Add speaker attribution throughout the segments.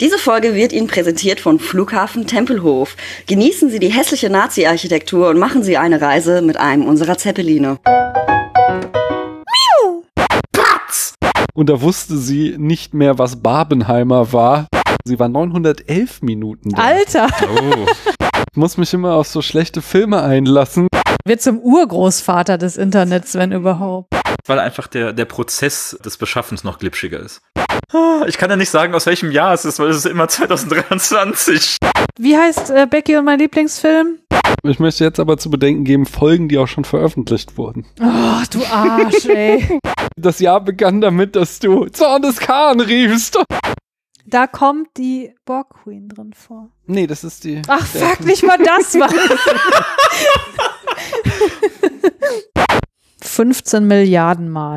Speaker 1: Diese Folge wird Ihnen präsentiert von Flughafen Tempelhof. Genießen Sie die hässliche Nazi-Architektur und machen Sie eine Reise mit einem unserer Zeppeline.
Speaker 2: Und da wusste sie nicht mehr, was Barbenheimer war. Sie war 911 Minuten da.
Speaker 3: Alter,
Speaker 4: Oh,
Speaker 2: Ich muss mich immer auf so schlechte Filme einlassen.
Speaker 3: wird zum Urgroßvater des Internets, wenn überhaupt.
Speaker 4: weil einfach der, der Prozess des Beschaffens noch glitschiger ist. Ah, Ich kann ja nicht sagen, aus welchem Jahr es ist, weil es ist immer 2023.
Speaker 3: Wie heißt äh, Becky und mein Lieblingsfilm?
Speaker 2: Ich möchte jetzt aber zu bedenken geben, Folgen, die auch schon veröffentlicht wurden.
Speaker 3: Oh, du Arsch, ey.
Speaker 2: Das Jahr begann damit, dass du Zorn des Kahn riefst.
Speaker 3: Da kommt die Borg Queen drin vor.
Speaker 2: Nee, das ist die.
Speaker 3: Ach,
Speaker 2: der-
Speaker 3: fuck, nicht mal das war. 15 Milliarden Mal.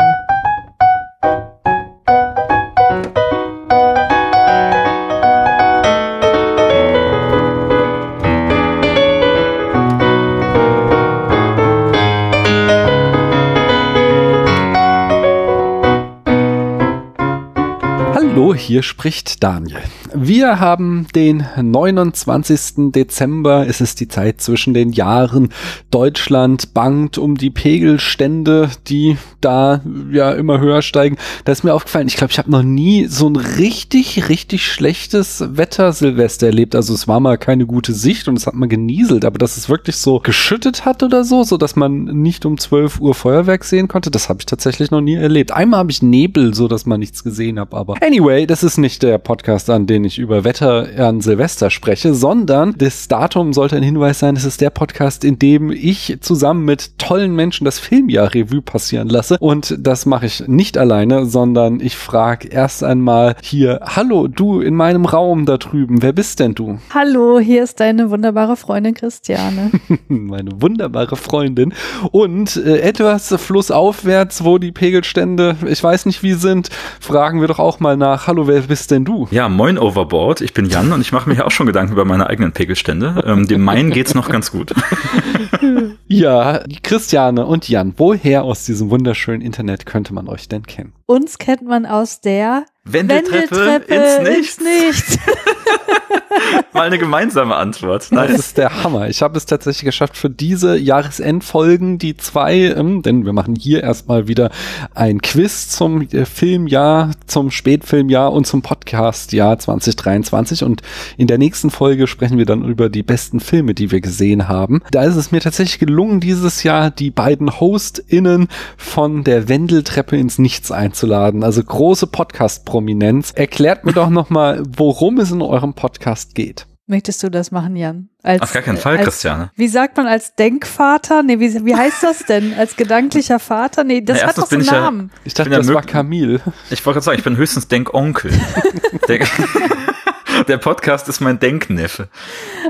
Speaker 2: Hallo, hier spricht Daniel. Wir haben den 29. Dezember. Es ist die Zeit zwischen den Jahren. Deutschland bangt um die Pegelstände, die da ja immer höher steigen. Da ist mir aufgefallen, ich glaube, ich habe noch nie so ein richtig, richtig schlechtes Wetter-Silvester erlebt. Also es war mal keine gute Sicht und es hat mal genieselt, aber dass es wirklich so geschüttet hat oder so, so dass man nicht um 12 Uhr Feuerwerk sehen konnte, das habe ich tatsächlich noch nie erlebt. Einmal habe ich Nebel, so dass man nichts gesehen hat, aber anyway, das ist nicht der Podcast, an den ich über Wetter an Silvester spreche, sondern das Datum sollte ein Hinweis sein, es ist der Podcast, in dem ich zusammen mit tollen Menschen das Filmjahr Revue passieren lasse und das mache ich nicht alleine, sondern ich frage erst einmal hier, hallo, du in meinem Raum da drüben, wer bist denn du?
Speaker 3: Hallo, hier ist deine wunderbare Freundin Christiane.
Speaker 2: meine wunderbare Freundin. Und äh, etwas flussaufwärts, wo die Pegelstände, ich weiß nicht wie sind, fragen wir doch auch mal nach, hallo, wer bist denn du?
Speaker 4: Ja, moin Overboard. Ich bin Jan und ich mache mir ja auch schon Gedanken über meine eigenen Pegelstände. Ähm, dem Main geht's noch ganz gut.
Speaker 2: Ja, die Christiane und Jan, woher aus diesem wunderschönen Internet könnte man euch denn kennen?
Speaker 3: Uns kennt man aus der
Speaker 4: Wendeltreppe,
Speaker 3: Wendeltreppe
Speaker 4: ins Nichts.
Speaker 3: Nichts.
Speaker 4: Mal eine gemeinsame Antwort.
Speaker 2: Das
Speaker 4: Nice.
Speaker 2: ist der Hammer. Ich habe es tatsächlich geschafft für diese Jahresendfolgen, die zwei, ähm, denn wir machen hier erstmal wieder ein Quiz zum äh, Filmjahr, zum Spätfilmjahr und zum Podcastjahr 2023. Und in der nächsten Folge sprechen wir dann über die besten Filme, die wir gesehen haben. Da ist es mir tatsächlich gelungen, dieses Jahr die beiden HostInnen von der Wendeltreppe ins Nichts einzuladen. Also große Podcast-Prominenz. Erklärt mir doch nochmal, worum es in eurem Podcast geht.
Speaker 3: Möchtest du das machen, Jan? Als,
Speaker 4: Auf gar keinen Fall,
Speaker 3: als,
Speaker 4: Christiane.
Speaker 3: Wie sagt man als Denkvater? Nee, wie, wie heißt das denn? Als gedanklicher Vater? Nee, das
Speaker 4: Na,
Speaker 3: hat
Speaker 4: erstens
Speaker 3: doch so
Speaker 4: bin
Speaker 3: einen
Speaker 4: ich ja-
Speaker 3: Namen.
Speaker 2: Ich dachte,
Speaker 4: Bin ja
Speaker 2: das war
Speaker 4: mög-
Speaker 2: Camille.
Speaker 4: Ich wollte gerade sagen, ich bin höchstens Denkonkel. Der, der Podcast ist mein Denkneffe.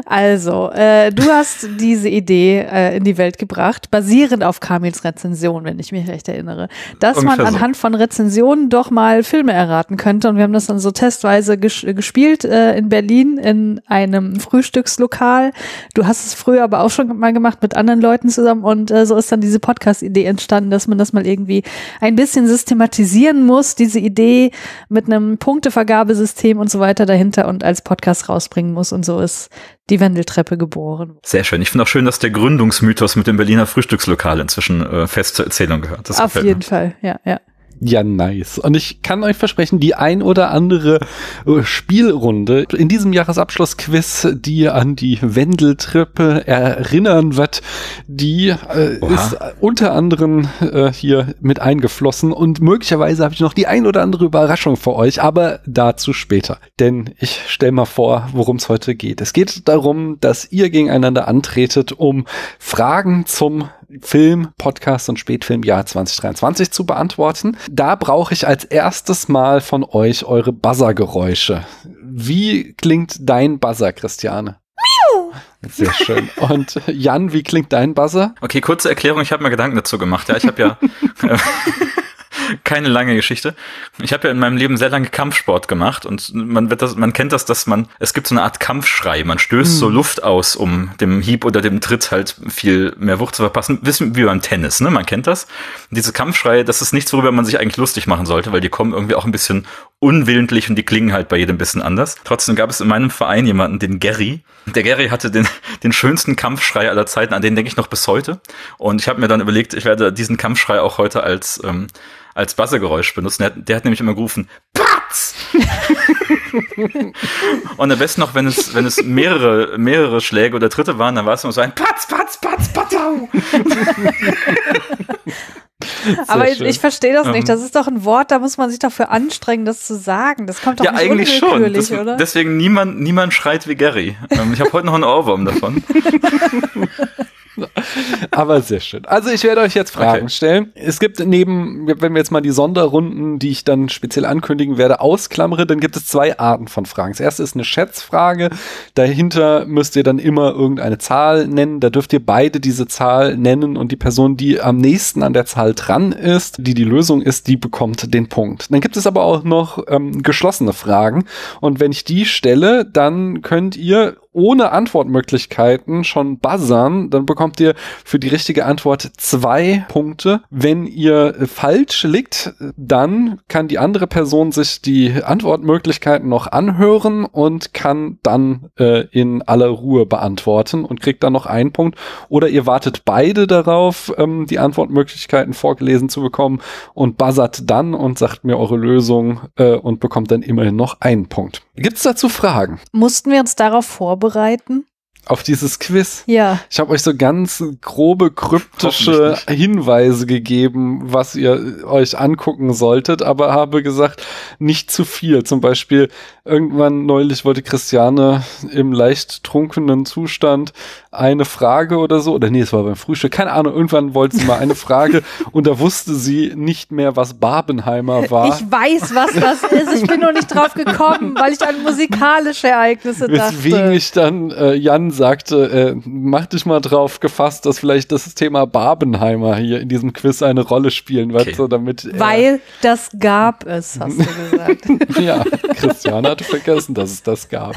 Speaker 3: Also, äh, du hast diese Idee äh, in die Welt gebracht, basierend auf Kamils Rezension, wenn ich mich recht erinnere. Dass man
Speaker 4: Ungefähr so.
Speaker 3: anhand von Rezensionen doch mal Filme erraten könnte. Und wir haben das dann so testweise ges gespielt äh, in Berlin in einem Frühstückslokal. Du hast es früher aber auch schon mal gemacht mit anderen Leuten zusammen. Und äh, so ist dann diese Podcast-Idee entstanden, dass man das mal irgendwie ein bisschen systematisieren muss, diese Idee mit einem Punktevergabesystem und so weiter dahinter und als Podcast rausbringen muss. Und so ist die Wendeltreppe geboren.
Speaker 4: Sehr schön. Ich finde auch schön, dass der Gründungsmythos mit dem Berliner Frühstückslokal inzwischen äh, fest zur Erzählung gehört. Das
Speaker 3: Auf
Speaker 4: gefällt mir.
Speaker 3: jeden Fall, ja, ja.
Speaker 2: Ja, nice. Und ich kann euch versprechen, die ein oder andere äh, Spielrunde in diesem Jahresabschlussquiz, die an die Wendeltreppe erinnern wird, die äh,
Speaker 4: Oha.
Speaker 2: ist äh, unter anderem äh, hier mit eingeflossen. Und möglicherweise habe ich noch die ein oder andere Überraschung für euch, aber dazu später. Denn ich stelle mal vor, worum es heute geht. Es geht darum, dass ihr gegeneinander antretet, um Fragen zum Film, Podcast und Spätfilm Jahr 2023 zu beantworten. Da brauche ich als erstes mal von euch eure Buzzergeräusche. Wie klingt dein Buzzer, Christiane? Sehr schön. Und Jan, wie klingt dein Buzzer?
Speaker 4: Okay, kurze Erklärung. Ich habe mir Gedanken dazu gemacht. Ja, ich habe ja. äh, keine lange Geschichte. Ich habe ja in meinem Leben sehr lange Kampfsport gemacht und man wird das, man kennt das, dass man, es gibt so eine Art Kampfschrei. Man stößt so
Speaker 3: Mhm.
Speaker 4: Luft aus, um dem Hieb oder dem Tritt halt viel mehr Wucht zu verpassen. Wissen wie beim Tennis, ne? Man kennt das. Und diese Kampfschreie, das ist nichts, worüber man sich eigentlich lustig machen sollte, weil die kommen irgendwie auch ein bisschen unwillentlich und die klingen halt bei jedem ein bisschen anders. Trotzdem gab es in meinem Verein jemanden, den Gary. Der Gary hatte den, den schönsten Kampfschrei aller Zeiten, an den denke ich noch bis heute. Und ich habe mir dann überlegt, ich werde diesen Kampfschrei auch heute als, ähm, als Bassegeräusch benutzen. Der, hat- der hat nämlich immer gerufen, Patz! und am besten noch, wenn es, wenn es mehrere, mehrere Schläge oder Tritte waren, dann war es immer so ein Patz, Patz, Patz, Patau!
Speaker 3: Aber ich,
Speaker 2: schön.
Speaker 3: ich verstehe das
Speaker 4: Ähm.
Speaker 3: nicht. Das ist doch ein Wort, da muss man sich doch für anstrengen, das zu sagen. Das kommt doch
Speaker 4: ja,
Speaker 3: nicht
Speaker 4: eigentlich schon.
Speaker 3: unwillkürlich,
Speaker 4: Das,
Speaker 3: oder?
Speaker 4: Deswegen niemand, niemand schreit wie Gary. Ähm, ich habe heute noch einen Ohrwurm davon.
Speaker 2: Aber sehr schön. Also ich werde euch jetzt Fragen
Speaker 4: Okay.
Speaker 2: stellen. Es gibt neben, wenn wir jetzt mal die Sonderrunden, die ich dann speziell ankündigen werde, ausklammere, dann gibt es zwei Arten von Fragen. Das erste ist eine Schätzfrage. Dahinter müsst ihr dann immer irgendeine Zahl nennen. Da dürft ihr beide diese Zahl nennen und die Person, die am nächsten an der Zahl dran ist, die die Lösung ist, die bekommt den Punkt. Dann gibt es aber auch noch ähm, geschlossene Fragen. Und wenn ich die stelle, dann könnt ihr ohne Antwortmöglichkeiten schon buzzern, dann bekommt ihr für die richtige Antwort zwei Punkte. Wenn ihr äh, falsch liegt, dann kann die andere Person sich die Antwortmöglichkeiten noch anhören und kann dann äh, in aller Ruhe beantworten und kriegt dann noch einen Punkt. Oder ihr wartet beide darauf, ähm, die Antwortmöglichkeiten vorgelesen zu bekommen und buzzert dann und sagt mir eure Lösung äh, und bekommt dann immerhin noch einen Punkt. Gibt's dazu Fragen?
Speaker 3: Mussten wir uns darauf vorbereiten?
Speaker 2: auf dieses Quiz.
Speaker 3: Ja.
Speaker 2: Ich habe euch so ganz grobe kryptische
Speaker 4: Hoffentlich
Speaker 2: Hinweise gegeben, was ihr euch angucken solltet, aber habe gesagt, nicht zu viel. Zum Beispiel, irgendwann neulich wollte Christiane im leicht trunkenen Zustand eine Frage oder so, oder nee, es war beim Frühstück, keine Ahnung, irgendwann wollte sie mal eine Frage und da wusste sie nicht mehr, was Barbenheimer war.
Speaker 3: Ich weiß, was das ist. Ich bin nur nicht drauf gekommen, weil ich an musikalische Ereignisse dachte.
Speaker 2: Weswegen ich dann äh, Jan sagte, äh, mach dich mal drauf gefasst, dass vielleicht das Thema Barbenheimer hier in diesem Quiz eine Rolle spielen wird,
Speaker 4: Okay.
Speaker 2: so damit. äh, er-
Speaker 3: weil das gab es, hast du gesagt.
Speaker 2: ja, Christian hatte vergessen, dass es das gab.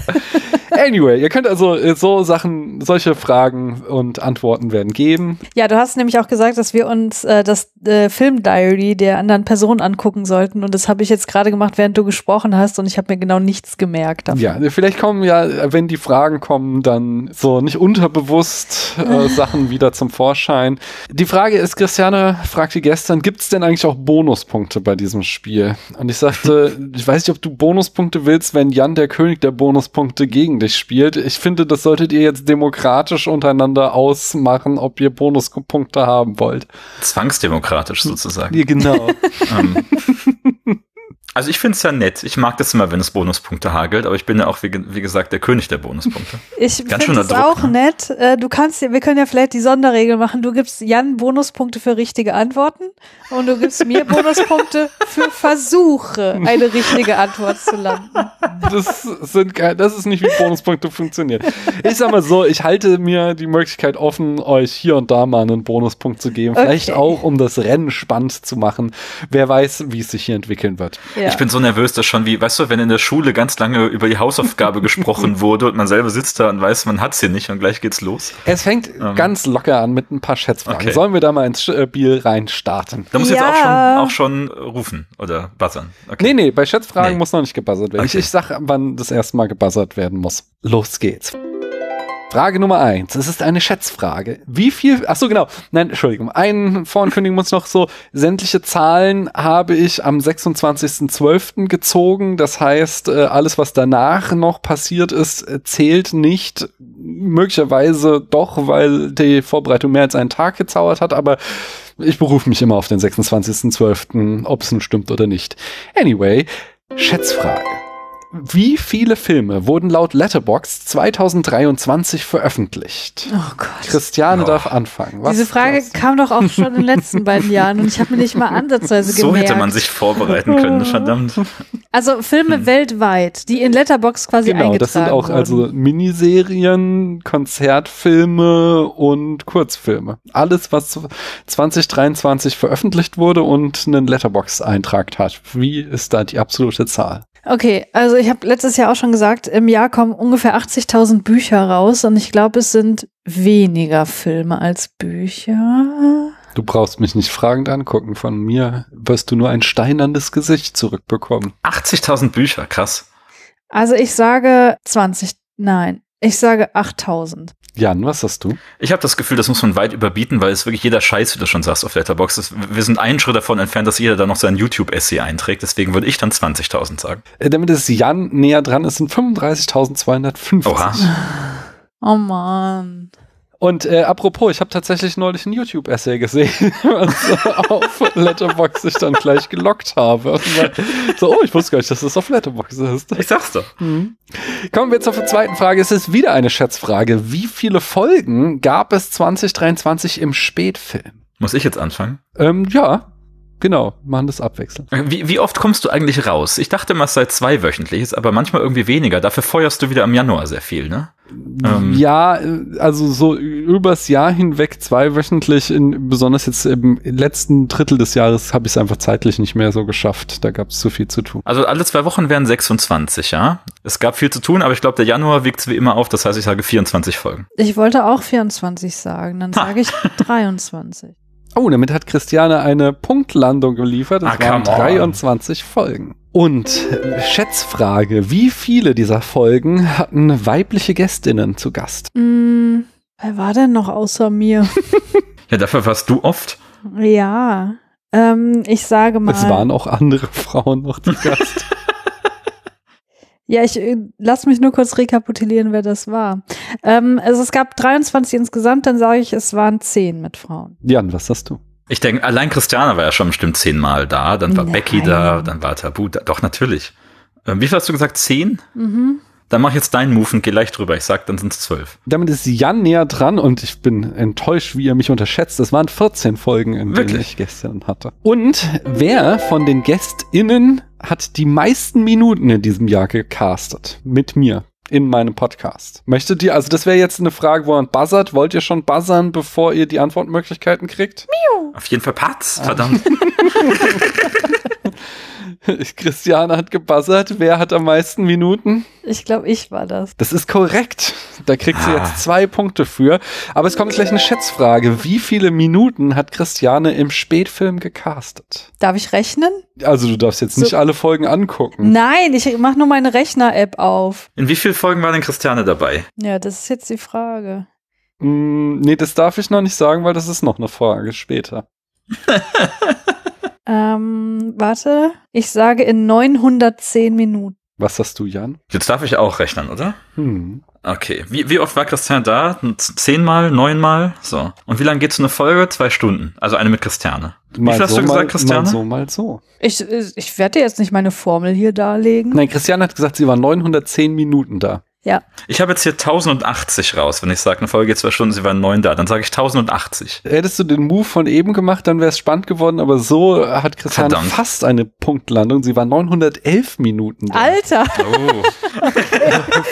Speaker 2: Anyway, ihr könnt also äh, so Sachen, solche Fragen und Antworten werden geben.
Speaker 3: Ja, du hast nämlich auch gesagt, dass wir uns äh, das äh, Filmdiary der anderen Person angucken sollten. Und das habe ich jetzt gerade gemacht, während du gesprochen hast. Und ich habe mir genau nichts gemerkt. davon.
Speaker 2: Ja, vielleicht kommen ja, wenn die Fragen kommen, dann so nicht unterbewusst äh, Sachen wieder zum Vorschein. Die Frage ist, Christiane fragte gestern, gibt's denn eigentlich auch Bonuspunkte bei diesem Spiel? Und ich sagte, ich weiß nicht, ob du Bonuspunkte willst, wenn Jan der König der Bonuspunkte gegen dich spielt. Ich finde, das solltet ihr jetzt demokratisch untereinander ausmachen, ob ihr Bonuspunkte haben wollt.
Speaker 4: Zwangsdemokratisch sozusagen.
Speaker 2: Ja, genau.
Speaker 4: Ähm, also ich finde es ja nett. Ich mag das immer, wenn es Bonuspunkte hagelt, aber ich bin ja auch, wie, ge- wie gesagt, der König der Bonuspunkte.
Speaker 3: Ich finde
Speaker 4: Ganz schöner
Speaker 3: es
Speaker 4: Druck,
Speaker 3: auch
Speaker 4: ne?
Speaker 3: nett. Äh, Du kannst, dir- wir können ja vielleicht die Sonderregel machen. Du gibst Jan Bonuspunkte für richtige Antworten und du gibst mir Bonuspunkte für Versuche, eine richtige Antwort zu landen.
Speaker 2: Das sind kein- das ist nicht wie Bonuspunkte funktionieren. Ich sag mal so, ich halte mir die Möglichkeit offen, euch hier und da mal einen Bonuspunkt zu geben. Vielleicht
Speaker 3: Okay.
Speaker 2: auch, um das Rennen spannend zu machen. Wer weiß, wie es sich hier entwickeln wird.
Speaker 3: Ja.
Speaker 4: Ich bin so nervös, dass schon wie, weißt du, wenn in der Schule ganz lange über die Hausaufgabe gesprochen wurde und man selber sitzt da und weiß, man hat sie nicht und gleich geht's los.
Speaker 2: Es fängt ganz locker an mit ein paar Schätzfragen.
Speaker 4: Okay.
Speaker 2: Sollen wir da mal ins äh, Spiel reinstarten?
Speaker 4: Da muss
Speaker 3: Ja.
Speaker 4: jetzt auch schon, auch schon rufen oder buzzern.
Speaker 2: Nee, nee, bei Schätzfragen
Speaker 4: Nee.
Speaker 2: muss noch nicht gebuzzert werden.
Speaker 4: Okay.
Speaker 2: Ich, ich sag, wann das erste Mal gebuzzert werden muss. Los geht's. Frage Nummer eins. Es ist eine Schätzfrage. Wie viel, ach so, genau. Nein, Entschuldigung. Einen vorankündigen muss noch so. Sämtliche Zahlen habe ich am 26.12. gezogen. Das heißt, äh, alles, was danach noch passiert ist, äh, zählt nicht. Möglicherweise doch, weil die Vorbereitung mehr als einen Tag gezaubert hat, aber ich berufe mich immer auf den 26.12., ob es nun stimmt oder nicht. Anyway, Schätzfrage. Wie viele Filme wurden laut Letterbox 2023 veröffentlicht?
Speaker 3: Oh Gott.
Speaker 2: Christiane
Speaker 4: Oh.
Speaker 2: darf anfangen. Was
Speaker 3: Diese Frage
Speaker 2: glaubst du?
Speaker 3: kam doch auch schon in den letzten beiden Jahren und ich habe mir nicht mal ansatzweise
Speaker 4: So
Speaker 3: gemerkt.
Speaker 4: hätte man sich Hm. vorbereiten können, verdammt.
Speaker 3: also Filme weltweit, die in Letterbox quasi
Speaker 2: Genau,
Speaker 3: eingetragen
Speaker 2: das sind auch
Speaker 3: wurden.
Speaker 2: also Miniserien, Konzertfilme und Kurzfilme. Alles, was 2023 veröffentlicht wurde und einen Letterbox-Eintrag hat. Wie ist da die absolute Zahl?
Speaker 3: Okay, also ich habe letztes Jahr auch schon gesagt, im Jahr kommen ungefähr 80.000 Bücher raus und ich glaube, es sind weniger Filme als Bücher.
Speaker 2: Du brauchst mich nicht fragend angucken. Von mir wirst du nur ein steinerndes Gesicht zurückbekommen.
Speaker 4: 80.000 Bücher, krass.
Speaker 3: Also ich sage 20, nein, ich sage 8.000.
Speaker 2: Jan, was hast du?
Speaker 4: Ich habe das Gefühl, das muss man weit überbieten, weil es wirklich jeder Scheiß, wie du schon sagst, auf Letterbox ist. Wir sind einen Schritt davon entfernt, dass jeder da noch sein YouTube-Essay einträgt. Deswegen würde ich dann 20.000 sagen.
Speaker 2: Äh, Damit es Jan näher dran ist, sind 35.250.
Speaker 4: Oha.
Speaker 3: Oh Mann.
Speaker 2: Und äh, apropos, ich habe tatsächlich neulich ein YouTube-Essay gesehen, was auf Letterbox ich dann gleich gelockt habe. Und war so, oh, ich wusste gar nicht, dass das auf Letterbox ist.
Speaker 4: Ich sag's doch.
Speaker 2: Mhm. Kommen wir jetzt zur zweiten Frage. Es ist wieder eine Schätzfrage. Wie viele Folgen gab es 2023 im Spätfilm?
Speaker 4: Muss ich jetzt anfangen?
Speaker 2: Ähm, ja, genau. Machen das abwechselnd.
Speaker 4: Wie, wie oft kommst du eigentlich raus? Ich dachte mal, es sei zweiwöchentlich, ist aber manchmal irgendwie weniger. Dafür feuerst du wieder im Januar sehr viel, ne? Ähm.
Speaker 2: Ja, äh, also so übers Jahr hinweg zweiwöchentlich, in, besonders jetzt im letzten Drittel des Jahres habe ich es einfach zeitlich nicht mehr so geschafft. Da gab es zu viel zu tun.
Speaker 4: Also alle zwei Wochen wären 26, ja? Es gab viel zu tun, aber ich glaube, der Januar wiegt's wie immer auf. Das heißt, ich sage 24 Folgen.
Speaker 3: Ich wollte auch 24 sagen, dann
Speaker 4: Ha.
Speaker 3: sage ich 23.
Speaker 2: Oh, damit hat Christiane eine Punktlandung geliefert. Das
Speaker 4: Ah,
Speaker 2: waren
Speaker 4: come on.
Speaker 2: 23 Folgen. Und äh, Schätzfrage, wie viele dieser Folgen hatten weibliche Gästinnen zu Gast?
Speaker 3: Hm, wer war denn noch außer mir?
Speaker 4: Ja, dafür warst du oft.
Speaker 3: ja, ähm, ich sage mal.
Speaker 2: Es waren auch andere Frauen noch zu Gast.
Speaker 3: Ja, ich äh, lass mich nur kurz rekapitulieren, wer das war. Ähm, also es gab 23 insgesamt, dann sage ich, es waren 10 mit Frauen.
Speaker 2: Jan, was hast du?
Speaker 4: Ich denke, allein Christiane war ja schon bestimmt zehnmal da. Dann war
Speaker 3: Nein.
Speaker 4: Becky da, dann war Tabu da. Doch, natürlich. Ähm, wie viel hast du gesagt? Zehn?
Speaker 3: Mhm.
Speaker 4: Dann mach jetzt deinen Move und geh leicht drüber. Ich sag, dann sind's zwölf.
Speaker 2: Damit ist Jan näher dran und ich bin enttäuscht, wie ihr mich unterschätzt. Es waren 14 Folgen, in denen
Speaker 4: Wirklich?
Speaker 2: ich Gästinnen hatte. Und wer von den GästInnen hat die meisten Minuten in diesem Jahr gecastet? Mit mir. In meinem Podcast. Möchtet ihr, also das wäre jetzt eine Frage, wo man buzzert. Wollt ihr schon buzzern, bevor ihr die Antwortmöglichkeiten kriegt?
Speaker 4: Auf jeden Fall Patz, verdammt.
Speaker 2: Christiane hat gebuzzert. Wer hat am meisten Minuten?
Speaker 3: Ich glaube, ich war das.
Speaker 2: Das ist korrekt. Da kriegt sie
Speaker 4: Ah.
Speaker 2: jetzt zwei Punkte für. Aber es kommt gleich eine Schätzfrage. Wie viele Minuten hat Christiane im Spätfilm gecastet?
Speaker 3: Darf ich rechnen?
Speaker 2: Also du darfst jetzt
Speaker 3: So-
Speaker 2: nicht alle Folgen angucken.
Speaker 3: Nein, ich mache nur meine Rechner-App auf.
Speaker 4: In wie vielen Folgen war denn Christiane dabei?
Speaker 3: Ja, das ist jetzt die Frage.
Speaker 2: Mm, nee, das darf ich noch nicht sagen, weil das ist noch eine Frage später.
Speaker 3: Ähm, warte. Ich sage in 910 Minuten.
Speaker 2: Was hast du, Jan?
Speaker 4: Jetzt darf ich auch rechnen, oder?
Speaker 2: Hm.
Speaker 4: Okay. Wie, wie oft war Christiane da? Zehnmal, neunmal? So. Und wie lange geht so eine Folge? Zwei Stunden. Also eine mit Christiane. Wie viel hast du gesagt,
Speaker 2: mal,
Speaker 4: Christiane?
Speaker 2: mal so, mal so.
Speaker 3: Ich, ich werde dir jetzt nicht meine Formel hier darlegen.
Speaker 2: Nein, Christiane hat gesagt, sie war 910 Minuten da.
Speaker 3: Ja.
Speaker 4: Ich habe jetzt hier 1080 raus, wenn ich sage, eine Folge geht zwei Stunden, sie waren neun da. Dann sage ich 1080.
Speaker 2: Hättest du den Move von eben gemacht, dann wäre es spannend geworden, aber so hat Christiane
Speaker 4: Verdammt.
Speaker 2: fast eine Punktlandung. Sie war 911 Minuten da.
Speaker 3: Alter!
Speaker 4: Oh.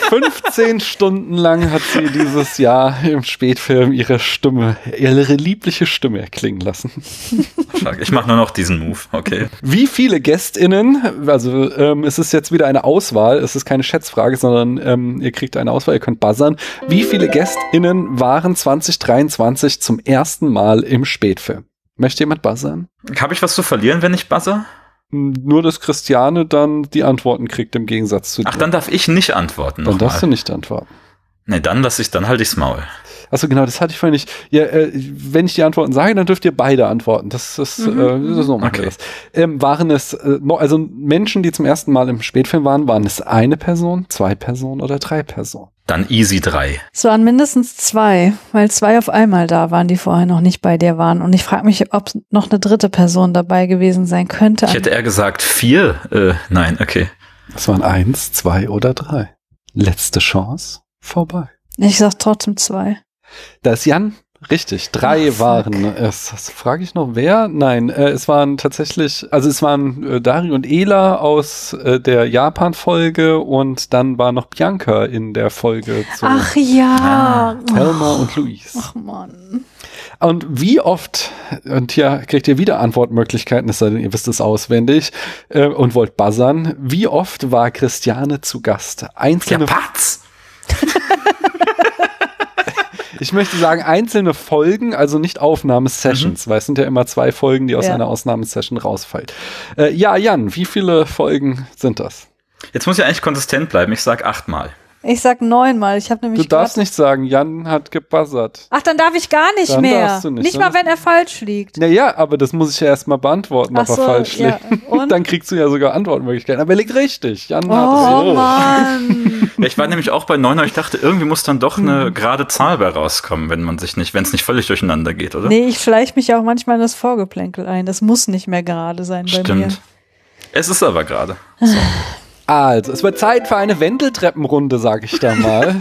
Speaker 2: 15 Stunden lang hat sie dieses Jahr im Spätfilm ihre Stimme, ihre liebliche Stimme erklingen lassen.
Speaker 4: Fuck, ich mache nur noch diesen Move, okay.
Speaker 2: Wie viele GästInnen, also ähm, es ist jetzt wieder eine Auswahl, es ist keine Schätzfrage, sondern ähm, ihr kriegt eine Auswahl, ihr könnt buzzern. Wie viele GästInnen waren 2023 zum ersten Mal im Spätfilm? Möchte jemand buzzern?
Speaker 4: Habe ich was zu verlieren, wenn ich buzzer?
Speaker 2: Hm, Nur, dass Christiane dann die Antworten kriegt im Gegensatz zu dir.
Speaker 4: Ach, dann darf ich nicht antworten.
Speaker 2: dann darfst du
Speaker 4: nochmal.
Speaker 2: nicht antworten.
Speaker 4: Nee, dann lass ich, dann halte ich's Maul.
Speaker 2: Achso, genau, das hatte ich vorhin nicht. Ja, äh, wenn ich die Antworten sage, dann dürft ihr beide antworten. Das ist,
Speaker 3: Mhm,
Speaker 2: äh, das ist noch mal
Speaker 4: Okay.
Speaker 2: anderes. Ähm, waren es, äh, no- also Menschen, die zum ersten Mal im Spätfilm waren, waren es eine Person, zwei Personen oder drei Personen?
Speaker 4: Dann easy drei.
Speaker 3: Es waren mindestens zwei, weil zwei auf einmal da waren, die vorher noch nicht bei dir waren. Und ich frage mich, ob noch eine dritte Person dabei gewesen sein könnte.
Speaker 4: Ich hätte eher gesagt vier. Äh, nein, okay.
Speaker 2: Das waren eins, zwei oder drei. Letzte Chance, vorbei.
Speaker 3: Ich sag trotzdem zwei.
Speaker 2: Da ist Jan richtig. Drei
Speaker 3: Ah, fuck.
Speaker 2: waren es. Das frage ich noch, wer? Nein, äh, es waren tatsächlich, also es waren äh, Dari und Ela aus äh, der Japan-Folge und dann war noch Bianca in der Folge zu
Speaker 3: Ach ja.
Speaker 4: Ah.
Speaker 3: Oh,
Speaker 2: Helma
Speaker 3: Ach,
Speaker 2: und Luis.
Speaker 3: Ach Mann.
Speaker 2: Oh. Und wie oft, und hier kriegt ihr wieder Antwortmöglichkeiten, es sei denn, ihr wisst es auswendig äh, und wollt buzzern, wie oft war Christiane zu Gast?
Speaker 4: Ja,
Speaker 2: Einzelne,
Speaker 3: Genau.
Speaker 4: Patz!
Speaker 2: ich möchte sagen, einzelne Folgen, also nicht Aufnahmesessions, weil es sind ja immer zwei Folgen, die aus
Speaker 3: Mhm. Ja.
Speaker 2: einer Ausnahmesession rausfällt. Äh, ja, Jan, wie viele Folgen sind das?
Speaker 4: Jetzt muss ich eigentlich konsistent bleiben. Ich sag achtmal.
Speaker 3: Ich sag neunmal. Ich habe nämlich
Speaker 2: Du darfst
Speaker 3: grad-
Speaker 2: nicht sagen, Jan hat gebuzzert.
Speaker 3: Ach, dann darf ich gar nicht
Speaker 2: Dann
Speaker 3: mehr.
Speaker 2: darfst du nicht, ne?
Speaker 3: mal, wenn er falsch liegt.
Speaker 2: Naja, aber das muss ich ja erstmal beantworten,
Speaker 3: Ach
Speaker 2: ob er
Speaker 3: so,
Speaker 2: falsch
Speaker 3: ja.
Speaker 2: liegt.
Speaker 3: Und?
Speaker 2: Dann kriegst du ja sogar Antwortmöglichkeiten. Aber er liegt richtig. Jan hat
Speaker 3: Oh,
Speaker 2: recht.
Speaker 3: Mann.
Speaker 4: Ja, Ich war nämlich auch bei neun, aber ich dachte, irgendwie muss dann doch
Speaker 3: Hm.
Speaker 4: eine gerade Zahl bei rauskommen, wenn man sich nicht, wenn es nicht völlig durcheinander geht, oder?
Speaker 3: Nee, ich schleich mich auch manchmal in das Vorgeplänkel ein. Das muss nicht mehr gerade sein bei mir.
Speaker 4: Stimmt. Es ist aber gerade.
Speaker 2: Also, es wird Zeit für eine Wendeltreppenrunde, sag ich da mal.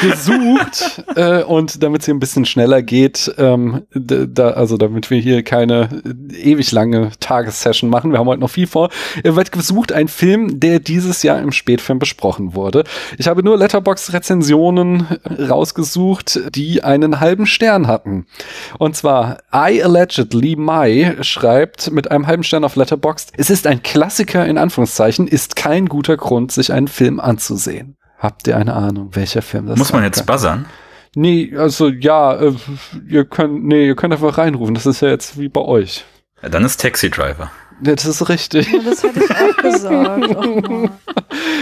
Speaker 2: Gesucht. Äh, und damit es hier ein bisschen schneller geht, ähm, d- da, also damit wir hier keine äh, ewig lange Tagessession machen, wir haben heute noch viel vor, äh, wird gesucht ein Film, der dieses Jahr im Spätfilm besprochen wurde. Ich habe nur Letterbox-Rezensionen rausgesucht, die einen halben Stern hatten. Und zwar I Allegedly Mai schreibt mit einem halben Stern auf Letterboxd, es ist ein Klassiker in Anführungszeichen, ist kein guter Grund, sich einen Film anzusehen. Habt ihr eine Ahnung, welcher Film das halt
Speaker 4: muss man
Speaker 2: sein kann?
Speaker 4: jetzt buzzern?
Speaker 2: Nee, also ja, äh, ihr könnt, nee, ihr könnt einfach reinrufen, das ist ja jetzt wie bei euch.
Speaker 4: Ja, dann ist Taxi Driver.
Speaker 2: Das ist richtig.
Speaker 3: Ja, Das hätte ich auch gesagt. Oh, Mann.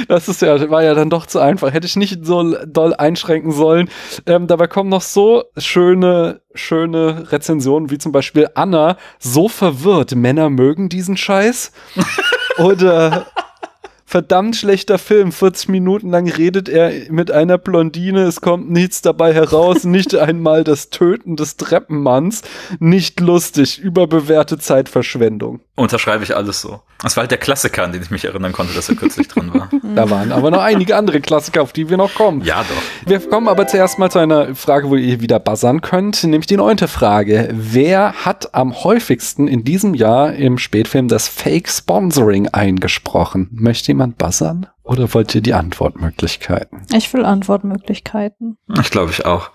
Speaker 2: Das ist ja, war ja dann doch zu einfach. Hätte ich nicht so doll einschränken sollen. Ähm, dabei kommen noch so schöne, schöne Rezensionen, wie zum Beispiel Anna, so verwirrt, Männer mögen diesen Scheiß. Oder verdammt schlechter Film, 40 Minuten lang redet er mit einer Blondine, es kommt nichts dabei heraus, nicht einmal das Töten des Treppenmanns, nicht lustig, überbewertete Zeitverschwendung.
Speaker 4: Unterschreibe ich alles so. Das war halt der Klassiker, an den ich mich erinnern konnte, dass er kürzlich drin war.
Speaker 2: Da waren aber noch einige andere Klassiker, auf die wir noch kommen.
Speaker 4: Ja, doch.
Speaker 2: Wir kommen aber zuerst mal zu einer Frage, wo ihr wieder buzzern könnt, nämlich die neunte Frage. Wer hat am häufigsten in diesem Jahr im Spätfilm das Fake Sponsoring eingesprochen? Möchte jemand buzzern? Oder wollt ihr die Antwortmöglichkeiten?
Speaker 3: Ich will Antwortmöglichkeiten.
Speaker 4: Ich glaube, ich auch.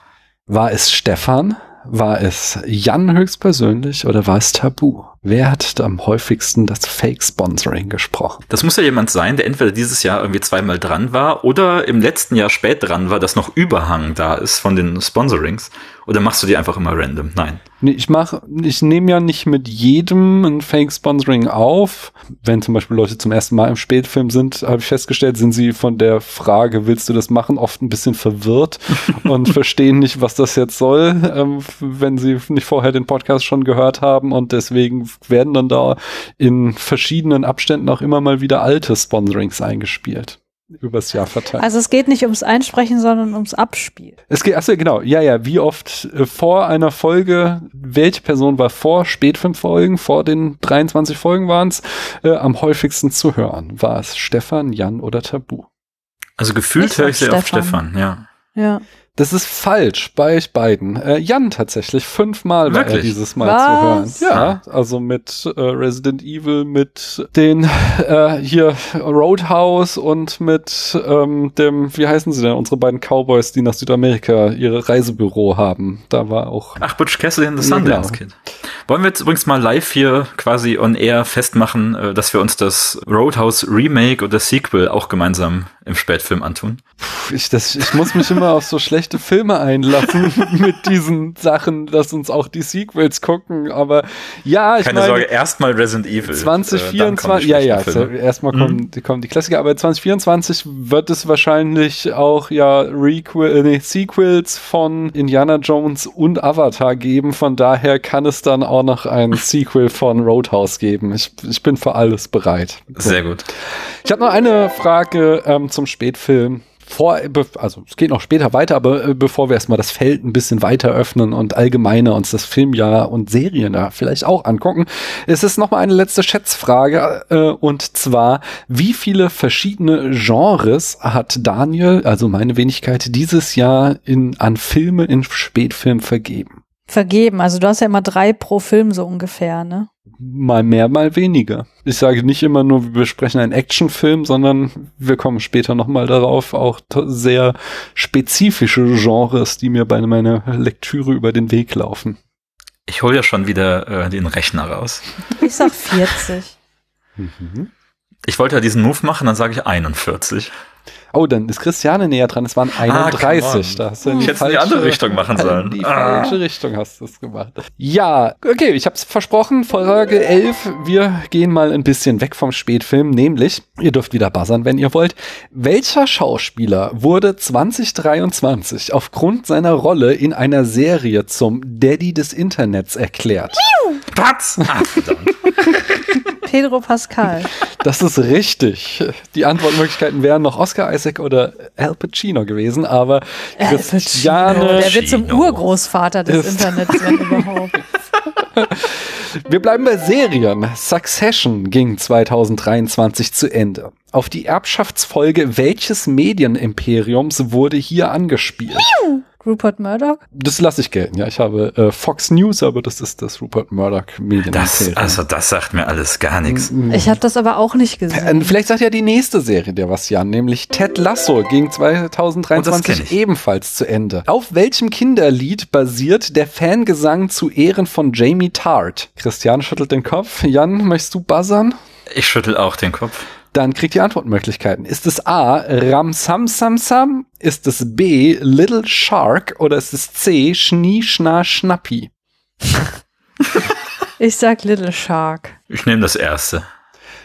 Speaker 2: War es Stefan? War es Jan höchstpersönlich oder war es Tabu? Wer hat am häufigsten das Fake Sponsoring gesprochen?
Speaker 4: Das muss ja jemand sein, der entweder dieses Jahr irgendwie zweimal dran war oder im letzten Jahr spät dran war, dass noch Überhang da ist von den Sponsorings. Oder machst du die einfach immer random? Nein.
Speaker 2: Nee, ich mache, ich nehme ja nicht mit jedem ein Fake-Sponsoring auf. Wenn zum Beispiel Leute zum ersten Mal im Spätfilm sind, habe ich festgestellt, sind sie von der Frage, willst du das machen, oft ein bisschen verwirrt und verstehen nicht, was das jetzt soll, ähm, f- wenn sie nicht vorher den Podcast schon gehört haben. Und deswegen werden dann da in verschiedenen Abständen auch immer mal wieder alte Sponsorings eingespielt. Übers Jahr verteilt.
Speaker 3: Also es geht nicht ums Einsprechen, sondern ums Abspiel.
Speaker 2: Es geht, achso, genau, ja, ja, wie oft äh, vor einer Folge, welche Person war vor Spätfilmfolgen, Folgen, vor den 23 Folgen waren's, äh, am häufigsten zu hören? War es Stefan, Jan oder Tabu?
Speaker 4: Also
Speaker 3: Ich
Speaker 4: gefühlt
Speaker 3: sag
Speaker 4: höre ich sehr auf
Speaker 3: Stefan.
Speaker 4: Stefan, ja.
Speaker 3: Ja.
Speaker 2: Das ist falsch bei euch beiden. Äh, Jan tatsächlich, fünfmal war er
Speaker 4: Wirklich?
Speaker 2: dieses Mal
Speaker 3: Was?
Speaker 2: zu hören. Ja, also mit äh, Resident Evil, mit den äh, hier Roadhouse und mit ähm, dem, wie heißen sie denn, unsere beiden Cowboys, die nach Südamerika ihre Reisebüro haben. Da war auch
Speaker 4: Ach, Butch Cassidy and the
Speaker 2: Ja,
Speaker 4: Sundance
Speaker 2: genau.
Speaker 4: Kid. Wollen wir jetzt übrigens mal live hier quasi on air festmachen, äh, dass wir uns das Roadhouse Remake oder Sequel auch gemeinsam im Spätfilm antun?
Speaker 2: Ich, das, ich muss mich immer auf so schlechte Filme einlassen mit diesen Sachen, dass uns auch die Sequels gucken. Aber ja, ich
Speaker 4: Keine
Speaker 2: meine,
Speaker 4: Sorge, erstmal Resident Evil. äh, dann kommen die
Speaker 2: 2024, ja, ja,
Speaker 4: schlechten
Speaker 2: so,
Speaker 4: Filme. Mhm.
Speaker 2: erstmal kommen, die- kommen die Klassiker, aber 2024 wird es wahrscheinlich auch ja Requel, äh, nee, Sequels von Indiana Jones und Avatar geben. Von daher kann es dann auch noch ein Sequel von Roadhouse geben. Ich, ich bin für alles bereit.
Speaker 4: Sehr gut.
Speaker 2: Ich habe noch eine Frage ähm, zum Spätfilm. vor, also es geht noch später weiter, aber äh, bevor wir erstmal das Feld ein bisschen weiter öffnen und allgemeiner uns das Filmjahr und Serien da vielleicht auch angucken, es ist nochmal eine letzte Schätzfrage äh, und zwar, wie viele verschiedene Genres hat Daniel, also meine Wenigkeit, dieses Jahr in, an Filme in Spätfilm vergeben?
Speaker 3: Vergeben, also du hast ja immer drei pro Film so ungefähr, ne?
Speaker 2: Mal mehr, mal weniger. Ich sage nicht immer nur, wir besprechen einen Actionfilm, sondern wir kommen später nochmal darauf, auch sehr spezifische Genres, die mir bei meiner Lektüre über den Weg laufen.
Speaker 4: Ich hole ja schon wieder äh, den Rechner raus.
Speaker 3: Ich sag 40. mhm.
Speaker 4: Ich wollte ja diesen Move machen, dann sage ich 41.
Speaker 2: Oh, dann ist Christiane näher dran. Es waren 31.
Speaker 4: Ah, da hast du in die, falsche, in die andere Richtung machen sollen.
Speaker 2: die ah. falsche Richtung hast du es gemacht. Ja, okay, ich habe es versprochen. Folge 11. Wir gehen mal ein bisschen weg vom Spätfilm. Nämlich, ihr dürft wieder buzzern, wenn ihr wollt. Welcher Schauspieler wurde 2023 aufgrund seiner Rolle in einer Serie zum Daddy des Internets erklärt?
Speaker 4: Was? Ah, verdammt.
Speaker 3: Pedro Pascal.
Speaker 2: Das ist richtig. Die Antwortmöglichkeiten wären noch Oscar Isaac oder Al Pacino gewesen, aber
Speaker 3: Al Christiane. Pacino. Oh, Der wird zum Urgroßvater des Internets, wenn überhaupt.
Speaker 2: Wir bleiben bei Serien. Succession ging 2023 zu Ende. Auf die Erbschaftsfolge welches Medienimperiums wurde hier angespielt?
Speaker 3: Rupert Murdoch?
Speaker 2: Das lasse ich gelten, ja. Ich habe äh, Fox News, aber das ist das Rupert Murdoch Medien.
Speaker 4: Das, also das sagt mir alles gar nichts.
Speaker 3: Ich habe das aber auch nicht gesehen.
Speaker 2: Ähm, Vielleicht sagt ja die nächste Serie der was Jan, nämlich Ted Lasso
Speaker 4: Oh,
Speaker 2: ging 2023 ebenfalls zu Ende. Auf welchem Kinderlied basiert der Fangesang zu Ehren von Jamie Tart? Christian schüttelt den Kopf. Jan, möchtest du buzzern?
Speaker 4: Ich schüttel auch den Kopf
Speaker 2: dann kriegt ihr Antwortmöglichkeiten. Ist es A, Ram Sam Sam Sam? Ist es B, Little Shark? Oder ist es C, Schnie Schna Schnappi?
Speaker 3: Ich sag Little Shark.
Speaker 4: Ich nehme das erste.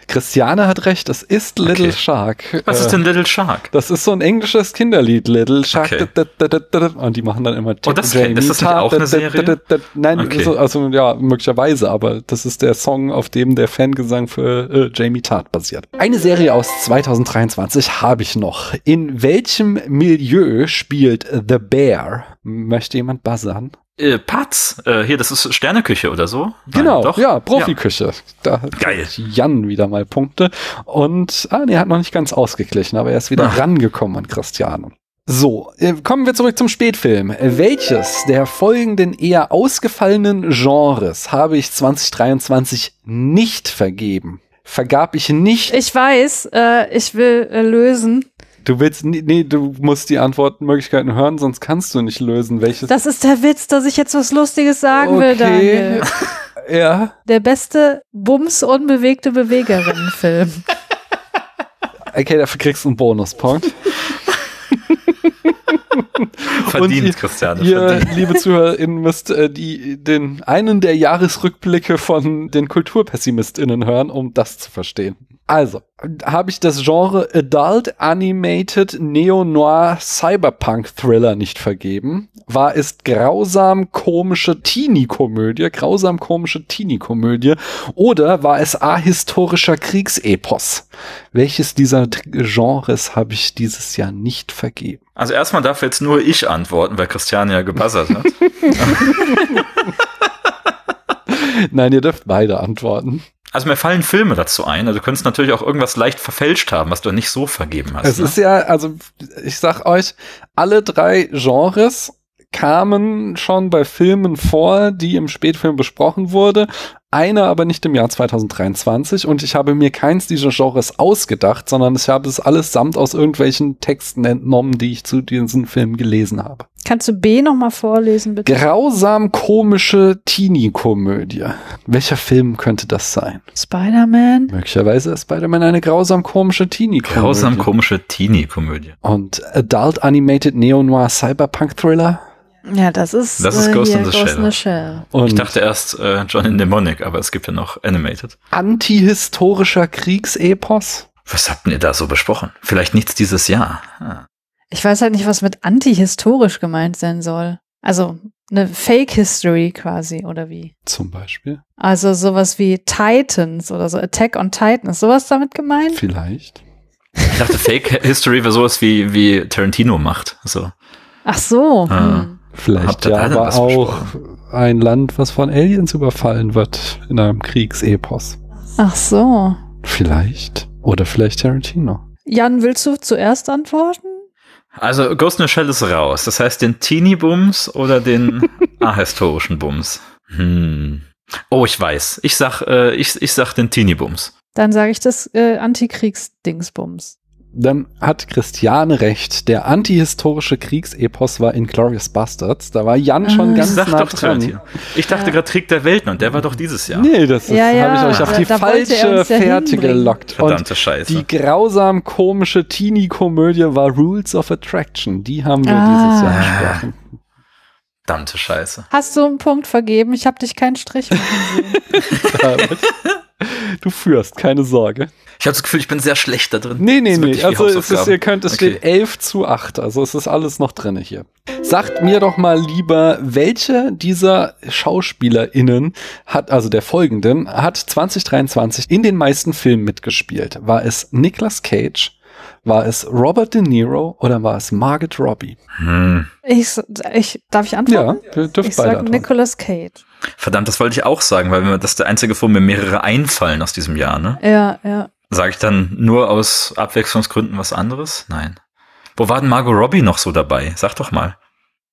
Speaker 2: Christiane hat recht, das ist Little
Speaker 4: Okay.
Speaker 2: Shark.
Speaker 4: Was ist
Speaker 2: Äh,
Speaker 4: denn Little Shark?
Speaker 2: Das ist so ein englisches Kinderlied, Little Shark.
Speaker 4: Okay.
Speaker 2: da, da, da, da, da. Und die machen dann immer
Speaker 4: Oh, das kenn- ist das nicht
Speaker 2: Ta,
Speaker 4: auch eine
Speaker 2: da, da,
Speaker 4: Serie?
Speaker 2: da, da, da. Nein,
Speaker 4: Okay.
Speaker 2: so, also ja, möglicherweise, aber das ist der Song, auf dem der Fangesang für äh, Jamie Tart basiert. Eine Serie aus 2023 habe ich noch. In welchem Milieu spielt The Bear? Möchte jemand buzzern?
Speaker 4: Äh, Patz, äh, hier, das ist Sterneküche oder so? Nein,
Speaker 2: Genau,
Speaker 4: doch?
Speaker 2: ja, Profiküche. Da
Speaker 4: Geil.
Speaker 2: kriegt Jan wieder mal Punkte. Und, ah, nee, er hat noch nicht ganz ausgeglichen, aber er ist wieder
Speaker 4: Ach.
Speaker 2: rangekommen an Christiane. So, äh, kommen wir zurück zum Spätfilm. Äh, Welches der folgenden eher ausgefallenen Genres habe ich 2023 nicht vergeben? Vergab ich nicht.
Speaker 3: Ich weiß, äh, ich will äh, lösen.
Speaker 2: Du willst, ni- nee, du musst die Antwortmöglichkeiten hören, sonst kannst du nicht lösen, welches.
Speaker 3: Das ist der Witz, dass ich jetzt was Lustiges sagen will, Daniel.
Speaker 2: ja.
Speaker 3: Der beste Bums unbewegte Bewegerinnen-Film.
Speaker 2: Okay, dafür kriegst du einen Bonuspunkt.
Speaker 4: Verdient,
Speaker 2: ihr-
Speaker 4: Christiane,
Speaker 2: Ihr,
Speaker 4: verdient.
Speaker 2: liebe ZuhörerInnen, müsst äh, die, den einen der Jahresrückblicke von den KulturpessimistInnen hören, um das zu verstehen. Also, äh, habe ich das Genre Adult Animated Neo-Noir Cyberpunk Thriller nicht vergeben? War es grausam komische Teenie-Komödie, grausam komische Teenie-Komödie? Oder war es ahistorischer Kriegsepos? Welches dieser T- Genres habe ich dieses Jahr nicht vergeben?
Speaker 4: Also erstmal darf jetzt nur ich antworten, weil Christiane ja gebuzzert hat.
Speaker 2: Nein, ihr dürft beide antworten.
Speaker 4: Also mir fallen Filme dazu ein. Also du könntest natürlich auch irgendwas leicht verfälscht haben, was du nicht so vergeben hast.
Speaker 2: Es
Speaker 4: ne?
Speaker 2: ist ja, also ich sag euch, alle drei Genres kamen schon bei Filmen vor, die im Spätfilm besprochen wurde. Einer aber nicht im Jahr 2023 und ich habe mir keins dieser Genres ausgedacht, sondern ich habe es allesamt aus irgendwelchen Texten entnommen, die ich zu diesen Filmen gelesen habe.
Speaker 3: Kannst du B nochmal vorlesen, bitte?
Speaker 2: Grausam komische Teenie-Komödie. Welcher Film könnte das sein?
Speaker 3: Spider-Man?
Speaker 2: Möglicherweise ist Spider-Man eine grausam komische Teenie-Komödie.
Speaker 4: Grausam komische Teenie-Komödie.
Speaker 2: Und Adult Animated Neo-Noir Cyberpunk Thriller.
Speaker 3: Ja, das ist, äh,
Speaker 4: Das ist Ghost
Speaker 3: hier
Speaker 4: in the Shell.
Speaker 3: Shell.
Speaker 2: Und
Speaker 4: Ich dachte erst äh, John in Demonic, aber es gibt ja noch Animated.
Speaker 2: antihistorischer Kriegsepos.
Speaker 4: Was habt ihr da so besprochen? Vielleicht nichts dieses Jahr. Ah.
Speaker 3: Ich weiß halt nicht, was mit antihistorisch gemeint sein soll. Also eine Fake History quasi, oder wie?
Speaker 2: Zum Beispiel.
Speaker 3: Also sowas wie Titans oder so, Attack on Titan. Ist sowas damit gemeint?
Speaker 2: Vielleicht.
Speaker 4: Ich dachte, Fake History wäre sowas wie, wie Tarantino macht. So.
Speaker 3: Ach so.
Speaker 4: Ah.
Speaker 3: Hm.
Speaker 2: Vielleicht
Speaker 4: Habt ihr
Speaker 2: ja,
Speaker 4: alle
Speaker 2: aber
Speaker 4: was
Speaker 2: auch ein Land, was von Aliens überfallen wird in einem Kriegsepos.
Speaker 3: Ach so.
Speaker 2: Vielleicht. Oder vielleicht Tarantino.
Speaker 3: Jan, willst du zuerst antworten?
Speaker 4: Also Ghost in the Shell ist raus. Das heißt den Teenie-Bums oder den ahistorischen Bums. Hm. Oh, ich weiß. Ich sag, äh, ich, ich sag den Teenie-Bums.
Speaker 3: Dann sage ich das äh, Antikriegsdingsbums.
Speaker 2: Dann hat Christiane recht. Der antihistorische Kriegsepos war Inglourious Bastards. Da war Jan schon
Speaker 3: Ah.
Speaker 4: Ich
Speaker 2: ganz
Speaker 4: sag
Speaker 2: nah
Speaker 4: doch
Speaker 2: dran.
Speaker 4: Tarantino. Ich dachte gerade Krieg der Welten und der war doch dieses Jahr.
Speaker 2: Nee, das ist,
Speaker 3: Ja, ja,
Speaker 2: habe ich euch auf
Speaker 3: da-
Speaker 2: die
Speaker 3: da wollte er
Speaker 2: falsche
Speaker 3: uns ja
Speaker 2: Fährte
Speaker 3: hinbringen.
Speaker 2: gelockt.
Speaker 4: Verdammte
Speaker 2: und
Speaker 4: Scheiße.
Speaker 2: die grausam komische Teenie-Komödie war Rules of Attraction. Die haben wir
Speaker 3: Ah.
Speaker 2: dieses Jahr besprochen.
Speaker 4: Verdammte Scheiße.
Speaker 3: Hast du einen Punkt vergeben? Ich habe dich keinen Strich machen sehen.
Speaker 2: David. Du führst, keine Sorge.
Speaker 4: Ich habe das Gefühl, ich bin sehr schlecht da drin.
Speaker 2: Nee, nee,
Speaker 4: Das ist
Speaker 2: nee.
Speaker 4: wirklich wie
Speaker 2: Also es ist,
Speaker 4: Hausaufgaben.
Speaker 2: ihr könnt, es
Speaker 4: Okay.
Speaker 2: steht 11 zu 8. Also es ist alles noch drinne hier. Sagt mir doch mal lieber, welche dieser SchauspielerInnen hat, also der folgenden, hat 2023 in den meisten Filmen mitgespielt? War es Nicolas Cage? War es Robert De Niro oder war es Margaret Robbie?
Speaker 4: Hm.
Speaker 3: Ich, ich, darf ich
Speaker 2: Ja,
Speaker 3: antworten?
Speaker 2: ihr
Speaker 3: ich
Speaker 2: dürft beide
Speaker 3: sage
Speaker 2: antworten.
Speaker 3: Nicolas Cage.
Speaker 4: Verdammt, das wollte ich auch sagen, weil mir das ist der einzige Film, mir mehrere einfallen aus diesem Jahr, ne?
Speaker 3: Ja, ja.
Speaker 4: Sage ich dann nur aus Abwechslungsgründen was anderes? Nein. Wo war denn Margot Robbie noch so dabei? Sag doch mal.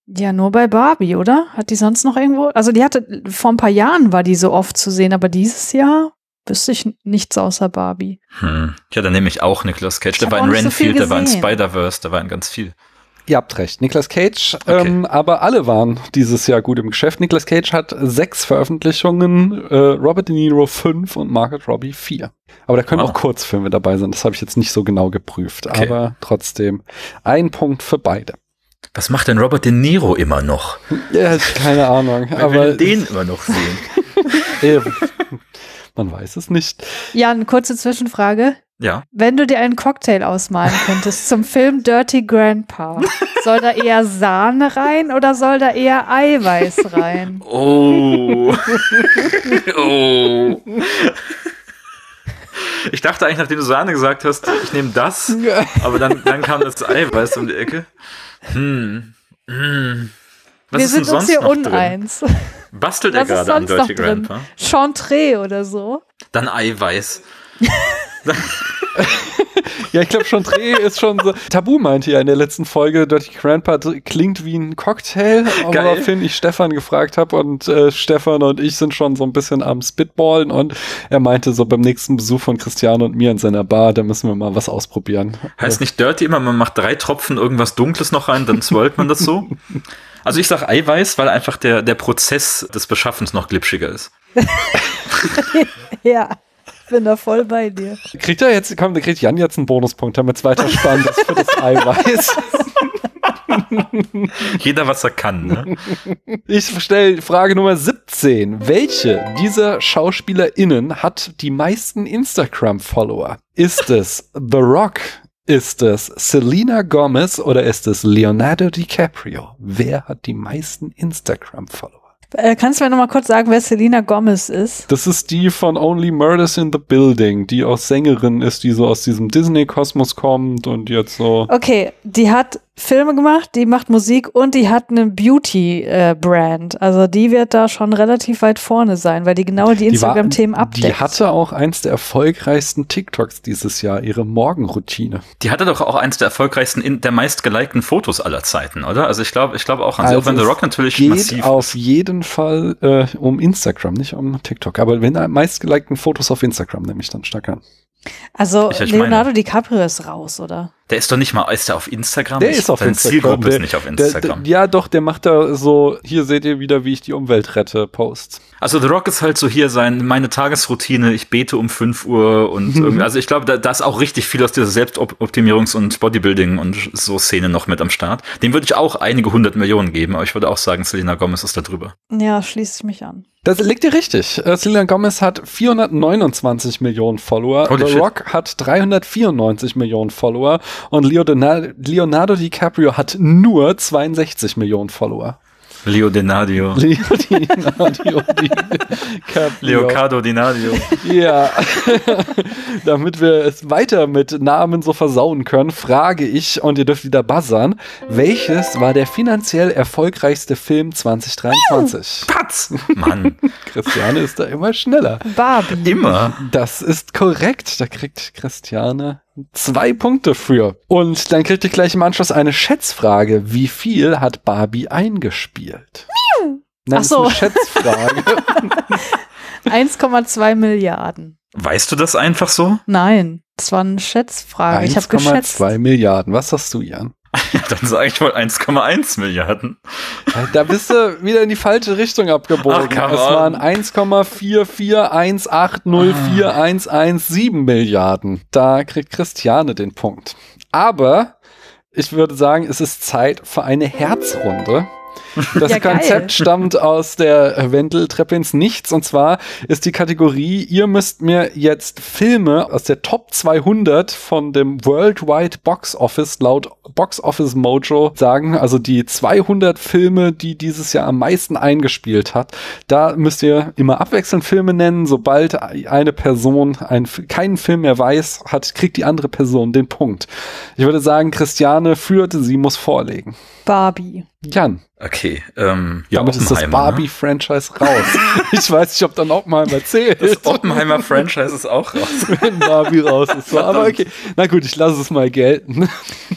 Speaker 3: Ja, nur bei Barbie, oder? Hat die sonst noch irgendwo? Also die hatte, vor ein paar Jahren war die so oft zu sehen, aber dieses Jahr wüsste ich nichts außer Barbie.
Speaker 4: Hm. Ja, dann nehme ich auch Nicolas Cage.
Speaker 3: hab
Speaker 4: Der war
Speaker 3: auch
Speaker 4: in
Speaker 3: nicht so viel
Speaker 4: Renfield, der war in
Speaker 3: gesehen.
Speaker 4: Spider-Verse, der war in ganz viel.
Speaker 2: Ihr habt recht, Nicolas Cage,
Speaker 4: Okay.
Speaker 2: ähm, aber alle waren dieses Jahr gut im Geschäft. Nicolas Cage hat sechs Veröffentlichungen, äh, Robert De Niro fünf und Margaret Robbie vier. Aber da können
Speaker 4: Wow.
Speaker 2: auch Kurzfilme dabei sein, das habe ich jetzt nicht so genau geprüft,
Speaker 4: Ah. Okay.
Speaker 2: aber trotzdem ein Punkt für beide.
Speaker 4: Was macht denn Robert De Niro immer noch?
Speaker 2: Ja, keine Ahnung,
Speaker 4: Wer will
Speaker 2: aber
Speaker 4: den immer noch sehen?
Speaker 2: äh, man weiß es nicht.
Speaker 3: Jan, kurze Zwischenfrage.
Speaker 4: ja.
Speaker 3: Wenn du dir einen Cocktail ausmalen könntest zum Film Dirty Grandpa, soll da eher Sahne rein oder soll da eher Eiweiß rein?
Speaker 4: Oh. oh. Ich dachte eigentlich, nachdem du Sahne gesagt hast, ich nehme das, aber dann, dann kam das Eiweiß um die Ecke. Hm. Hm. Was
Speaker 3: Wir
Speaker 4: ist denn
Speaker 3: sind uns
Speaker 4: sonst
Speaker 3: hier
Speaker 4: noch drin?
Speaker 3: uneins.
Speaker 4: Bastelt er
Speaker 3: Was ist
Speaker 4: gerade an
Speaker 3: sonst noch
Speaker 4: Dirty
Speaker 3: drin?
Speaker 4: Grandpa?
Speaker 3: Chantre oder so.
Speaker 4: Dann Eiweiß.
Speaker 2: Ja, ich glaube schon, Dreh ist schon so. Tabu meinte ja in der letzten Folge, Dirty Grandpa klingt wie ein Cocktail,
Speaker 4: Geil.
Speaker 2: woraufhin ich Stefan gefragt habe und äh, Stefan und ich sind schon so ein bisschen am Spitballen und er meinte so beim nächsten Besuch von Christian und mir in seiner Bar, da müssen wir mal was ausprobieren.
Speaker 4: Heißt nicht Dirty immer, man macht drei Tropfen irgendwas Dunkles noch rein, dann swirlt man das so. Also ich sag Eiweiß, weil einfach der, der Prozess des Beschaffens noch glitschiger ist.
Speaker 3: Ja, bin da voll bei dir.
Speaker 2: Kriegt er jetzt, komm, da kriegt Jan jetzt einen Bonuspunkt, damit es weiter spannend ist für das Eiweiß.
Speaker 4: Jeder, was er kann. Ne?
Speaker 2: Ich stelle Frage Nummer 17. Welche dieser SchauspielerInnen hat die meisten Instagram-Follower? Ist es The Rock? Ist es Selena Gomez oder ist es Leonardo DiCaprio? Wer hat die meisten Instagram-Follower?
Speaker 3: Äh, kannst du mir nochmal kurz sagen, wer Selena Gomez ist?
Speaker 2: Das ist die von Only Murders in the Building, die auch Sängerin ist, die so aus diesem Disney-Kosmos kommt und jetzt so.
Speaker 3: Okay, die hat Filme gemacht, die macht Musik und die hat eine Beauty-Brand. also die wird da schon relativ weit vorne sein, weil die genau die
Speaker 2: Die war-
Speaker 3: Instagram-Themen abdeckt.
Speaker 2: Die hatte auch eins der erfolgreichsten TikToks dieses Jahr, ihre Morgenroutine.
Speaker 4: Die hatte doch auch eins der erfolgreichsten, in- der meistgelikten Fotos aller Zeiten, oder? Also ich glaube ich glaube auch an sie, auch wenn
Speaker 2: Also es
Speaker 4: The Rock natürlich
Speaker 2: geht
Speaker 4: massiv
Speaker 2: auf jeden Fall äh, um Instagram, nicht um TikTok. Aber wenn am meistgelikten Fotos auf Instagram nehme ich dann stark an.
Speaker 3: also
Speaker 4: Ich- ich meine-
Speaker 3: Leonardo DiCaprio ist raus, oder?
Speaker 4: Der ist doch nicht mal, ist der auf Instagram?
Speaker 2: Der
Speaker 4: Ich-
Speaker 2: ist auf
Speaker 4: seine
Speaker 2: Instagram.
Speaker 4: Ah, Zielgruppe
Speaker 2: der,
Speaker 4: ist nicht auf
Speaker 2: Der,
Speaker 4: Instagram.
Speaker 2: der, ja, doch, der macht da so, hier seht ihr wieder, wie ich die Umwelt rette, Posts.
Speaker 4: also The Rock ist halt so hier sein, meine Tagesroutine, ich bete um 5 Uhr und irgendwie, also ich glaube, da, da ist auch richtig viel aus dieser Selbstoptimierungs- und Bodybuilding und so Szene noch mit am Start. Dem würde ich auch einige hundert Millionen geben, aber ich würde auch sagen, Selena Gomez ist da drüber.
Speaker 3: Ja, schließe ich mich an.
Speaker 2: Das liegt dir richtig. Äh, Selena Gomez hat 429 Millionen Follower,
Speaker 4: Holy
Speaker 2: The
Speaker 4: shit.
Speaker 2: Rock hat 394 Millionen Follower und Leonardo, Leonardo DiCaprio hat nur 62 Millionen Follower.
Speaker 4: Leo Denadio.
Speaker 2: Leo Di Nadio Di Caprio.
Speaker 4: Leocardo Dinadio.
Speaker 2: Ja, damit wir es weiter mit Namen so versauen können, frage ich, und ihr dürft wieder buzzern, welches war der finanziell erfolgreichste Film 2023?
Speaker 4: Patz! Mann,
Speaker 2: Christiane ist da immer schneller.
Speaker 3: Barbie.
Speaker 4: immer.
Speaker 2: Das ist korrekt. Da kriegt Christiane zwei Punkte für. Und dann kriegt ihr gleich im Anschluss eine Schätzfrage. Wie viel hat Barbie eingespielt? Nein,
Speaker 3: Ach so.
Speaker 2: Das ist eine Schätzfrage.
Speaker 3: 1,2 Milliarden.
Speaker 4: Weißt du das einfach so?
Speaker 3: Nein, das war eine Schätzfrage. Ah, Ich habe geschätzt.
Speaker 2: 1,2 Milliarden. Was hast du, Jan?
Speaker 4: Dann sage ich mal 1,1 Milliarden.
Speaker 2: Da bist du wieder in die falsche Richtung abgebogen.
Speaker 4: Ach, come
Speaker 2: es
Speaker 4: on.
Speaker 2: waren 1,441804117 Milliarden. Da kriegt Christiane den Punkt. Aber ich würde sagen, es ist Zeit für eine Herzrunde. Das
Speaker 3: Ja, geil.
Speaker 2: Konzept stammt aus der Wendeltreppe ins Nichts. Und zwar ist die Kategorie, ihr müsst mir jetzt Filme aus der Top 200 von dem Worldwide Box Office laut Box Office Mojo sagen. Also die 200 Filme, die dieses Jahr am meisten eingespielt hat. Da müsst ihr immer abwechselnd Filme nennen. Sobald eine Person einen, F- keinen Film mehr weiß, hat, kriegt die andere Person den Punkt. Ich würde sagen, Christiane führte, sie muss vorlegen.
Speaker 3: Barbie.
Speaker 2: Jan.
Speaker 4: Okay, ähm, ja,
Speaker 2: Damit ist das
Speaker 4: Oppenheimer, ne?
Speaker 2: Barbie-Franchise raus. ich weiß nicht, ob dann Oppenheimer zählt,
Speaker 4: Das Oppenheimer-Franchise ist auch raus.
Speaker 2: wenn Barbie raus ist. Aber okay, na gut, ich lasse es mal gelten.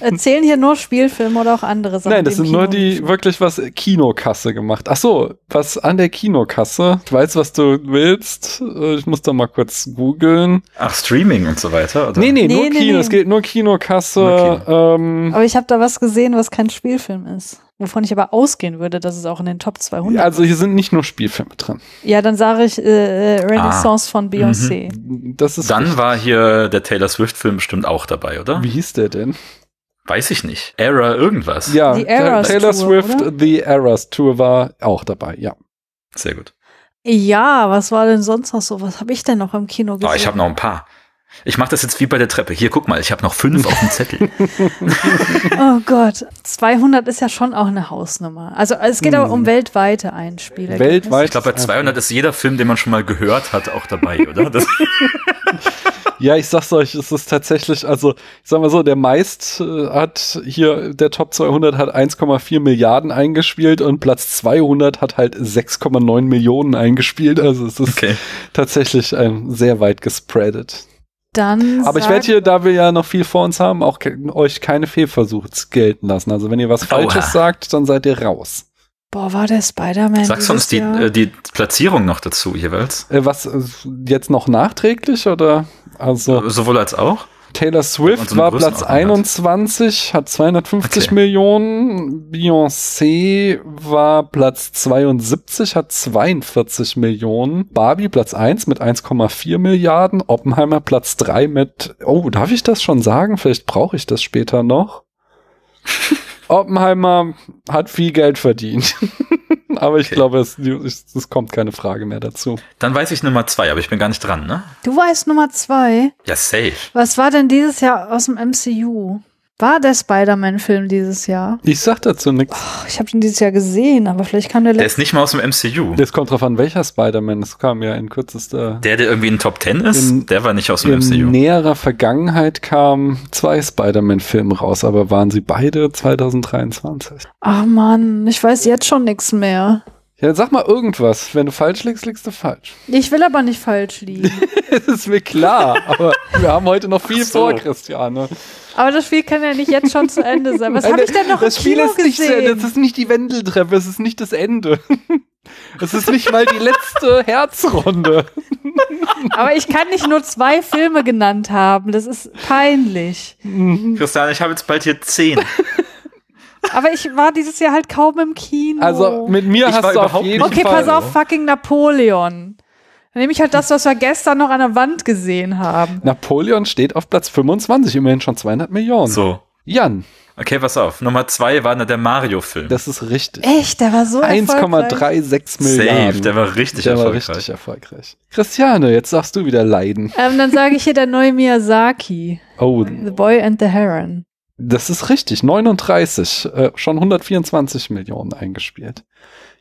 Speaker 3: Erzählen hier nur Spielfilme oder auch andere Sachen?
Speaker 2: Nein, das
Speaker 3: die im
Speaker 2: sind nur
Speaker 3: Kino
Speaker 2: die wirklich was äh, Kinokasse gemacht. Ach so, was an der Kinokasse. Ich weiß, was du willst. Äh, Ich muss da mal kurz googeln.
Speaker 4: Ach, Streaming und so weiter? Oder?
Speaker 2: Nee, nee,
Speaker 3: Nee,
Speaker 2: nur
Speaker 3: nee,
Speaker 2: Kino.
Speaker 3: nee.
Speaker 2: Es geht nur Kinokasse.
Speaker 4: Nur
Speaker 2: Ähm,
Speaker 3: Aber ich habe da was gesehen, was kein Spielfilm ist. Wovon ich aber ausgehen würde, dass es auch in den Top 200
Speaker 2: also hier sind nicht nur Spielfilme drin.
Speaker 3: Ja, dann sage ich äh, äh,
Speaker 4: Ah.
Speaker 3: Renaissance von Beyoncé.
Speaker 4: Mhm.
Speaker 2: Das ist
Speaker 4: Dann war hier der Taylor Swift-Film bestimmt auch dabei, oder?
Speaker 2: Wie hieß der denn?
Speaker 4: Weiß ich nicht. Era irgendwas.
Speaker 2: Ja,
Speaker 3: The Eras
Speaker 2: Taylor
Speaker 3: Tour,
Speaker 2: Swift,
Speaker 3: oder?
Speaker 2: The Eras Tour war auch dabei, ja.
Speaker 4: Sehr gut.
Speaker 3: Ja, was war denn sonst noch so? Was habe ich denn noch im Kino gesehen?
Speaker 4: Oh, ich habe noch ein paar. Ich mache das jetzt wie bei der Treppe. Hier, guck mal, ich habe noch fünf auf dem Zettel.
Speaker 3: oh Gott, 200 ist ja schon auch eine Hausnummer. Also es geht aber
Speaker 4: Mhm.
Speaker 3: um weltweite Einspiele.
Speaker 2: Weltweit.
Speaker 4: Ich glaube, bei 200 ist jeder Film, den man schon mal gehört hat, auch dabei, oder? Das,
Speaker 2: Ja, ich sag's euch, es ist tatsächlich, also ich sag mal so, der meist äh, hat hier, der Top 200 hat 1,4 Milliarden eingespielt und Platz 200 hat halt 6,9 Millionen eingespielt. Also es ist
Speaker 4: Okay.
Speaker 2: tatsächlich ein sehr weit gespreadet.
Speaker 3: Dann
Speaker 2: Aber ich
Speaker 3: sag-
Speaker 2: werde hier, da wir ja noch viel vor uns haben, auch ke euch keine Fehlversuche gelten lassen. Also wenn ihr was Falsches
Speaker 4: Oha.
Speaker 2: sagt, dann seid ihr raus.
Speaker 3: Boah, war der Spider-Man. dieses
Speaker 4: sagst du uns die,
Speaker 3: Jahr?
Speaker 4: äh, die Platzierung noch dazu jeweils?
Speaker 2: Äh, was äh, jetzt noch nachträglich oder? Also
Speaker 4: Äh, Sowohl als auch?
Speaker 2: Taylor
Speaker 4: man
Speaker 2: Swift
Speaker 4: so eine
Speaker 2: war Platz
Speaker 4: Größenordnung
Speaker 2: 21, hat 250
Speaker 4: Okay.
Speaker 2: Millionen. Beyoncé war Platz 72, hat 42 Millionen. Barbie Platz 1 mit 1,4 Milliarden. Oppenheimer Platz 3 mit, oh, darf ich das schon sagen? Vielleicht brauche ich das später noch. Oppenheimer hat viel Geld verdient. Aber ich
Speaker 4: Okay.
Speaker 2: glaube, es, es, es kommt keine Frage mehr dazu.
Speaker 4: Dann weiß ich Nummer zwei, aber ich bin gar nicht dran, ne?
Speaker 3: du weißt Nummer zwei.
Speaker 4: Ja, safe.
Speaker 3: Was war denn dieses Jahr aus dem MCU? War der Spider-Man-Film dieses Jahr?
Speaker 2: Ich sag dazu
Speaker 4: Ah.
Speaker 2: nichts.
Speaker 3: Ach, Ich habe ihn dieses Jahr gesehen, aber vielleicht kam der
Speaker 4: Der
Speaker 3: letzte.
Speaker 4: ist nicht mal aus dem MCU.
Speaker 2: Es kommt drauf an, welcher Spider-Man. Es kam ja in kürzester
Speaker 4: Der, der irgendwie in Top Ten ist,
Speaker 2: In-
Speaker 4: der war nicht aus dem
Speaker 2: in
Speaker 4: MCU.
Speaker 2: näherer Vergangenheit kamen zwei Spider-Man-Filme raus, aber waren sie beide 2023?
Speaker 3: Ach Mann, ich weiß jetzt schon nichts mehr.
Speaker 2: Ja, sag mal irgendwas. Wenn du falsch liegst, liegst du falsch.
Speaker 3: Ich will aber nicht falsch liegen.
Speaker 2: Es ist mir klar, aber wir haben heute noch viel
Speaker 4: Ach so.
Speaker 2: vor, ne? Christiane.
Speaker 3: aber das Spiel kann ja nicht jetzt schon zu Ende sein. Was habe ich denn noch
Speaker 2: das
Speaker 3: im
Speaker 2: Spiel
Speaker 3: Kino
Speaker 2: ist nicht, zu Ende.
Speaker 3: gesehen?
Speaker 2: Das ist nicht die Wendeltreppe, es ist nicht das Ende. Es ist nicht mal die letzte Herzrunde.
Speaker 3: aber ich kann nicht nur zwei Filme genannt haben. Das ist peinlich.
Speaker 4: Christian, ich habe jetzt bald hier zehn.
Speaker 3: Aber ich war dieses Jahr halt kaum im Kino.
Speaker 2: Also mit mir
Speaker 4: Ich war
Speaker 2: hast du auf
Speaker 4: überhaupt
Speaker 2: jeden
Speaker 4: nicht
Speaker 3: Oh. okay,
Speaker 2: Fall.
Speaker 3: pass auf, fucking Napoleon. Dann nehme ich halt das, was wir gestern noch an der Wand gesehen haben.
Speaker 2: Napoleon steht auf Platz 25, immerhin schon 200 Millionen.
Speaker 4: So.
Speaker 2: Jan,
Speaker 4: Okay, pass auf. Nummer zwei war der Mario-Film.
Speaker 2: das ist richtig.
Speaker 3: Echt, der war so erfolgreich.
Speaker 2: 1,36 Milliarden.
Speaker 4: Safe, der war richtig
Speaker 2: Der war
Speaker 4: erfolgreich.
Speaker 2: richtig erfolgreich. Christiane, jetzt darfst du wieder leiden.
Speaker 3: Ähm, dann sage ich hier der neue Miyazaki.
Speaker 2: Oh,
Speaker 3: The Boy and the Heron.
Speaker 2: Das ist richtig, 39, äh, schon 124 Millionen eingespielt.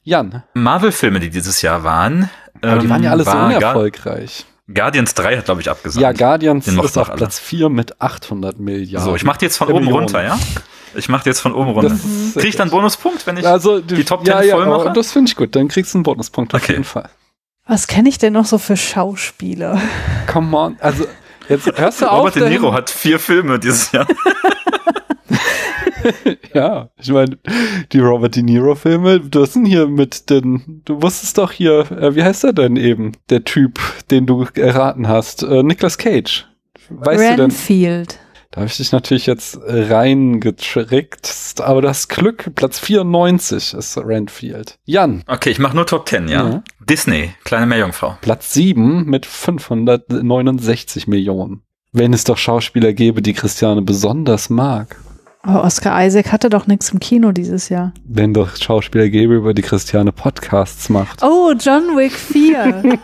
Speaker 2: Jan,
Speaker 4: Marvel-Filme, die dieses Jahr waren.
Speaker 2: aber die
Speaker 4: ähm,
Speaker 2: waren ja alle so
Speaker 4: war
Speaker 2: unerfolgreich.
Speaker 4: Ga- Guardians 3 hat, glaube ich, abgesagt.
Speaker 2: Ja, Guardians
Speaker 4: Den mochten
Speaker 2: ist auf
Speaker 4: doch alle.
Speaker 2: Platz 4 mit 800 Milliarden.
Speaker 4: So, ich mache die jetzt von
Speaker 2: Äh,
Speaker 4: oben
Speaker 2: Millionen.
Speaker 4: runter, ja? Ich mache die jetzt von oben runter.
Speaker 2: Das ist sehr
Speaker 4: Krieg ich dann
Speaker 2: gut.
Speaker 4: Bonuspunkt, wenn ich.
Speaker 2: also,
Speaker 4: die Top 10 voll mache?
Speaker 2: aber oh, Das finde ich gut, dann kriegst du einen Bonuspunkt auf
Speaker 4: Okay.
Speaker 2: jeden Fall.
Speaker 3: Was kenne ich denn noch so für Schauspieler?
Speaker 2: Come on, also jetzt hörst du auf.
Speaker 4: Robert De
Speaker 2: dahin-
Speaker 4: Niro hat vier Filme dieses Jahr.
Speaker 2: Ja, ich meine, die Robert De Niro-Filme, du hast ihn hier mit den, du wusstest doch hier, äh, wie heißt er denn eben, der Typ, den du erraten hast, äh, Nicolas Cage. Weißt du denn?
Speaker 3: Renfield.
Speaker 2: Da habe ich dich natürlich jetzt reingetrickst, aber das Glück, Platz 94 ist Renfield. Jan,
Speaker 4: Okay, ich mache nur Top 10, ja?
Speaker 2: Ja.
Speaker 4: Disney, kleine Meerjungfrau.
Speaker 2: Platz 7 mit 569 Millionen. Wenn es doch Schauspieler gäbe, die Christiane besonders mag.
Speaker 3: Aber Oh, Oscar Isaac hatte doch nichts im Kino dieses Jahr.
Speaker 2: Wenn doch Schauspieler gäbe, über die Christiane Podcasts macht.
Speaker 3: Oh, John Wick 4.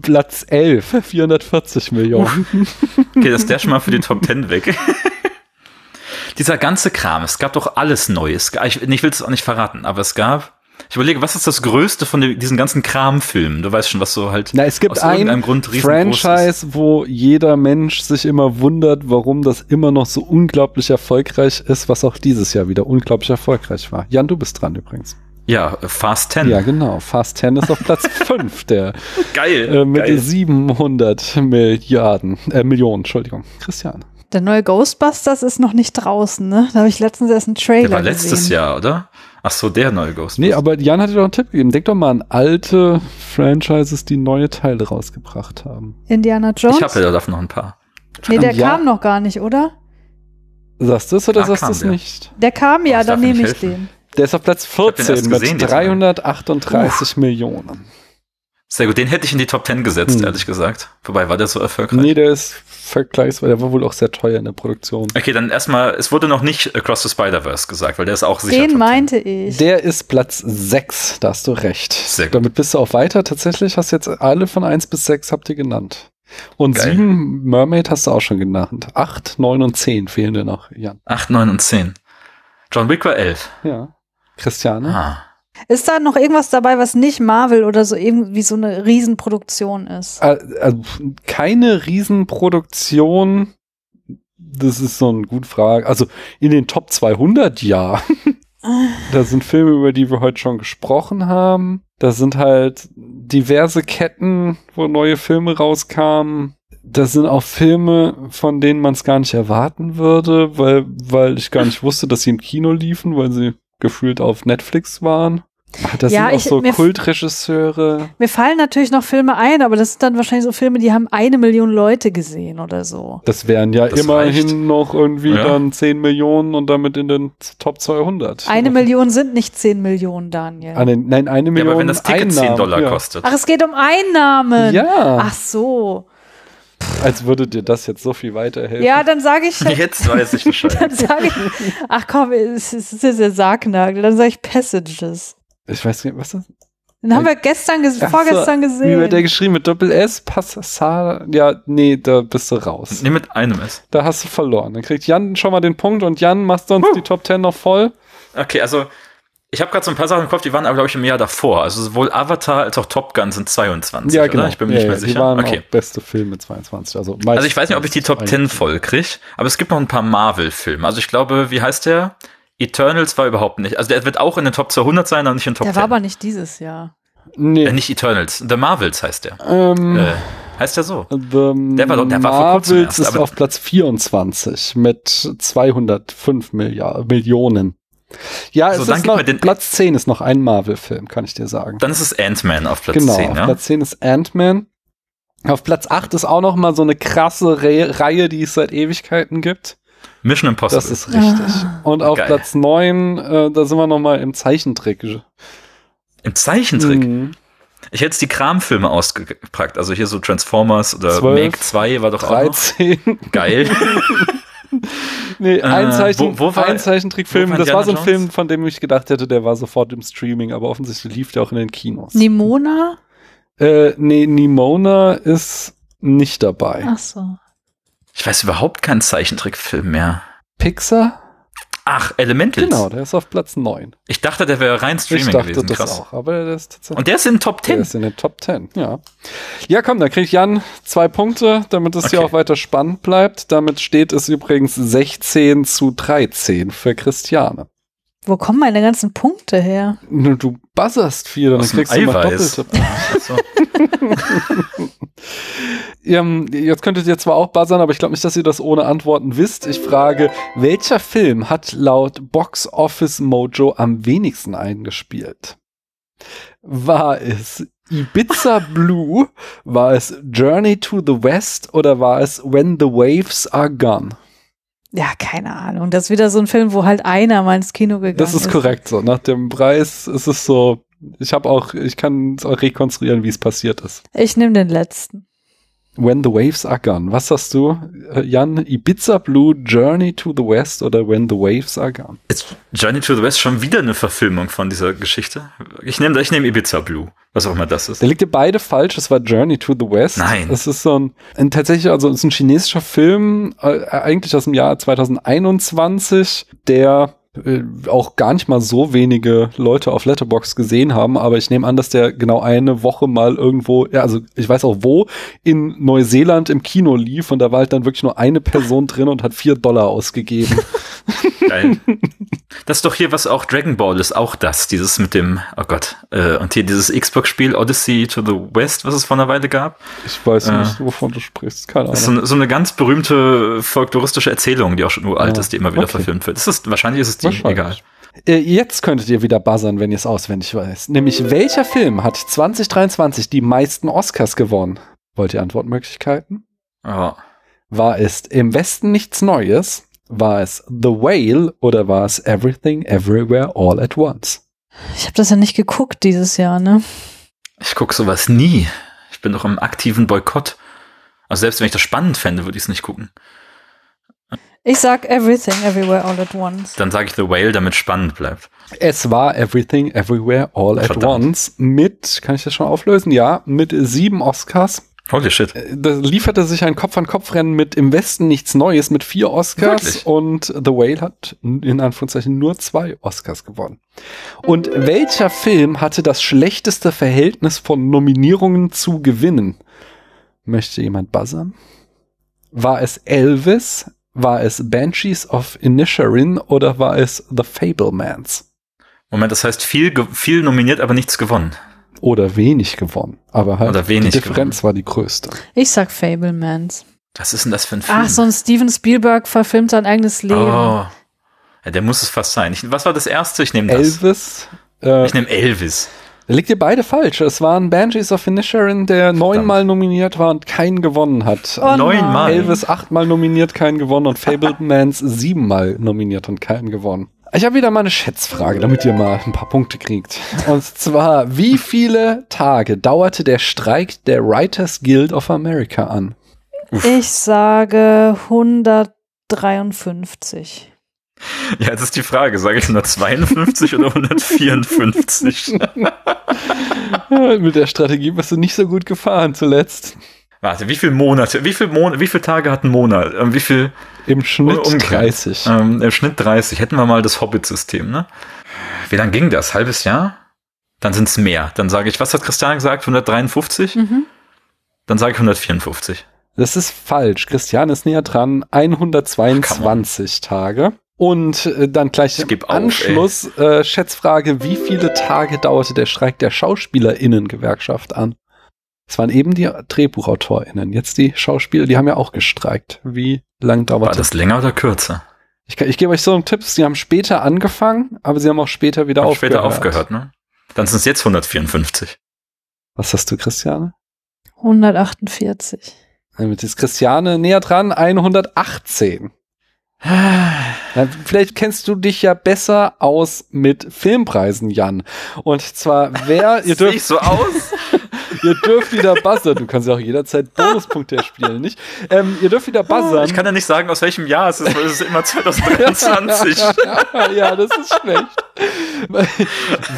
Speaker 2: Platz 11, 440 Millionen.
Speaker 4: Okay, das ist der schon mal für die Top 10 weg. Dieser ganze Kram, es gab doch alles Neues. Ich, ich will es auch nicht verraten, aber es gab. Ich überlege, was ist das Größte von dem- diesen ganzen Kramfilmen? Du weißt schon, was so halt
Speaker 2: Na, es gibt
Speaker 4: aus
Speaker 2: ein
Speaker 4: irgendeinem Grund riesengroß ist.
Speaker 2: Franchise, wo jeder Mensch sich immer wundert, warum das immer noch so unglaublich erfolgreich ist, was auch dieses Jahr wieder unglaublich erfolgreich war. Jan, du bist dran übrigens.
Speaker 4: Ja, äh, Fast 10.
Speaker 2: Ja, genau. Fast 10 ist auf Platz 5 der
Speaker 4: Geil.
Speaker 2: äh, mit
Speaker 4: geil.
Speaker 2: 700 Milliarden, äh, Millionen, Entschuldigung. Christian.
Speaker 3: Der neue Ghostbusters ist noch nicht draußen, ne? Da habe ich letztens erst einen Trailer
Speaker 4: Der war letztes
Speaker 3: gesehen.
Speaker 4: Jahr, oder? Ach so, der neue Ghost.
Speaker 2: Nee, aber Jan hat dir doch einen Tipp gegeben. Denk doch mal an alte Franchises, die neue Teile rausgebracht haben.
Speaker 3: Indiana Jones?
Speaker 4: ich habe ja davon noch ein paar.
Speaker 3: nee, der
Speaker 2: Ja.
Speaker 3: kam noch gar nicht, oder?
Speaker 2: Sagst du es oder
Speaker 4: Da
Speaker 2: sagst du
Speaker 4: kam
Speaker 2: es
Speaker 4: der.
Speaker 2: nicht?
Speaker 3: Der kam ja,
Speaker 4: das
Speaker 3: dann
Speaker 4: darf mir
Speaker 3: nehme ich
Speaker 4: nicht helfen.
Speaker 3: den.
Speaker 2: Der ist auf Platz
Speaker 4: hab den
Speaker 2: 14
Speaker 4: erst gesehen
Speaker 2: mit
Speaker 4: jetzt mal.
Speaker 2: 338 Millionen.
Speaker 4: Sehr gut, den hätte ich in die Top 10 gesetzt,
Speaker 2: Hm.
Speaker 4: ehrlich gesagt. Wobei, war der so erfolgreich?
Speaker 2: Nee, der ist vergleichsweise, der war wohl auch sehr teuer in der Produktion.
Speaker 4: Okay, dann erstmal, es wurde noch nicht Across the Spider-Verse gesagt, weil der ist auch sicher. Top
Speaker 3: Den
Speaker 4: 10.
Speaker 3: meinte ich.
Speaker 2: Der ist Platz 6, da hast du recht.
Speaker 4: Sehr gut.
Speaker 2: Damit bist du auch weiter. Tatsächlich hast du jetzt alle von 1 bis 6 habt ihr genannt. Und
Speaker 4: Geil.
Speaker 2: 7 Mermaid hast du auch schon genannt. 8, 9 und 10 fehlen dir noch, Jan.
Speaker 4: 8, 9 und 10. John Wick war 11.
Speaker 2: Ja. Christiane?
Speaker 4: Ah.
Speaker 3: Ist da noch irgendwas dabei, was nicht Marvel oder so irgendwie so eine Riesenproduktion ist?
Speaker 2: Ah, Also, keine Riesenproduktion. Das ist so eine gute Frage. Also in den Top 200 ja. Da sind Filme, über die wir heute schon gesprochen haben. Da sind halt diverse Ketten, wo neue Filme rauskamen. Da sind auch Filme, von denen man es gar nicht erwarten würde, weil, weil ich gar nicht wusste, dass sie im Kino liefen, weil sie gefühlt auf Netflix waren. Ah, Da
Speaker 3: Ja,
Speaker 2: sind auch
Speaker 3: ich-
Speaker 2: so
Speaker 3: mir-
Speaker 2: Kultregisseure.
Speaker 3: Mir fallen natürlich noch Filme ein, aber das sind dann wahrscheinlich so Filme, die haben eine Million Leute gesehen oder so.
Speaker 2: Das wären ja
Speaker 4: Das
Speaker 2: immerhin
Speaker 4: reicht.
Speaker 2: noch irgendwie
Speaker 4: Ja.
Speaker 2: dann 10 Millionen und damit in den Top 200.
Speaker 3: Eine Million sind nicht zehn Millionen, Daniel.
Speaker 2: Ah, nein, nein, eine
Speaker 4: Ja,
Speaker 2: Million.
Speaker 4: aber wenn das Ticket 10
Speaker 2: Einnahmen,
Speaker 4: Dollar
Speaker 2: ja.
Speaker 4: kostet.
Speaker 3: Ach, es geht um Einnahmen.
Speaker 2: Ja,
Speaker 3: Ach so.
Speaker 2: als würde dir das jetzt so viel weiterhelfen.
Speaker 3: Ja, dann sage ich.
Speaker 4: Jetzt weiß ich Bescheid.
Speaker 3: Dann sage ich. Ach komm, es ist es ist der Sargnagel. Dann sage ich Passages.
Speaker 2: Ich weiß nicht, was das
Speaker 3: Den haben wir gestern, ges
Speaker 2: Ach so,
Speaker 3: vorgestern
Speaker 2: Wie wird der
Speaker 3: gesehen.
Speaker 2: geschrieben? Mit Doppel S, Passar. Ja, nee, da bist du raus.
Speaker 4: Nee, mit einem S.
Speaker 2: Da hast du verloren. Dann kriegt Jan schon mal den Punkt und Jan macht sonst die Top 10 noch voll.
Speaker 4: Okay, also, ich habe gerade so ein paar Sachen im Kopf, die waren aber, glaube ich, im Jahr davor. Also sowohl Avatar als auch Top Gun sind 22,
Speaker 2: Ja,
Speaker 4: oder?
Speaker 2: genau.
Speaker 4: Ich bin mir nicht
Speaker 2: ja,
Speaker 4: mehr
Speaker 2: ja, Die
Speaker 4: sicher.
Speaker 2: waren
Speaker 4: Okay.
Speaker 2: auch beste Filme 22. Also,
Speaker 4: Also ich weiß nicht, ob ich die Top 10 voll kriege, aber es gibt noch ein paar Marvel-Filme. Also ich glaube, wie heißt der? Eternals war überhaupt nicht. Also der wird auch in den Top 200 sein, aber nicht in den Top
Speaker 3: Der
Speaker 4: 10.
Speaker 3: war aber nicht dieses Jahr.
Speaker 2: Nee.
Speaker 4: äh, nicht Eternals, The Marvels heißt der.
Speaker 2: ähm,
Speaker 3: Mhm.
Speaker 4: Äh, heißt der so?
Speaker 2: The
Speaker 4: Der war doch- der war vor kurzem
Speaker 2: Marvels
Speaker 4: erst,
Speaker 2: ist
Speaker 4: aber-
Speaker 2: auf Platz 24 mit 205 Milliard Millionen. Ja,
Speaker 4: So,
Speaker 2: es
Speaker 4: dann
Speaker 2: ist
Speaker 4: gib
Speaker 2: noch,
Speaker 4: mir den-
Speaker 2: Platz 10 ist noch ein Marvel-Film, kann ich dir sagen.
Speaker 4: Dann ist es Ant-Man auf Platz ne?
Speaker 2: genau,
Speaker 4: 10,
Speaker 2: auf
Speaker 4: ja?
Speaker 2: Platz 10 ist Ant-Man. Auf Platz 8 ist auch noch mal so eine krasse Re Reihe, die es seit Ewigkeiten gibt.
Speaker 4: Mission Impossible.
Speaker 2: Das ist richtig. Und auf
Speaker 4: Geil.
Speaker 2: Platz 9, äh, da sind wir noch mal im Zeichentrick.
Speaker 4: Im Zeichentrick.
Speaker 2: Mhm.
Speaker 4: Ich hätte jetzt die Kramfilme ausgepackt. Also hier so Transformers oder
Speaker 2: 12,
Speaker 4: Meg 2 war doch auch
Speaker 2: 13.
Speaker 4: noch geil.
Speaker 2: Nee, ein,
Speaker 4: Äh,
Speaker 2: Zeichen,
Speaker 4: wo- wo war-
Speaker 2: ein
Speaker 4: wo
Speaker 2: Zeichentrickfilm.
Speaker 4: war
Speaker 2: Das war so ein
Speaker 4: Indiana Jones?
Speaker 2: Film, von dem ich gedacht hätte, der war sofort im Streaming, aber offensichtlich lief der auch in den Kinos.
Speaker 3: Nimona?
Speaker 2: Äh, nee, Nimona ist nicht dabei.
Speaker 3: Ach so.
Speaker 4: Ich weiß überhaupt keinen Zeichentrickfilm mehr.
Speaker 2: Pixar.
Speaker 4: Ach, Elementals.
Speaker 2: Genau, der ist auf Platz 9.
Speaker 4: Ich dachte, der wäre rein Streaming
Speaker 2: ich dachte
Speaker 4: gewesen.
Speaker 2: das
Speaker 4: Krass.
Speaker 2: auch, aber der ist tatsächlich
Speaker 4: Und der ist in den Top
Speaker 2: der
Speaker 4: 10.
Speaker 2: ist in den Top 10, ja. Ja, komm, dann kriegt Jan zwei Punkte, damit es hier
Speaker 4: Okay.
Speaker 2: auch weiter spannend bleibt. Damit steht es übrigens 16 zu 13 für Christiane.
Speaker 3: Wo kommen meine ganzen Punkte her?
Speaker 2: Nun, Du buzzerst viel, dann
Speaker 4: Aus dem
Speaker 2: kriegst du mal
Speaker 4: Eiweiß.
Speaker 2: doppelte
Speaker 4: Ach so.
Speaker 2: Ähm, jetzt könntet ihr zwar auch buzzern, aber ich glaube nicht, dass ihr das ohne Antworten wisst. Ich frage, welcher Film hat laut Box Office Mojo am wenigsten eingespielt? War es Ibiza Blue? War es Journey to the West? Oder war es When the Waves Are Gone?
Speaker 3: Ja, keine Ahnung. Das ist wieder so ein Film, wo halt einer mal ins Kino gegangen
Speaker 2: Das
Speaker 3: ist.
Speaker 2: ist korrekt so. Nach dem Preis ist es so. Ich habe auch, ich kann es auch rekonstruieren, wie es passiert ist.
Speaker 3: Ich nehme den letzten.
Speaker 2: When the Waves Are Gone. Was sagst du, äh, Jan? Ibiza Blue, Journey to the West oder When the Waves Are Gone?
Speaker 4: Ist Journey to the West schon wieder eine Verfilmung von dieser Geschichte? Ich nehme ich nehm Ibiza Blue, was auch immer das ist.
Speaker 2: Da liegt ihr beide falsch. Es war Journey to the West.
Speaker 4: Nein.
Speaker 2: Es ist so ein, ein tatsächlich, also es ist ein chinesischer Film, äh, eigentlich aus dem Jahr 2021, der äh, auch gar nicht mal so wenige Leute auf Letterbox gesehen haben, aber ich nehme an, dass der genau eine Woche mal irgendwo, ja, also ich weiß auch wo, in Neuseeland im Kino lief und da war halt dann wirklich nur eine Person drin und hat vier Dollar ausgegeben.
Speaker 4: Geil. Das ist doch hier, was auch Dragon Ball ist, auch das, dieses mit dem, oh Gott, äh, und hier dieses Xbox-Spiel Odyssey to the West, was es vor einer Weile gab.
Speaker 2: Ich weiß
Speaker 4: Ja.
Speaker 2: nicht, wovon du sprichst. Keine Ahnung.
Speaker 4: Das ist so eine, so eine ganz berühmte äh, folkloristische Erzählung, die auch schon uralt
Speaker 2: Ja.
Speaker 4: ist, die immer wieder
Speaker 2: Okay.
Speaker 4: verfilmt wird. Das ist, wahrscheinlich ist es die, egal.
Speaker 2: Wahrscheinlich. Äh, Jetzt könntet ihr wieder buzzern, wenn ihr es auswendig weiß. Nämlich, welcher Film hat 2023 die meisten Oscars gewonnen? Wollt ihr Antwortmöglichkeiten?
Speaker 4: Ja.
Speaker 2: War es Im Westen nichts Neues? War es The Whale oder war es Everything Everywhere All at Once?
Speaker 3: Ich habe das ja nicht geguckt dieses Jahr, ne?
Speaker 4: Ich gucke sowas nie. Ich bin doch im aktiven Boykott. Also selbst wenn ich das spannend fände, würde ich es nicht gucken.
Speaker 3: Ich sag Everything, Everywhere, All at Once.
Speaker 4: Dann sage ich The Whale, damit spannend bleibt.
Speaker 2: Es war Everything Everywhere All at
Speaker 4: Verdammt.
Speaker 2: Once mit, kann ich das schon auflösen? Ja, mit sieben Oscars.
Speaker 4: Holy shit.
Speaker 2: da lieferte sich ein Kopf-an-Kopf-Rennen mit im Westen nichts Neues mit vier Oscars
Speaker 4: Wirklich?
Speaker 2: und The Whale hat in Anführungszeichen nur zwei Oscars gewonnen. Und welcher Film hatte das schlechteste Verhältnis von Nominierungen zu Gewinnen? Möchte jemand buzzern? War es Elvis? War es Banshees of Inisherin oder war es The Fablemans?
Speaker 4: Moment, das heißt viel, ge- viel nominiert, aber nichts gewonnen.
Speaker 2: Oder wenig gewonnen, aber halt
Speaker 4: Oder wenig
Speaker 2: die Differenz war die größte.
Speaker 3: Ich sag Fablemans.
Speaker 4: Was ist denn das für ein Film?
Speaker 3: Ach, so ein Steven Spielberg verfilmt sein eigenes Leben.
Speaker 4: Oh. Ja, der muss es fast sein. Ich, was war das erste? Ich nehme das.
Speaker 2: Elvis. Äh,
Speaker 4: Ich nehme Elvis.
Speaker 2: Da liegt ihr beide falsch. Es waren Banshees of Inisherin, der neunmal nominiert war und keinen gewonnen hat.
Speaker 3: Oh
Speaker 4: Neunmal.
Speaker 3: nein.
Speaker 2: Elvis achtmal nominiert, keinen gewonnen und Fablemans siebenmal nominiert und keinen gewonnen. Ich habe wieder mal eine Schätzfrage, damit ihr mal ein paar Punkte kriegt. Und zwar, wie viele Tage dauerte der Streik der Writers Guild of America an?
Speaker 3: Ich sage 153.
Speaker 4: Ja, das ist die Frage. Sage ich 152 oder 154?
Speaker 2: Ja, Mit der Strategie bist du nicht so gut gefahren zuletzt.
Speaker 4: Warte, wie viele Monate, wie viele Mon wie viele Tage hat ein Monat? Ähm, Wie viel
Speaker 2: Im Schnitt
Speaker 4: umgekehrt?
Speaker 2: 30.
Speaker 4: Ähm, Im Schnitt 30. Hätten wir mal das Hobbit-System, ne? Wie lang ging das? Halbes Jahr? Dann sind es mehr. Dann sage ich, was hat Christian gesagt? 153?
Speaker 3: Mhm.
Speaker 4: Dann sage ich 154.
Speaker 2: Das ist falsch. Christian ist näher dran. 122 Tage. Und äh, dann gleich
Speaker 4: Ich
Speaker 2: im
Speaker 4: geb auf,
Speaker 2: Anschluss äh, Schätzfrage, wie viele Tage dauerte der Streik der Schauspielerinnengewerkschaft an? Es waren eben die Drehbuchautorinnen. Jetzt die Schauspieler, die haben ja auch gestreikt. Wie lang
Speaker 4: War
Speaker 2: dauert das?
Speaker 4: das länger oder kürzer?
Speaker 2: Ich, kann- ich gebe euch so einen Tipp. Sie haben später angefangen, aber sie haben auch später wieder
Speaker 4: Hab
Speaker 2: aufgehört.
Speaker 4: später aufgehört, ne? Dann sind es jetzt 154.
Speaker 2: Was hast du, Christiane?
Speaker 3: 148.
Speaker 2: Damit ist Christiane näher dran. 118. Na, Vielleicht kennst du dich ja besser aus mit Filmpreisen, Jan. Und zwar, wer, ihr
Speaker 4: Sehe
Speaker 2: dürft,
Speaker 4: ich so aus?
Speaker 2: ihr dürft wieder buzzern. Du kannst ja auch jederzeit Bonuspunkte erspielen, nicht? Ähm, ihr dürft wieder buzzern.
Speaker 4: Ich kann ja nicht sagen, aus welchem Jahr es ist, weil es ist immer 2023.
Speaker 2: ja, das ist schlecht.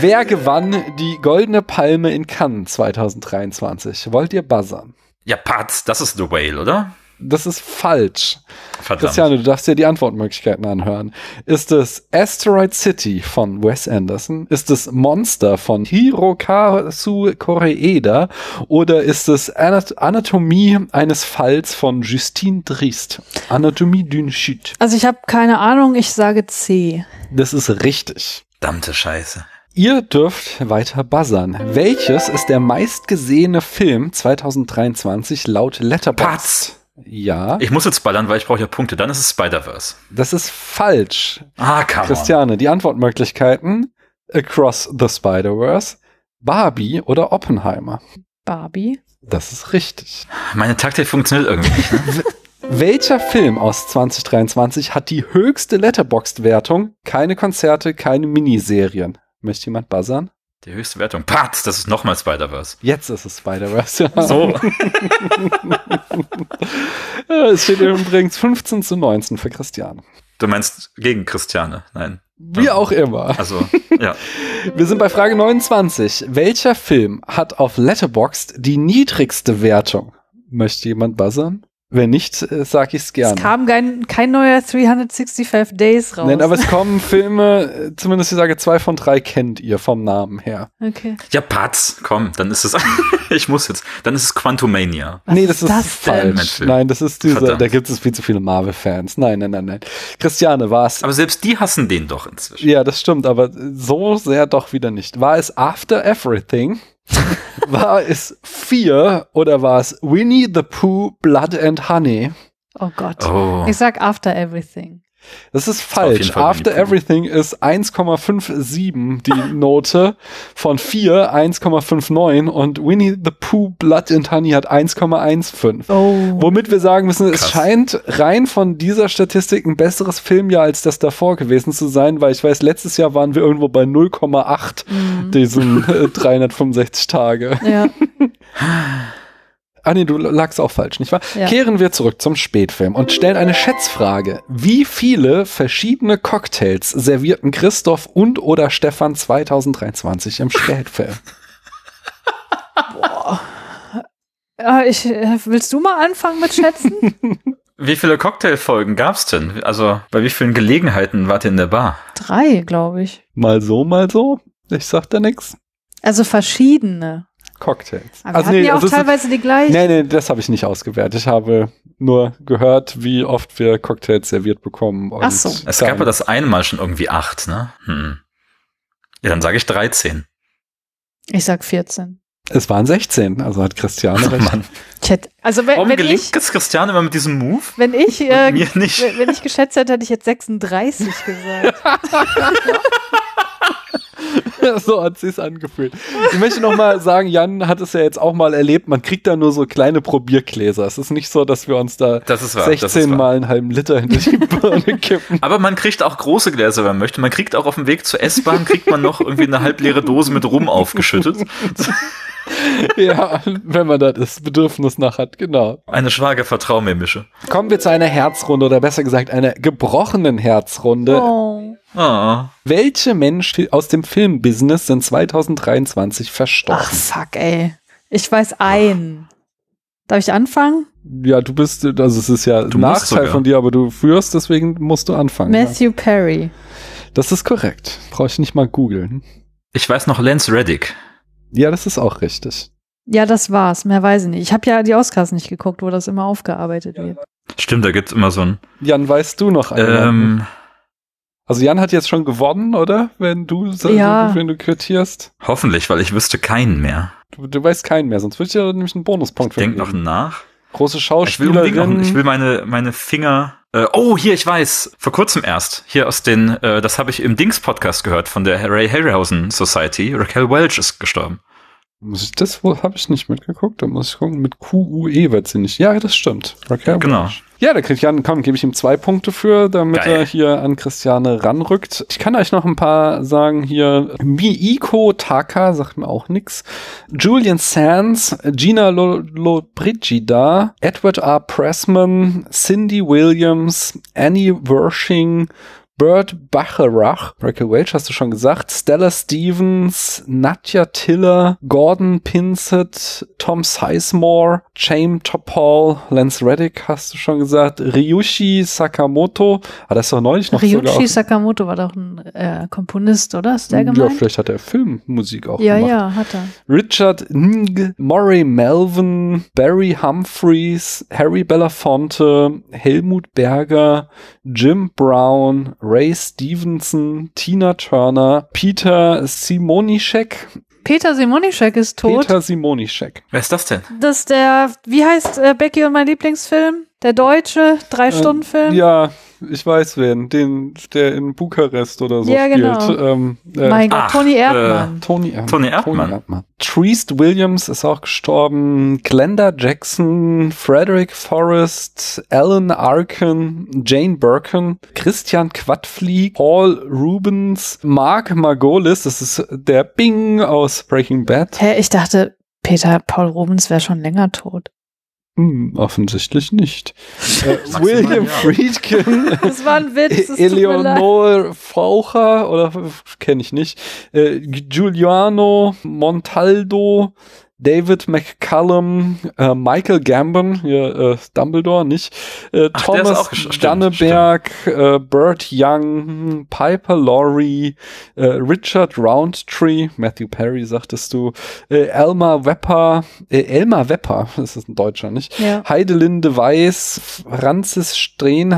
Speaker 2: wer gewann die Goldene Palme in Cannes 2023? Wollt ihr buzzern?
Speaker 4: ja, Patz, das ist The Whale, oder?
Speaker 2: das ist falsch.
Speaker 4: Verdammt.
Speaker 2: Christiane, du darfst dir die Antwortmöglichkeiten anhören. Ist es Asteroid City von Wes Anderson? Ist es Monster von Hirokazu Koreeda? Oder ist es Anat Anatomie eines Falls von Justine Driest? Anatomie d'une Chute.
Speaker 3: Also ich habe keine Ahnung, ich sage C.
Speaker 2: Das ist richtig.
Speaker 4: Verdammte Scheiße.
Speaker 2: Ihr dürft weiter buzzern. Welches ist der meistgesehene Film 2023 laut Letterboxd? Ja,
Speaker 4: Ich muss jetzt ballern, weil ich brauche ja Punkte. Dann ist es Spider-Verse.
Speaker 2: das ist falsch.
Speaker 4: Ah, come on.
Speaker 2: Christiane, die Antwortmöglichkeiten: Across the Spider-Verse, Barbie oder Oppenheimer.
Speaker 3: Barbie.
Speaker 2: Das ist richtig.
Speaker 4: Meine Taktik funktioniert irgendwie nicht. Ne?
Speaker 2: Welcher Film aus 2023 hat die höchste Letterboxd-Wertung? Keine Konzerte, keine Miniserien. Möchte jemand buzzern?
Speaker 4: Die höchste Wertung. Patz, das ist nochmal Spider-Verse.
Speaker 2: Jetzt ist es Spider-Verse. Ja.
Speaker 4: So.
Speaker 2: Es steht übrigens 15 zu 19 für Christiane.
Speaker 4: Du meinst gegen Christiane? Nein.
Speaker 2: Wie auch immer.
Speaker 4: Also, ja.
Speaker 2: Wir sind bei Frage 29. Welcher Film hat auf Letterboxd die niedrigste Wertung? Möchte jemand buzzern? Wenn nicht, äh, sag ich's
Speaker 3: Es
Speaker 2: gerne.
Speaker 3: kam kein, kein neuer 365 Days raus.
Speaker 2: Nein, aber es kommen Filme, äh, zumindest ich sage, zwei von drei kennt ihr vom Namen her.
Speaker 3: okay.
Speaker 4: Ja, Patz, komm, dann ist es. ich muss jetzt. Dann ist es Quantumania.
Speaker 2: nee, das
Speaker 3: ist
Speaker 2: ist,
Speaker 3: das denn?
Speaker 2: falsch. Nein, das ist dieser,
Speaker 4: Verdammt.
Speaker 2: da gibt es viel zu viele Marvel-Fans. Nein, nein, nein, nein. Christiane, war es.
Speaker 4: Aber selbst die hassen den doch inzwischen.
Speaker 2: Ja, das stimmt, aber äh, so sehr doch wieder nicht. War es After Everything? war es Fear oder war es Winnie the Pooh, Blood and Honey?
Speaker 3: Oh Gott.
Speaker 4: Oh.
Speaker 3: Ich sag After Everything.
Speaker 2: Das ist
Speaker 4: war auf
Speaker 2: falsch.
Speaker 4: jeden Fall
Speaker 2: After
Speaker 4: Winnie the Pooh.
Speaker 2: Everything ist 1,57 die Note von 4, 1,59 und Winnie the Pooh Blood and Honey hat 1,15.
Speaker 3: Oh.
Speaker 2: Womit wir sagen müssen, es
Speaker 4: Krass.
Speaker 2: scheint rein von dieser Statistik ein besseres Filmjahr als das davor gewesen zu sein, weil ich weiß, letztes Jahr waren wir irgendwo bei 0,8
Speaker 3: Mhm.
Speaker 2: diesen äh, 365 Tage.
Speaker 3: Ja.
Speaker 2: Ah nee, du lagst auch falsch, nicht wahr?
Speaker 3: Ja.
Speaker 2: Kehren wir zurück zum Spätfilm und stellen eine Schätzfrage. Wie viele verschiedene Cocktails servierten Christoph und oder Stefan 2023 im Spätfilm?
Speaker 3: Ah, Ich, äh, willst du mal anfangen mit Schätzen?
Speaker 4: Wie viele Cocktailfolgen gab's denn? Also, bei wie vielen Gelegenheiten wart ihr in der Bar?
Speaker 3: Drei, glaube ich.
Speaker 2: Mal so, mal so. Ich sag da nix.
Speaker 3: Also verschiedene.
Speaker 2: Cocktails.
Speaker 3: Aber wir hatten ja auch
Speaker 2: Also es ist-
Speaker 3: teilweise die gleichen.
Speaker 2: Nee, nee, das habe ich nicht ausgewertet. Ich habe nur gehört, wie oft wir Cocktails serviert bekommen. Und
Speaker 3: Ach so.
Speaker 4: Es gab ja
Speaker 2: dann-
Speaker 4: das einmal schon irgendwie acht, ne? Hm. Ja, dann sage ich 13.
Speaker 3: Ich sag 14.
Speaker 2: Es waren 16, also hat Christiane recht.
Speaker 4: Oh, Mann.
Speaker 3: Ich hätte, also wenn,
Speaker 4: Warum
Speaker 3: wenn
Speaker 4: gelingt
Speaker 3: ich,
Speaker 4: es Christian immer mit diesem Move?
Speaker 3: wenn ich,
Speaker 4: Und
Speaker 3: äh,
Speaker 4: mir nicht.
Speaker 3: wenn wenn ich geschätzt hätte, hätte ich jetzt 36 gesagt.
Speaker 2: so hat sich's angefühlt. Ich möchte noch mal sagen, Jan hat es ja jetzt auch mal erlebt, man kriegt da nur so kleine Probiergläser. Es ist nicht so, dass wir uns da
Speaker 4: Das ist wahr. das
Speaker 2: 16
Speaker 4: ist wahr.
Speaker 2: Mal einen halben Liter hinter die Birne kippen.
Speaker 4: Aber man kriegt auch große Gläser, wenn man möchte. Man kriegt auch auf dem Weg zur S-Bahn, kriegt man noch irgendwie eine halbleere Dose mit Rum aufgeschüttet.
Speaker 2: ja, wenn man da das Bedürfnis nach hat, genau.
Speaker 4: Eine Schwager vertrau mir Mische.
Speaker 2: Kommen wir zu einer Herzrunde oder besser gesagt einer gebrochenen Herzrunde.
Speaker 3: Oh.
Speaker 4: Ah.
Speaker 2: Welche Menschen aus dem Filmbusiness sind 2023 verstorben?
Speaker 3: Ach, fuck, ey. Ich weiß einen. Darf ich anfangen?
Speaker 2: Ja, du bist, also es ist ja
Speaker 4: Du
Speaker 2: ein
Speaker 4: musst
Speaker 2: Nachteil
Speaker 4: sogar.
Speaker 2: von dir, aber du führst, deswegen musst du anfangen. Ja.
Speaker 3: Matthew Perry.
Speaker 2: Das ist korrekt. Brauche ich nicht mal googeln.
Speaker 4: Ich weiß noch Lance Reddick.
Speaker 2: Ja, das ist auch richtig.
Speaker 3: Ja, das war's. Mehr weiß ich nicht. Ich habe ja die Oscars nicht geguckt, wo das immer aufgearbeitet wird.
Speaker 4: Stimmt, da gibt's immer so ein.
Speaker 2: Jan, weißt du noch einen?
Speaker 4: Ähm,
Speaker 2: also Jan hat jetzt schon gewonnen, oder? Wenn du, so-
Speaker 3: Ja.
Speaker 2: wenn du quittierst.
Speaker 4: hoffentlich, weil ich wüsste keinen mehr.
Speaker 2: Du, du weißt keinen mehr, sonst würde ich dir nämlich einen Bonuspunkt
Speaker 4: Denk noch
Speaker 2: vergeben.
Speaker 4: nach.
Speaker 2: Große
Speaker 4: Ich will, unbedingt noch,
Speaker 2: Schauspielerin.
Speaker 4: ich will meine, meine Finger. Äh, oh, hier, ich weiß. Vor kurzem erst. Hier aus den, äh, das habe ich im Dings-Podcast gehört von der Ray Harryhausen Society. Raquel Welch ist gestorben.
Speaker 2: muss ich das wohl, habe ich nicht mitgeguckt, da muss ich gucken. Mit QUE wird sie nicht. Ja, das stimmt. Raquel
Speaker 4: Genau.
Speaker 2: Ja, da kriegt Jan, komm, gebe ich ihm zwei Punkte für, damit
Speaker 4: Geil.
Speaker 2: er hier an Christiane ranrückt. Ich kann euch noch ein paar sagen hier. Miiko Taka sagt mir auch nix. Julian Sands, Gina Lo- Lollobrigida, Edward R. Pressman, Cindy Williams, Annie Wershing, Burt Bacharach, Raquel Welch hast du schon gesagt, Stella Stevens, Nadja Tiller, Gordon Pinsett, Tom Sizemore, James Topol, Lance Reddick hast du schon gesagt, Ryushi Sakamoto, ah, das ist doch neulich noch sogar.
Speaker 3: Ryuichi
Speaker 2: auf-
Speaker 3: Sakamoto war doch ein äh, Komponist, oder? Ist der
Speaker 2: Ja,
Speaker 3: gemeint?
Speaker 2: vielleicht hat er Filmmusik auch
Speaker 3: Ja,
Speaker 2: gemacht.
Speaker 3: ja, hat er.
Speaker 2: Richard Ng, Murray Melvin, Barry Humphries, Harry Belafonte, Helmut Berger, Jim Brown, Ray Stevenson, Tina Turner, Peter Simonischek,
Speaker 3: Peter Simonischek ist tot.
Speaker 2: Peter Simonischek.
Speaker 4: Wer ist das denn?
Speaker 3: Das ist der, wie heißt äh, Becky und mein Lieblingsfilm? Der deutsche Drei-Stunden-Film?
Speaker 2: Ähm, Ja, ich weiß wen, den, der in Bukarest oder so
Speaker 3: Ja, genau.
Speaker 2: spielt. Ähm, äh,
Speaker 3: mein Gott,
Speaker 4: Ach,
Speaker 3: Toni Erdmann.
Speaker 2: Tony Erdmann.
Speaker 4: Tony Erdmann.
Speaker 2: Treest Williams ist auch gestorben. Glenda Jackson, Frederick Forrest, Alan Arkin, Jane Birkin, Christian Quadflieg, Paul Rubens, Mark Margolis, das ist der Bing aus Breaking Bad.
Speaker 3: Hä, ich dachte, Peter Paul Rubens wäre schon länger tot.
Speaker 2: Hm, offensichtlich nicht. Äh,
Speaker 4: Maximal,
Speaker 2: William
Speaker 4: ja.
Speaker 2: Friedkin.
Speaker 3: Das war ein Witz. Es tut mir leid.
Speaker 2: Eleonore Faucher oder kenne ich nicht. Äh, Giuliano Montaldo, David McCallum, äh, Michael Gambon, hier äh, Dumbledore nicht, äh,
Speaker 4: Ach, der ist
Speaker 2: Thomas
Speaker 4: auch gesch- stimmt,
Speaker 2: Danneberg, äh, Bert Young, Piper Laurie, äh, Richard Roundtree, Matthew Perry sagtest du, äh, Elmar Wepper, äh, Elmar Wepper, das ist ein Deutscher, nicht?
Speaker 3: Ja.
Speaker 2: Heidelinde Weiß, Francis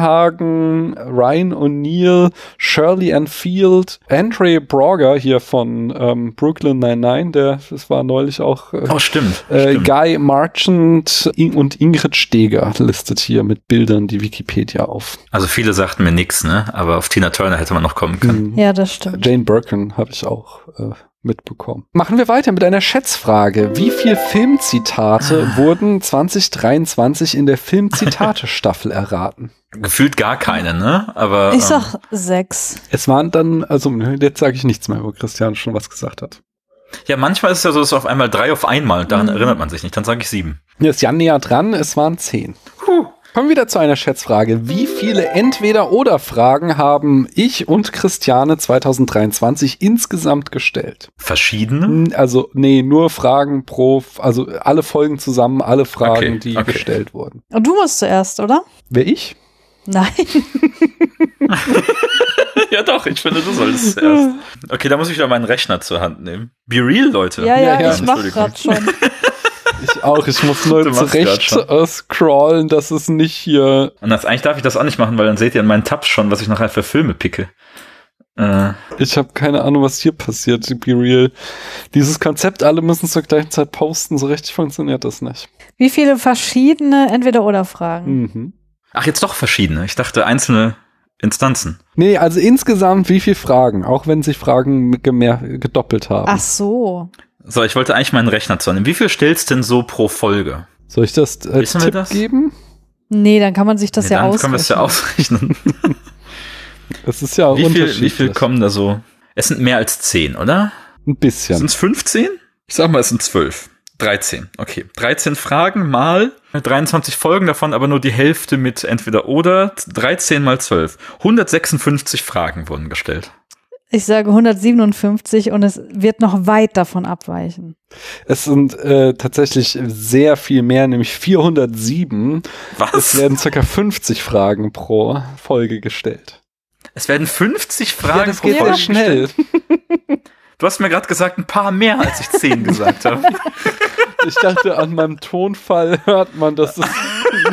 Speaker 2: Strenhagen, Ryan O'Neill, Shirley Enfield, Andre Brauger hier von ähm, Brooklyn 99, der, das war neulich auch äh,
Speaker 4: Oh, stimmt.
Speaker 2: äh,
Speaker 4: stimmt.
Speaker 2: Guy Marchant In und Ingrid Steger listet hier mit Bildern die Wikipedia auf.
Speaker 4: Also viele sagten mir nichts, ne? Aber auf Tina Turner hätte man noch kommen können.
Speaker 3: ja, das stimmt.
Speaker 2: Äh, Jane Birkin habe ich auch äh, mitbekommen. Machen wir weiter mit einer Schätzfrage. Wie viel Filmzitate
Speaker 4: Ah.
Speaker 2: wurden 2023 in der Filmzitate-Staffel erraten?
Speaker 4: Gefühlt gar keine, ne? Aber
Speaker 3: Ich sag sechs.
Speaker 2: Es waren dann, also jetzt sage ich nichts mehr, wo Christian schon was gesagt hat.
Speaker 4: ähm, ja, manchmal ist es ja so, dass auf einmal drei auf einmal, daran
Speaker 2: Mhm.
Speaker 4: erinnert man sich nicht. Dann sage ich sieben.
Speaker 2: Hier ist Jan näher dran, es waren zehn. Kommen wir wieder zu einer Schätzfrage. Wie viele Entweder-Oder-Fragen haben ich und Christiane 2023 insgesamt gestellt?
Speaker 4: Verschiedene?
Speaker 2: Hm, Also, nee, nur Fragen pro, also alle Folgen zusammen, alle Fragen,
Speaker 4: Okay,
Speaker 2: die
Speaker 4: okay.
Speaker 2: gestellt wurden.
Speaker 3: Und du musst zuerst, oder?
Speaker 2: Wer ich?
Speaker 3: Nein.
Speaker 4: ja, doch, ich finde, du solltest erst. Okay, da muss ich wieder meinen Rechner zur Hand nehmen. Be real, Leute.
Speaker 3: Ja, ja,
Speaker 2: Ja, ja,
Speaker 3: ich mach
Speaker 4: Entschuldigung.
Speaker 3: grad schon.
Speaker 2: Ich auch. Ich muss nur
Speaker 4: Du machst
Speaker 2: zurecht
Speaker 4: grad
Speaker 2: äh, scrollen, dass es nicht hier.
Speaker 4: Und das, eigentlich darf ich das auch nicht machen, weil dann seht ihr in meinen Tabs schon, was ich nachher für Filme picke. Äh,
Speaker 2: Ich habe keine Ahnung, was hier passiert, be real. Dieses Konzept, alle müssen zur gleichen Zeit posten, so richtig funktioniert das nicht.
Speaker 3: Wie viele verschiedene Entweder-Oder-Fragen?
Speaker 2: Mhm.
Speaker 4: ach, jetzt doch verschiedene. Ich dachte einzelne Instanzen.
Speaker 2: Nee, also insgesamt wie viel Fragen, auch wenn sich Fragen mit- mehr gedoppelt haben.
Speaker 3: Ach so.
Speaker 4: So, ich wollte eigentlich meinen Rechner zu nehmen. Wie viel stellst denn so pro Folge?
Speaker 2: Soll ich das als
Speaker 4: Wissen wir
Speaker 2: Tipp
Speaker 4: das?
Speaker 2: geben?
Speaker 3: Nee, dann kann man sich das
Speaker 4: Nee,
Speaker 3: ja
Speaker 4: dann
Speaker 3: ausrechnen.
Speaker 4: können wir es ja ausrechnen.
Speaker 2: Das ist ja
Speaker 4: Wie viel,
Speaker 2: unterschiedlich.
Speaker 4: wie viel kommen da so? Es sind mehr als zehn, oder?
Speaker 2: Ein bisschen.
Speaker 4: Sind es 15? Ich sag mal, es sind 12. 13, okay. 13 Fragen mal 23 Folgen, davon aber nur die Hälfte mit entweder oder. 13 mal 12. 156 Fragen wurden gestellt.
Speaker 3: Ich sage 157 und es wird noch weit davon abweichen.
Speaker 2: Es sind äh, tatsächlich sehr viel mehr, nämlich 407. Es
Speaker 4: Was?
Speaker 2: werden circa 50 Fragen pro Folge gestellt.
Speaker 4: Es werden 50 Fragen pro
Speaker 3: geht ja
Speaker 4: Folge
Speaker 2: schnell.
Speaker 4: gestellt. Du hast mir gerade gesagt, ein paar mehr, als ich 10 gesagt habe.
Speaker 2: Ich dachte, an meinem Tonfall hört man, dass es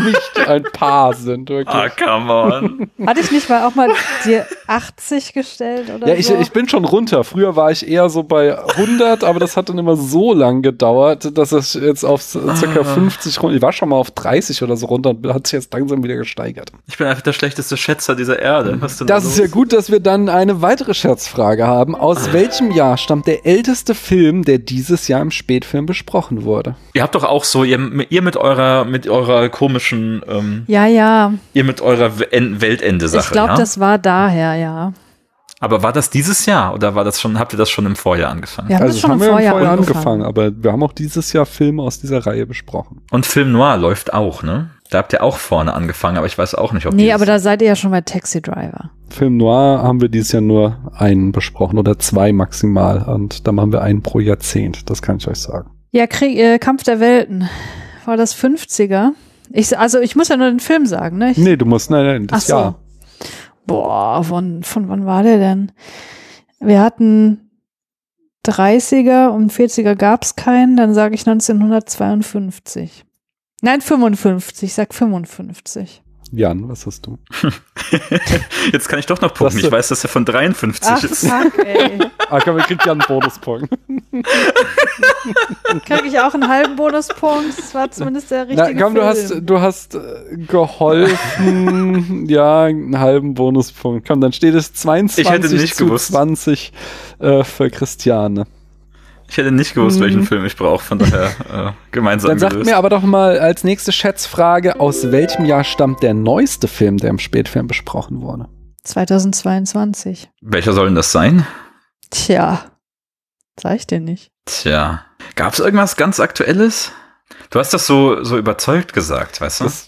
Speaker 2: nicht ein Paar sind. Wirklich.
Speaker 4: Ah, come on.
Speaker 3: Hatte ich nicht mal auch mal dir 80 gestellt oder
Speaker 2: Ja, ich,
Speaker 3: so?
Speaker 2: ich bin schon runter. Früher war ich eher so bei 100, aber das hat dann immer so lang gedauert, dass ich jetzt auf
Speaker 4: Ah.
Speaker 2: circa 50 runter. Ich war schon mal auf 30 oder so runter und hat sich jetzt langsam wieder gesteigert.
Speaker 4: Ich bin einfach der schlechteste Schätzer dieser Erde. Was denn da
Speaker 2: Das ist ja
Speaker 4: los? Ah.
Speaker 2: gut, dass wir dann eine weitere Scherzfrage haben. Aus welchem Jahr stammt der älteste Film, der dieses Jahr im Spätfilm besprochen wurde?
Speaker 4: Ihr habt doch auch so, ihr, ihr mit eurer, mit eurer komischen, ähm,
Speaker 3: ja, ja.
Speaker 4: ihr mit eurer We- En- Weltende-Sache.
Speaker 3: Ich glaube,
Speaker 4: ja?
Speaker 3: das war daher, ja.
Speaker 4: Aber war das dieses Jahr oder war das schon, habt ihr das schon im Vorjahr angefangen?
Speaker 3: Wir haben das
Speaker 2: also
Speaker 3: schon
Speaker 2: haben
Speaker 3: im
Speaker 2: wir im
Speaker 3: Vorjahr
Speaker 2: Vorjahr
Speaker 3: angefangen.
Speaker 2: angefangen, aber wir haben auch dieses Jahr Filme aus dieser Reihe besprochen.
Speaker 4: Und Film Noir läuft auch, ne? Da habt ihr auch vorne angefangen, aber ich weiß auch nicht, ob
Speaker 3: Nee,
Speaker 4: dieses-
Speaker 3: aber da seid ihr ja schon bei Taxi Driver.
Speaker 2: Film Noir haben wir dieses Jahr nur einen besprochen oder zwei maximal. Und dann machen wir einen pro Jahrzehnt. Das kann ich euch sagen.
Speaker 3: Ja, Krieg, äh, Kampf der Welten. War das 50er? Ich, also ich muss ja nur den Film sagen, ne? Ich,
Speaker 2: Nee, du musst, nein, nein, das
Speaker 3: Ach so.
Speaker 2: Jahr.
Speaker 3: Boah, von, von wann war der denn? Wir hatten 30er und 40er gab's keinen, dann sage ich 1952. Nein, 55, sag 55.
Speaker 2: Jan, was hast du?
Speaker 4: Jetzt kann ich doch noch punkten.
Speaker 2: Hast du-
Speaker 4: Ich weiß, dass er von 53
Speaker 3: Ach,
Speaker 4: ist.
Speaker 3: fuck, ey.
Speaker 2: Ah, komm, wir kriegen ja einen Bonuspunkt.
Speaker 3: Kriege ich auch einen halben Bonuspunkt? Das war zumindest der richtige
Speaker 2: Na, komm, du
Speaker 3: Film.
Speaker 2: hast, du hast äh, geholfen. ja, einen halben Bonuspunkt. Komm, dann steht es 22
Speaker 4: Ich hätte nicht
Speaker 2: zu
Speaker 4: gewusst.
Speaker 2: 20 äh, für Christiane.
Speaker 4: Ich hätte nicht gewusst,
Speaker 3: Mhm.
Speaker 4: welchen Film ich brauche, von daher äh, gemeinsam
Speaker 2: Dann sagt
Speaker 4: gelöst.
Speaker 2: mir aber doch mal als nächste Schätzfrage, aus welchem Jahr stammt der neueste Film, der im Spätfilm besprochen wurde?
Speaker 3: 2022.
Speaker 4: Welcher soll denn das sein?
Speaker 3: Tja, sag ich dir nicht.
Speaker 4: Tja. Gab es irgendwas ganz Aktuelles? Du hast das so, so überzeugt gesagt, weißt du?
Speaker 2: Das,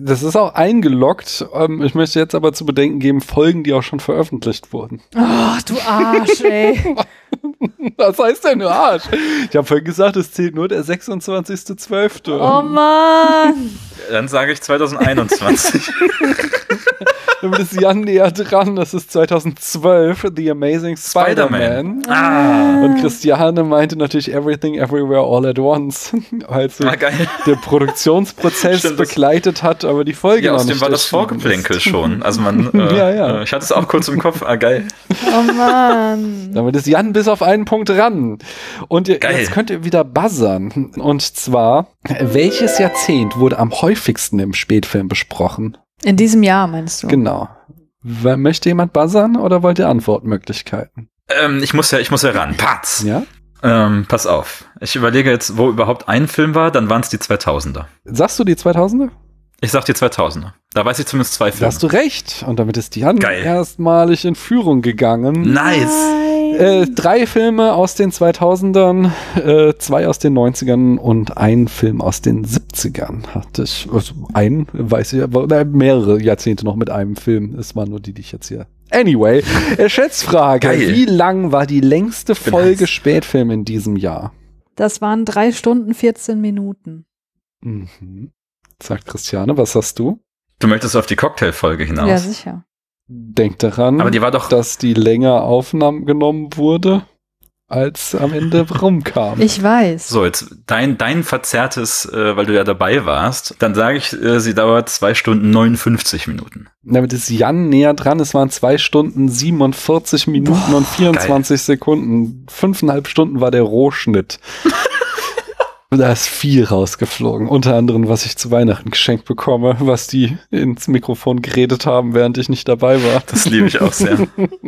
Speaker 2: das ist auch eingeloggt. Ähm, Ich möchte jetzt aber zu bedenken geben, Folgen, die auch schon veröffentlicht wurden.
Speaker 3: Oh, du Arsch, ey.
Speaker 2: Was heißt denn nur Arsch? Ich habe vorhin gesagt, es zählt nur der 26.12.
Speaker 3: Oh Mann.
Speaker 4: Dann sage ich 2021.
Speaker 2: Damit ist Jan näher dran. Das ist 2012, The Amazing Spider-Man.
Speaker 4: Spider-Man. ah,
Speaker 2: Und Christiane meinte natürlich Everything Everywhere All at Once, weil sie
Speaker 4: war Ah, geil.
Speaker 2: den Produktionsprozess
Speaker 4: Stimmt, das-
Speaker 2: begleitet hat, aber die Folge
Speaker 4: Ja,
Speaker 2: noch
Speaker 4: aus dem
Speaker 2: Genau, nicht
Speaker 4: war das
Speaker 2: erschienen
Speaker 4: Vorgeplänkel
Speaker 2: ist.
Speaker 4: schon. Also man, äh,
Speaker 2: Ja, ja.
Speaker 4: äh, ich hatte es auch kurz im Kopf. Ah, geil.
Speaker 3: Oh Mann.
Speaker 2: Damit ist Jan bis auf einen Punkt ran. Und ihr,
Speaker 4: Geil.
Speaker 2: jetzt könnt ihr wieder buzzern. Und zwar, welches Jahrzehnt wurde am häufigsten im Spätfilm besprochen?
Speaker 3: In diesem Jahr meinst du?
Speaker 2: Genau. W- Möchte jemand buzzern oder wollt ihr Antwortmöglichkeiten?
Speaker 4: Ähm, ich muss ja, ich muss ja ran. Patz.
Speaker 2: Ja?
Speaker 4: Ähm, pass auf. Ich überlege jetzt, wo überhaupt ein Film war, dann waren es die 2000er.
Speaker 2: Sagst du die 2000er?
Speaker 4: Ich sag die 2000er. Da weiß ich zumindest zwei
Speaker 2: Da
Speaker 4: Filme.
Speaker 2: hast du recht. Und damit ist Jan
Speaker 4: Geil.
Speaker 2: erstmalig in Führung gegangen.
Speaker 4: Nice.
Speaker 2: Äh, drei Filme aus den 2000ern, äh, zwei aus den 90ern und ein Film aus den 70ern hatte ich. Also ein, weiß ich, aber oder mehrere Jahrzehnte noch mit einem Film. Es waren nur die, die ich jetzt hier. Anyway, äh, Schätzfrage.
Speaker 4: Geil. Genau.
Speaker 2: Wie lang war die längste
Speaker 4: Bin
Speaker 2: Folge
Speaker 4: heiß.
Speaker 2: Spätfilm in diesem Jahr?
Speaker 3: Das waren drei Stunden, 14 Minuten.
Speaker 2: Mhm. Sagt Christiane, was hast du?
Speaker 4: Du möchtest auf die Cocktailfolge hinaus.
Speaker 3: Ja, sicher.
Speaker 2: Denk daran,
Speaker 4: Aber die war doch.
Speaker 2: dass die länger Aufnahmen genommen wurde, als am Ende rumkam.
Speaker 3: Ich weiß.
Speaker 4: So, jetzt dein, dein verzerrtes, äh, weil du ja dabei warst, dann sage ich, äh, sie dauert zwei Stunden 59 Minuten.
Speaker 2: Damit ist Jan näher dran. Es waren zwei Stunden 47 Minuten und 24 Sekunden. Fünfeinhalb Stunden war der Rohschnitt. da ist viel rausgeflogen. Unter anderem, was ich zu Weihnachten geschenkt bekomme, was die ins Mikrofon geredet haben, während ich nicht dabei war.
Speaker 4: Das liebe ich auch sehr.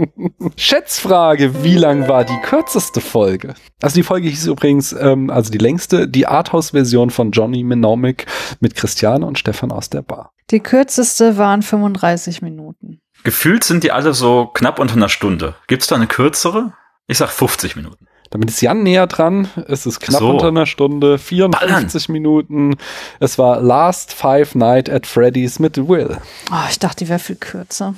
Speaker 2: Schätzfrage, wie lang war die kürzeste Folge? Also die Folge hieß übrigens, ähm, also die längste, die Arthouse-Version von Johnny Mnemonic mit Christiane und Stefan aus der Bar.
Speaker 3: Die kürzeste waren 35 Minuten.
Speaker 4: Gefühlt sind die alle so knapp unter einer Stunde. Gibt es da eine kürzere? Ich sag 50 Minuten.
Speaker 2: Damit ist Jan näher dran. Es ist knapp
Speaker 4: So.
Speaker 2: unter einer Stunde, 54 Minuten. Es war Last Five Night at Freddy's mit Will.
Speaker 3: Oh, ich dachte, die wäre viel kürzer.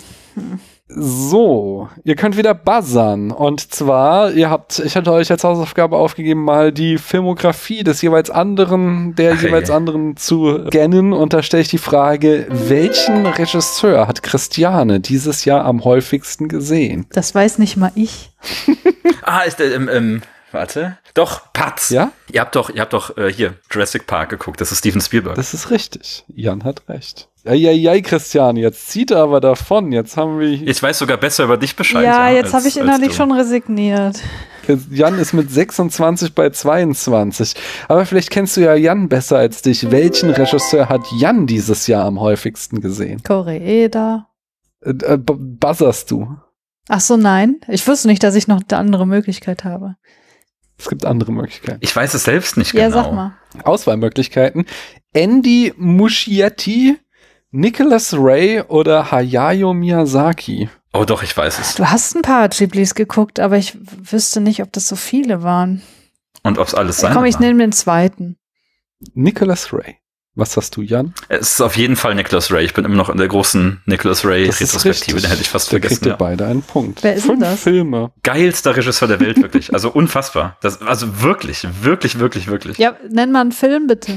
Speaker 2: So, ihr könnt wieder buzzern. Und zwar, ihr habt, ich hatte euch als Hausaufgabe aufgegeben, mal die Filmografie des jeweils anderen, der
Speaker 4: Ach,
Speaker 2: jeweils
Speaker 4: ey.
Speaker 2: anderen zu scannen. Und da stelle ich die Frage, welchen Regisseur hat Christiane dieses Jahr am häufigsten gesehen?
Speaker 3: Das weiß nicht mal ich.
Speaker 4: Ah, ist der, ähm, ähm, warte. Doch, Patz.
Speaker 2: Ja?
Speaker 4: Ihr habt doch, ihr habt doch äh, hier Jurassic Park geguckt. Das ist Steven Spielberg.
Speaker 2: Das ist richtig. Jan hat recht. Eieiei, Christian, jetzt zieht er aber davon. Jetzt haben wir.
Speaker 4: ich weiß sogar besser über dich Bescheid.
Speaker 3: ja,
Speaker 4: als-
Speaker 3: jetzt habe ich
Speaker 4: als
Speaker 3: innerlich
Speaker 4: du.
Speaker 3: schon resigniert.
Speaker 2: Äh, Jan ist mit 26 bei 22. Aber vielleicht kennst du ja Jan besser als dich. Welchen Regisseur hat Jan dieses Jahr am häufigsten gesehen?
Speaker 3: Koreeda.
Speaker 2: Äh, äh, b- buzzerst du?
Speaker 3: Ach so, nein. Ich wusste nicht, dass ich noch eine andere Möglichkeit habe.
Speaker 2: Es gibt andere Möglichkeiten.
Speaker 4: Ich weiß es selbst nicht
Speaker 3: Ja,
Speaker 4: genau.
Speaker 3: sag mal.
Speaker 2: Auswahlmöglichkeiten. Andy Muschietti, Nicholas Ray oder Hayao Miyazaki.
Speaker 4: Oh doch, ich weiß es.
Speaker 3: Du hast ein paar Ghiblis geguckt, aber ich wüsste nicht, ob das so viele waren.
Speaker 4: Und ob es alles sein
Speaker 3: Komm, ich nehme den zweiten.
Speaker 2: Nicholas Ray. Was hast du, Jan?
Speaker 4: Es ist auf jeden Fall Nicholas Ray. Ich bin immer noch in der großen Nicholas Ray-Retrospektive. Den hätte ich fast
Speaker 2: da
Speaker 4: vergessen.
Speaker 2: kriegt ihr
Speaker 4: Ja.
Speaker 2: beide einen Punkt.
Speaker 3: Wer ist denn
Speaker 2: Fünf
Speaker 3: das?
Speaker 2: Filme.
Speaker 4: Geilster Regisseur der Welt, wirklich. Also unfassbar. Das, also wirklich, wirklich, wirklich, wirklich.
Speaker 3: Ja, nenn mal einen Film bitte.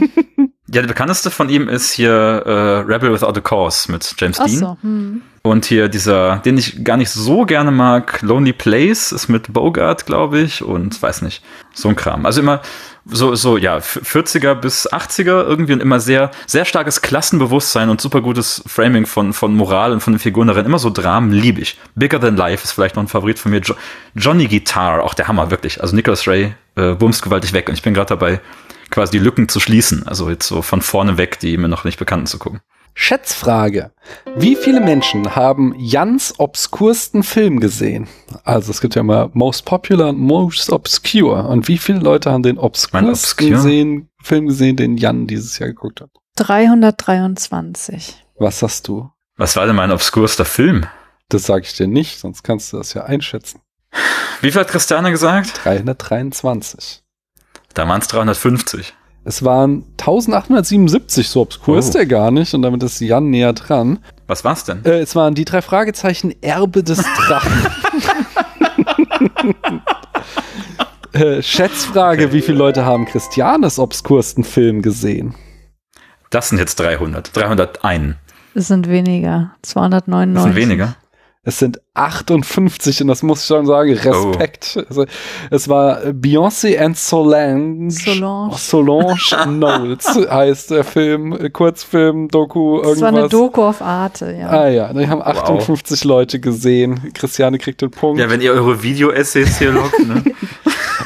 Speaker 4: Ja, der bekannteste von ihm ist hier äh, Rebel Without a Cause mit James
Speaker 3: Ach
Speaker 4: Dean.
Speaker 3: so. Hm.
Speaker 4: Und hier dieser, den ich gar nicht so gerne mag, Lonely Place ist mit Bogart, glaube ich, und weiß nicht, so ein Kram. Also immer so, so, ja, 40er bis 80er irgendwie und immer sehr, sehr starkes Klassenbewusstsein und super gutes Framing von, von Moral und von den Figuren darin. Immer so Dramen liebe ich. Bigger Than Life ist vielleicht noch ein Favorit von mir. Jo Johnny Guitar, auch der Hammer, wirklich. Also Nicholas Ray äh, bumst gewaltig weg und ich bin gerade dabei, quasi die Lücken zu schließen. Also jetzt so von vorne weg, die mir noch nicht bekannten zu gucken.
Speaker 2: Schätzfrage. Wie viele Menschen haben Jans obskursten Film gesehen? Also es gibt ja immer Most Popular und Most Obscure. Und wie viele Leute haben den obskursten
Speaker 4: obscure?
Speaker 2: gesehen, Film gesehen, den Jan dieses Jahr geguckt hat?
Speaker 3: 323.
Speaker 2: Was sagst du?
Speaker 4: Was war denn mein obskurster Film?
Speaker 2: Das sage ich dir nicht, sonst kannst du das ja einschätzen.
Speaker 4: Wie viel hat Christiane gesagt?
Speaker 2: 323.
Speaker 4: Da waren es 350.
Speaker 2: Es waren 1877, so obskur
Speaker 4: Oh.
Speaker 2: ist der gar nicht. Und damit ist Jan näher dran.
Speaker 4: Was war's denn?
Speaker 2: Äh, es waren die drei Fragezeichen Erbe des Drachen. äh, Schätzfrage, wie viele Leute haben Christianes obskursten Film gesehen?
Speaker 4: Das sind jetzt 300. 301.
Speaker 3: Es sind weniger.
Speaker 4: Das
Speaker 3: 299.
Speaker 4: sind weniger.
Speaker 2: Es sind 58 und das muss ich schon sagen, Respekt.
Speaker 4: Oh.
Speaker 2: Also, es war äh, Beyoncé and Solange.
Speaker 3: Solange.
Speaker 2: Solange Knowles heißt der Film, äh, Kurzfilm, Doku, irgendwas.
Speaker 3: Das war eine Doku auf Arte, ja.
Speaker 2: Ah ja, die haben 58 Leute gesehen. Christiane kriegt den Punkt.
Speaker 4: Ja, wenn ihr eure Video-Essays hier lockt, ne?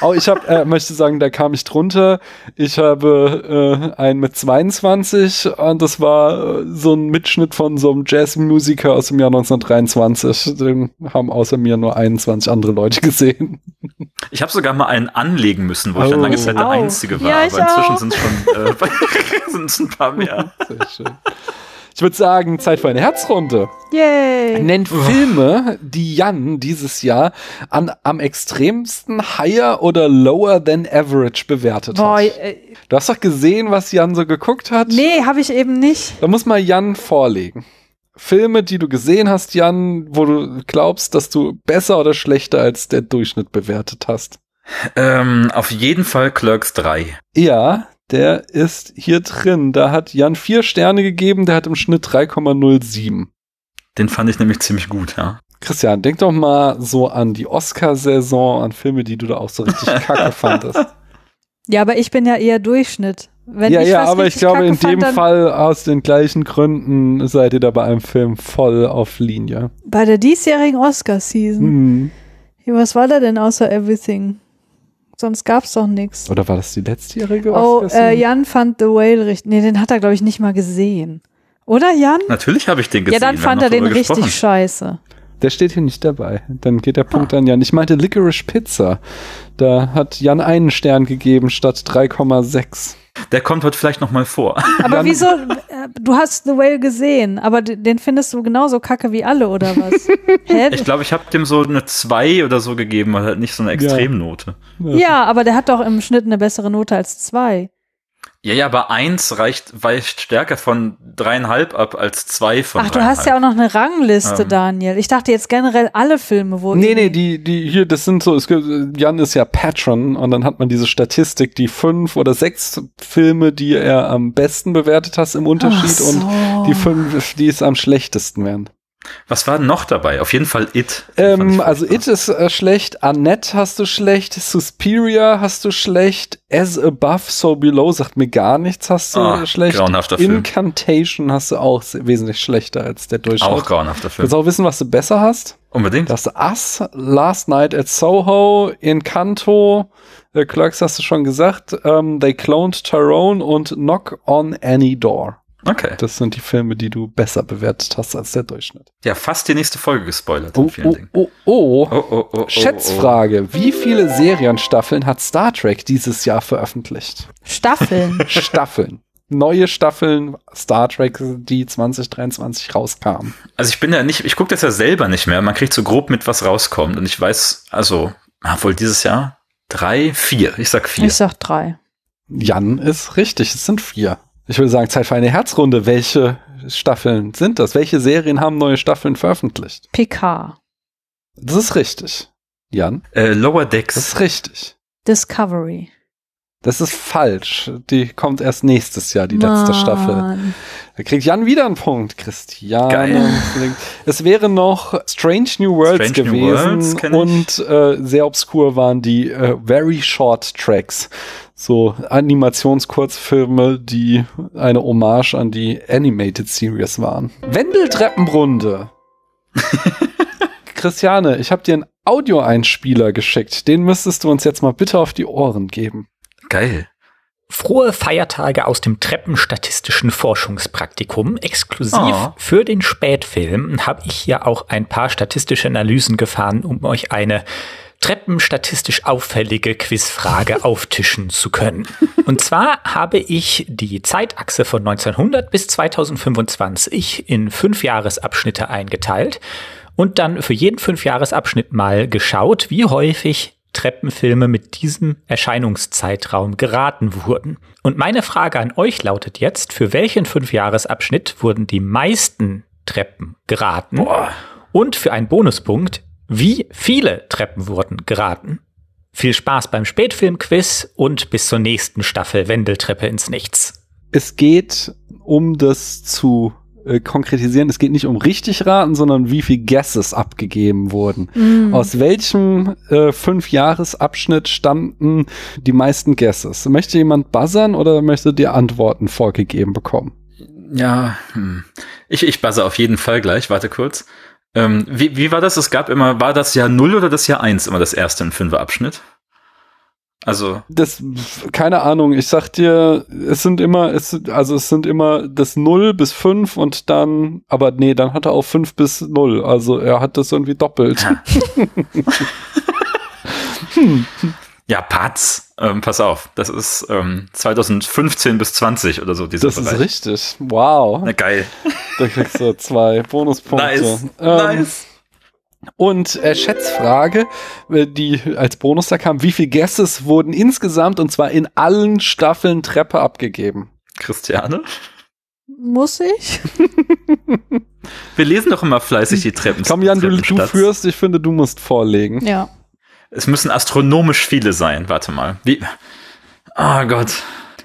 Speaker 2: Oh, ich hab, äh, möchte sagen, da kam ich drunter. Ich habe äh, einen mit 22 und das war äh, so ein Mitschnitt von so einem Jazzmusiker aus dem Jahr 1923. Den haben außer mir nur 21 andere Leute gesehen.
Speaker 4: Ich habe sogar mal einen anlegen müssen, wo ich dann
Speaker 2: Oh.
Speaker 4: lange Zeit der
Speaker 3: Au.
Speaker 4: Einzige war.
Speaker 3: Ja, ich
Speaker 4: aber inzwischen
Speaker 3: auch.
Speaker 4: sind es schon äh, sind's ein paar mehr.
Speaker 2: Sehr schön. Ich würde sagen, Zeit für eine Herzrunde.
Speaker 3: Yay.
Speaker 2: Nennt Filme, die Jan dieses Jahr an, am extremsten higher oder lower than average bewertet
Speaker 3: Boah,
Speaker 2: hat.
Speaker 3: äh,
Speaker 2: Du hast doch gesehen, was Jan so geguckt hat.
Speaker 3: nee, habe ich eben nicht.
Speaker 2: Da muss mal Jan vorlegen. Filme, die du gesehen hast, Jan, wo du glaubst, dass du besser oder schlechter als der Durchschnitt bewertet hast.
Speaker 4: Ähm, auf jeden Fall Clerks 3.
Speaker 2: Ja, der ist hier drin. Da hat Jan vier Sterne gegeben, der hat im Schnitt 3,07.
Speaker 4: Den fand ich nämlich ziemlich gut, ja.
Speaker 2: Christian, denk doch mal so an die Oscar-Saison, an Filme, die du da auch so richtig kacke fandest.
Speaker 3: Ja, aber ich bin ja eher Durchschnitt. Wenn
Speaker 2: ja,
Speaker 3: ich
Speaker 2: ja,
Speaker 3: was
Speaker 2: aber ich
Speaker 3: richtig
Speaker 2: glaube,
Speaker 3: kacke
Speaker 2: in dem
Speaker 3: fand, dann
Speaker 2: Fall aus den gleichen Gründen seid ihr da bei einem Film voll auf Linie.
Speaker 3: Bei der diesjährigen Oscar-Season.
Speaker 2: Mhm.
Speaker 3: Ja, Was war da denn außer Everything? Sonst gab's doch nichts.
Speaker 2: Oder war das die letztjährige
Speaker 3: Oh, äh,
Speaker 2: Oscar-Saison?
Speaker 3: Jan fand The Whale richtig. Nee, den hat er, glaube ich, nicht mal gesehen. Oder, Jan?
Speaker 4: Natürlich habe ich den
Speaker 3: ja,
Speaker 4: gesehen.
Speaker 3: dann
Speaker 4: wir
Speaker 3: fand
Speaker 4: haben
Speaker 3: er
Speaker 4: noch
Speaker 3: den
Speaker 4: drüber
Speaker 3: richtig
Speaker 4: gesprochen.
Speaker 3: scheiße.
Speaker 2: Der steht hier nicht dabei. Dann geht der Punkt an Jan. Ich meinte Licorice Pizza. Da hat Jan einen Stern gegeben statt 3,6.
Speaker 4: Der kommt heute vielleicht noch mal vor.
Speaker 3: Aber
Speaker 2: Jan-
Speaker 3: wieso? äh, Du hast The Whale gesehen, aber d- den findest du genauso kacke wie alle, oder was? Hä?
Speaker 4: Ich glaube, ich habe dem so eine 2 oder so gegeben, weil halt nicht so eine Extremnote.
Speaker 3: Ja, aber der hat doch im Schnitt eine bessere Note als zwei.
Speaker 4: Ja, ja, aber eins reicht, weicht stärker von dreieinhalb ab als zwei von
Speaker 3: Ach, du hast ja auch noch eine Rangliste,
Speaker 4: Ähm.
Speaker 3: Daniel. Ich dachte jetzt generell alle Filme, wo.
Speaker 2: Nee, nee, die, die hier, das sind so, es gibt, Jan ist ja Patron und dann hat man diese Statistik, die fünf oder sechs Filme, die er am besten bewertet hat im Unterschied
Speaker 3: so.
Speaker 2: und die fünf, die es am schlechtesten wären.
Speaker 4: Was war denn noch dabei? Auf jeden Fall It. Den fand
Speaker 2: Ähm,
Speaker 4: ich
Speaker 2: also It
Speaker 4: furchtbar.
Speaker 2: ist äh, schlecht, Annette hast du schlecht, Suspiria hast du schlecht, As Above, So Below sagt mir gar nichts, hast du
Speaker 4: Ah,
Speaker 2: schlecht.
Speaker 4: grauenhafter Film.
Speaker 2: Incantation hast du auch se- wesentlich schlechter als der Durchschnitt.
Speaker 4: Auch grauenhafter Film.
Speaker 2: Willst du auch wissen, was du besser hast?
Speaker 4: Unbedingt.
Speaker 2: Das Us, Last Night at Soho, Encanto, äh, Clerks hast du schon gesagt, ähm, They Cloned Tyrone und Knock on Any Door.
Speaker 4: Okay.
Speaker 2: Das sind die Filme, die du besser bewertet hast als der Durchschnitt.
Speaker 4: Ja, fast die nächste Folge gespoilert in
Speaker 2: Oh,
Speaker 4: vielen
Speaker 2: oh,
Speaker 4: Dingen.
Speaker 2: oh, oh.
Speaker 4: Oh, oh, oh, oh,
Speaker 2: Schätzfrage. Wie viele Serienstaffeln hat Star Trek dieses Jahr veröffentlicht?
Speaker 3: Staffeln.
Speaker 2: Staffeln. Neue Staffeln Star Trek, die 2023 rauskamen.
Speaker 4: Oh. Also ich bin ja nicht, ich gucke das ja selber nicht mehr. Man kriegt so grob mit, was rauskommt. Und ich weiß, also, ah, wohl dieses Jahr drei, vier. Ich sag vier.
Speaker 3: Ich sag drei.
Speaker 2: Jan ist richtig, es sind vier. ich würde sagen, Zeit für eine Herzrunde. Welche Staffeln sind das? Welche Serien haben neue Staffeln veröffentlicht?
Speaker 3: PK.
Speaker 2: Das ist richtig. Jan,
Speaker 4: Äh, Lower
Speaker 2: das
Speaker 4: Decks.
Speaker 2: ist richtig.
Speaker 3: Discovery.
Speaker 2: Das ist falsch. Die kommt erst nächstes Jahr, die letzte Staffel.
Speaker 3: Mann.
Speaker 2: Da kriegt Jan wieder einen Punkt, Christian.
Speaker 4: Geil.
Speaker 2: Es wäre noch Strange New Worlds
Speaker 4: Strange New Worlds
Speaker 2: gewesen
Speaker 4: kenn ich.
Speaker 2: und äh, sehr obskur waren die äh, Very Short Tracks. So Animationskurzfilme, die eine Hommage an die Animated Series waren. Wendeltreppenrunde. Christiane, ich habe dir einen Audioeinspieler geschickt. Den müsstest du uns jetzt mal bitte auf die Ohren geben.
Speaker 4: Geil.
Speaker 5: Frohe Feiertage aus dem Treppenstatistischen Forschungspraktikum. Exklusiv
Speaker 4: Oh.
Speaker 5: für den Spätfilm habe ich hier auch ein paar statistische Analysen gefahren, um euch eine treppenstatistisch auffällige Quizfrage auftischen zu können. Und zwar habe ich die Zeitachse von 1900 bis 2025 in fünf Jahresabschnitte eingeteilt und dann für jeden fünf Jahresabschnitt mal geschaut, wie häufig Treppenfilme mit diesem Erscheinungszeitraum geraten wurden. Und meine Frage an euch lautet jetzt, für welchen Fünfjahresabschnitt wurden die meisten Treppen geraten? Und für einen Bonuspunkt, wie viele Treppen wurden geraten? Viel Spaß beim Spätfilmquiz und bis zur nächsten Staffel Wendeltreppe ins Nichts.
Speaker 2: Es geht um das zu äh, konkretisieren. Es geht nicht um richtig raten, sondern wie viel Guesses abgegeben wurden.
Speaker 3: Mm. Mhm.
Speaker 2: Aus welchem äh, Fünfjahresabschnitt stammten die meisten Guesses? Möchte jemand buzzern oder möchte dir Antworten vorgegeben bekommen?
Speaker 4: Ja, hm. ich, ich buzze auf jeden Fall gleich. Warte kurz. Ähm, wie, wie war das? Es gab immer, war das Jahr 0 oder das Jahr 1 immer das erste im Fünferabschnitt? Also,
Speaker 2: Das, keine Ahnung, ich sag dir, es sind immer, es, sind- also es sind immer das 0 bis 5 und dann, aber nee, dann hat er auch 5 bis 0. Also er hat das irgendwie doppelt.
Speaker 4: ja, Patz, ähm, pass auf, das ist ähm, 2015 bis 20 oder so, dieser
Speaker 2: Das ist
Speaker 4: Bereich.
Speaker 2: richtig. Wow.
Speaker 4: Na, geil.
Speaker 2: Da kriegst du zwei Bonuspunkte.
Speaker 4: Nice.
Speaker 2: Ähm,
Speaker 4: nice.
Speaker 2: Und äh, Schätzfrage, äh, die als Bonus da kam, wie viel Guesses wurden insgesamt und zwar in allen Staffeln Treppe abgegeben?
Speaker 4: Christiane?
Speaker 3: Muss ich?
Speaker 4: Wir lesen doch immer fleißig die Treppen.
Speaker 2: Komm Jan, du, du
Speaker 4: Treppenstatz.
Speaker 2: führst, ich finde, du musst vorlegen.
Speaker 3: Ja.
Speaker 4: Es müssen astronomisch viele sein. Warte mal. Wie? Ah Gott.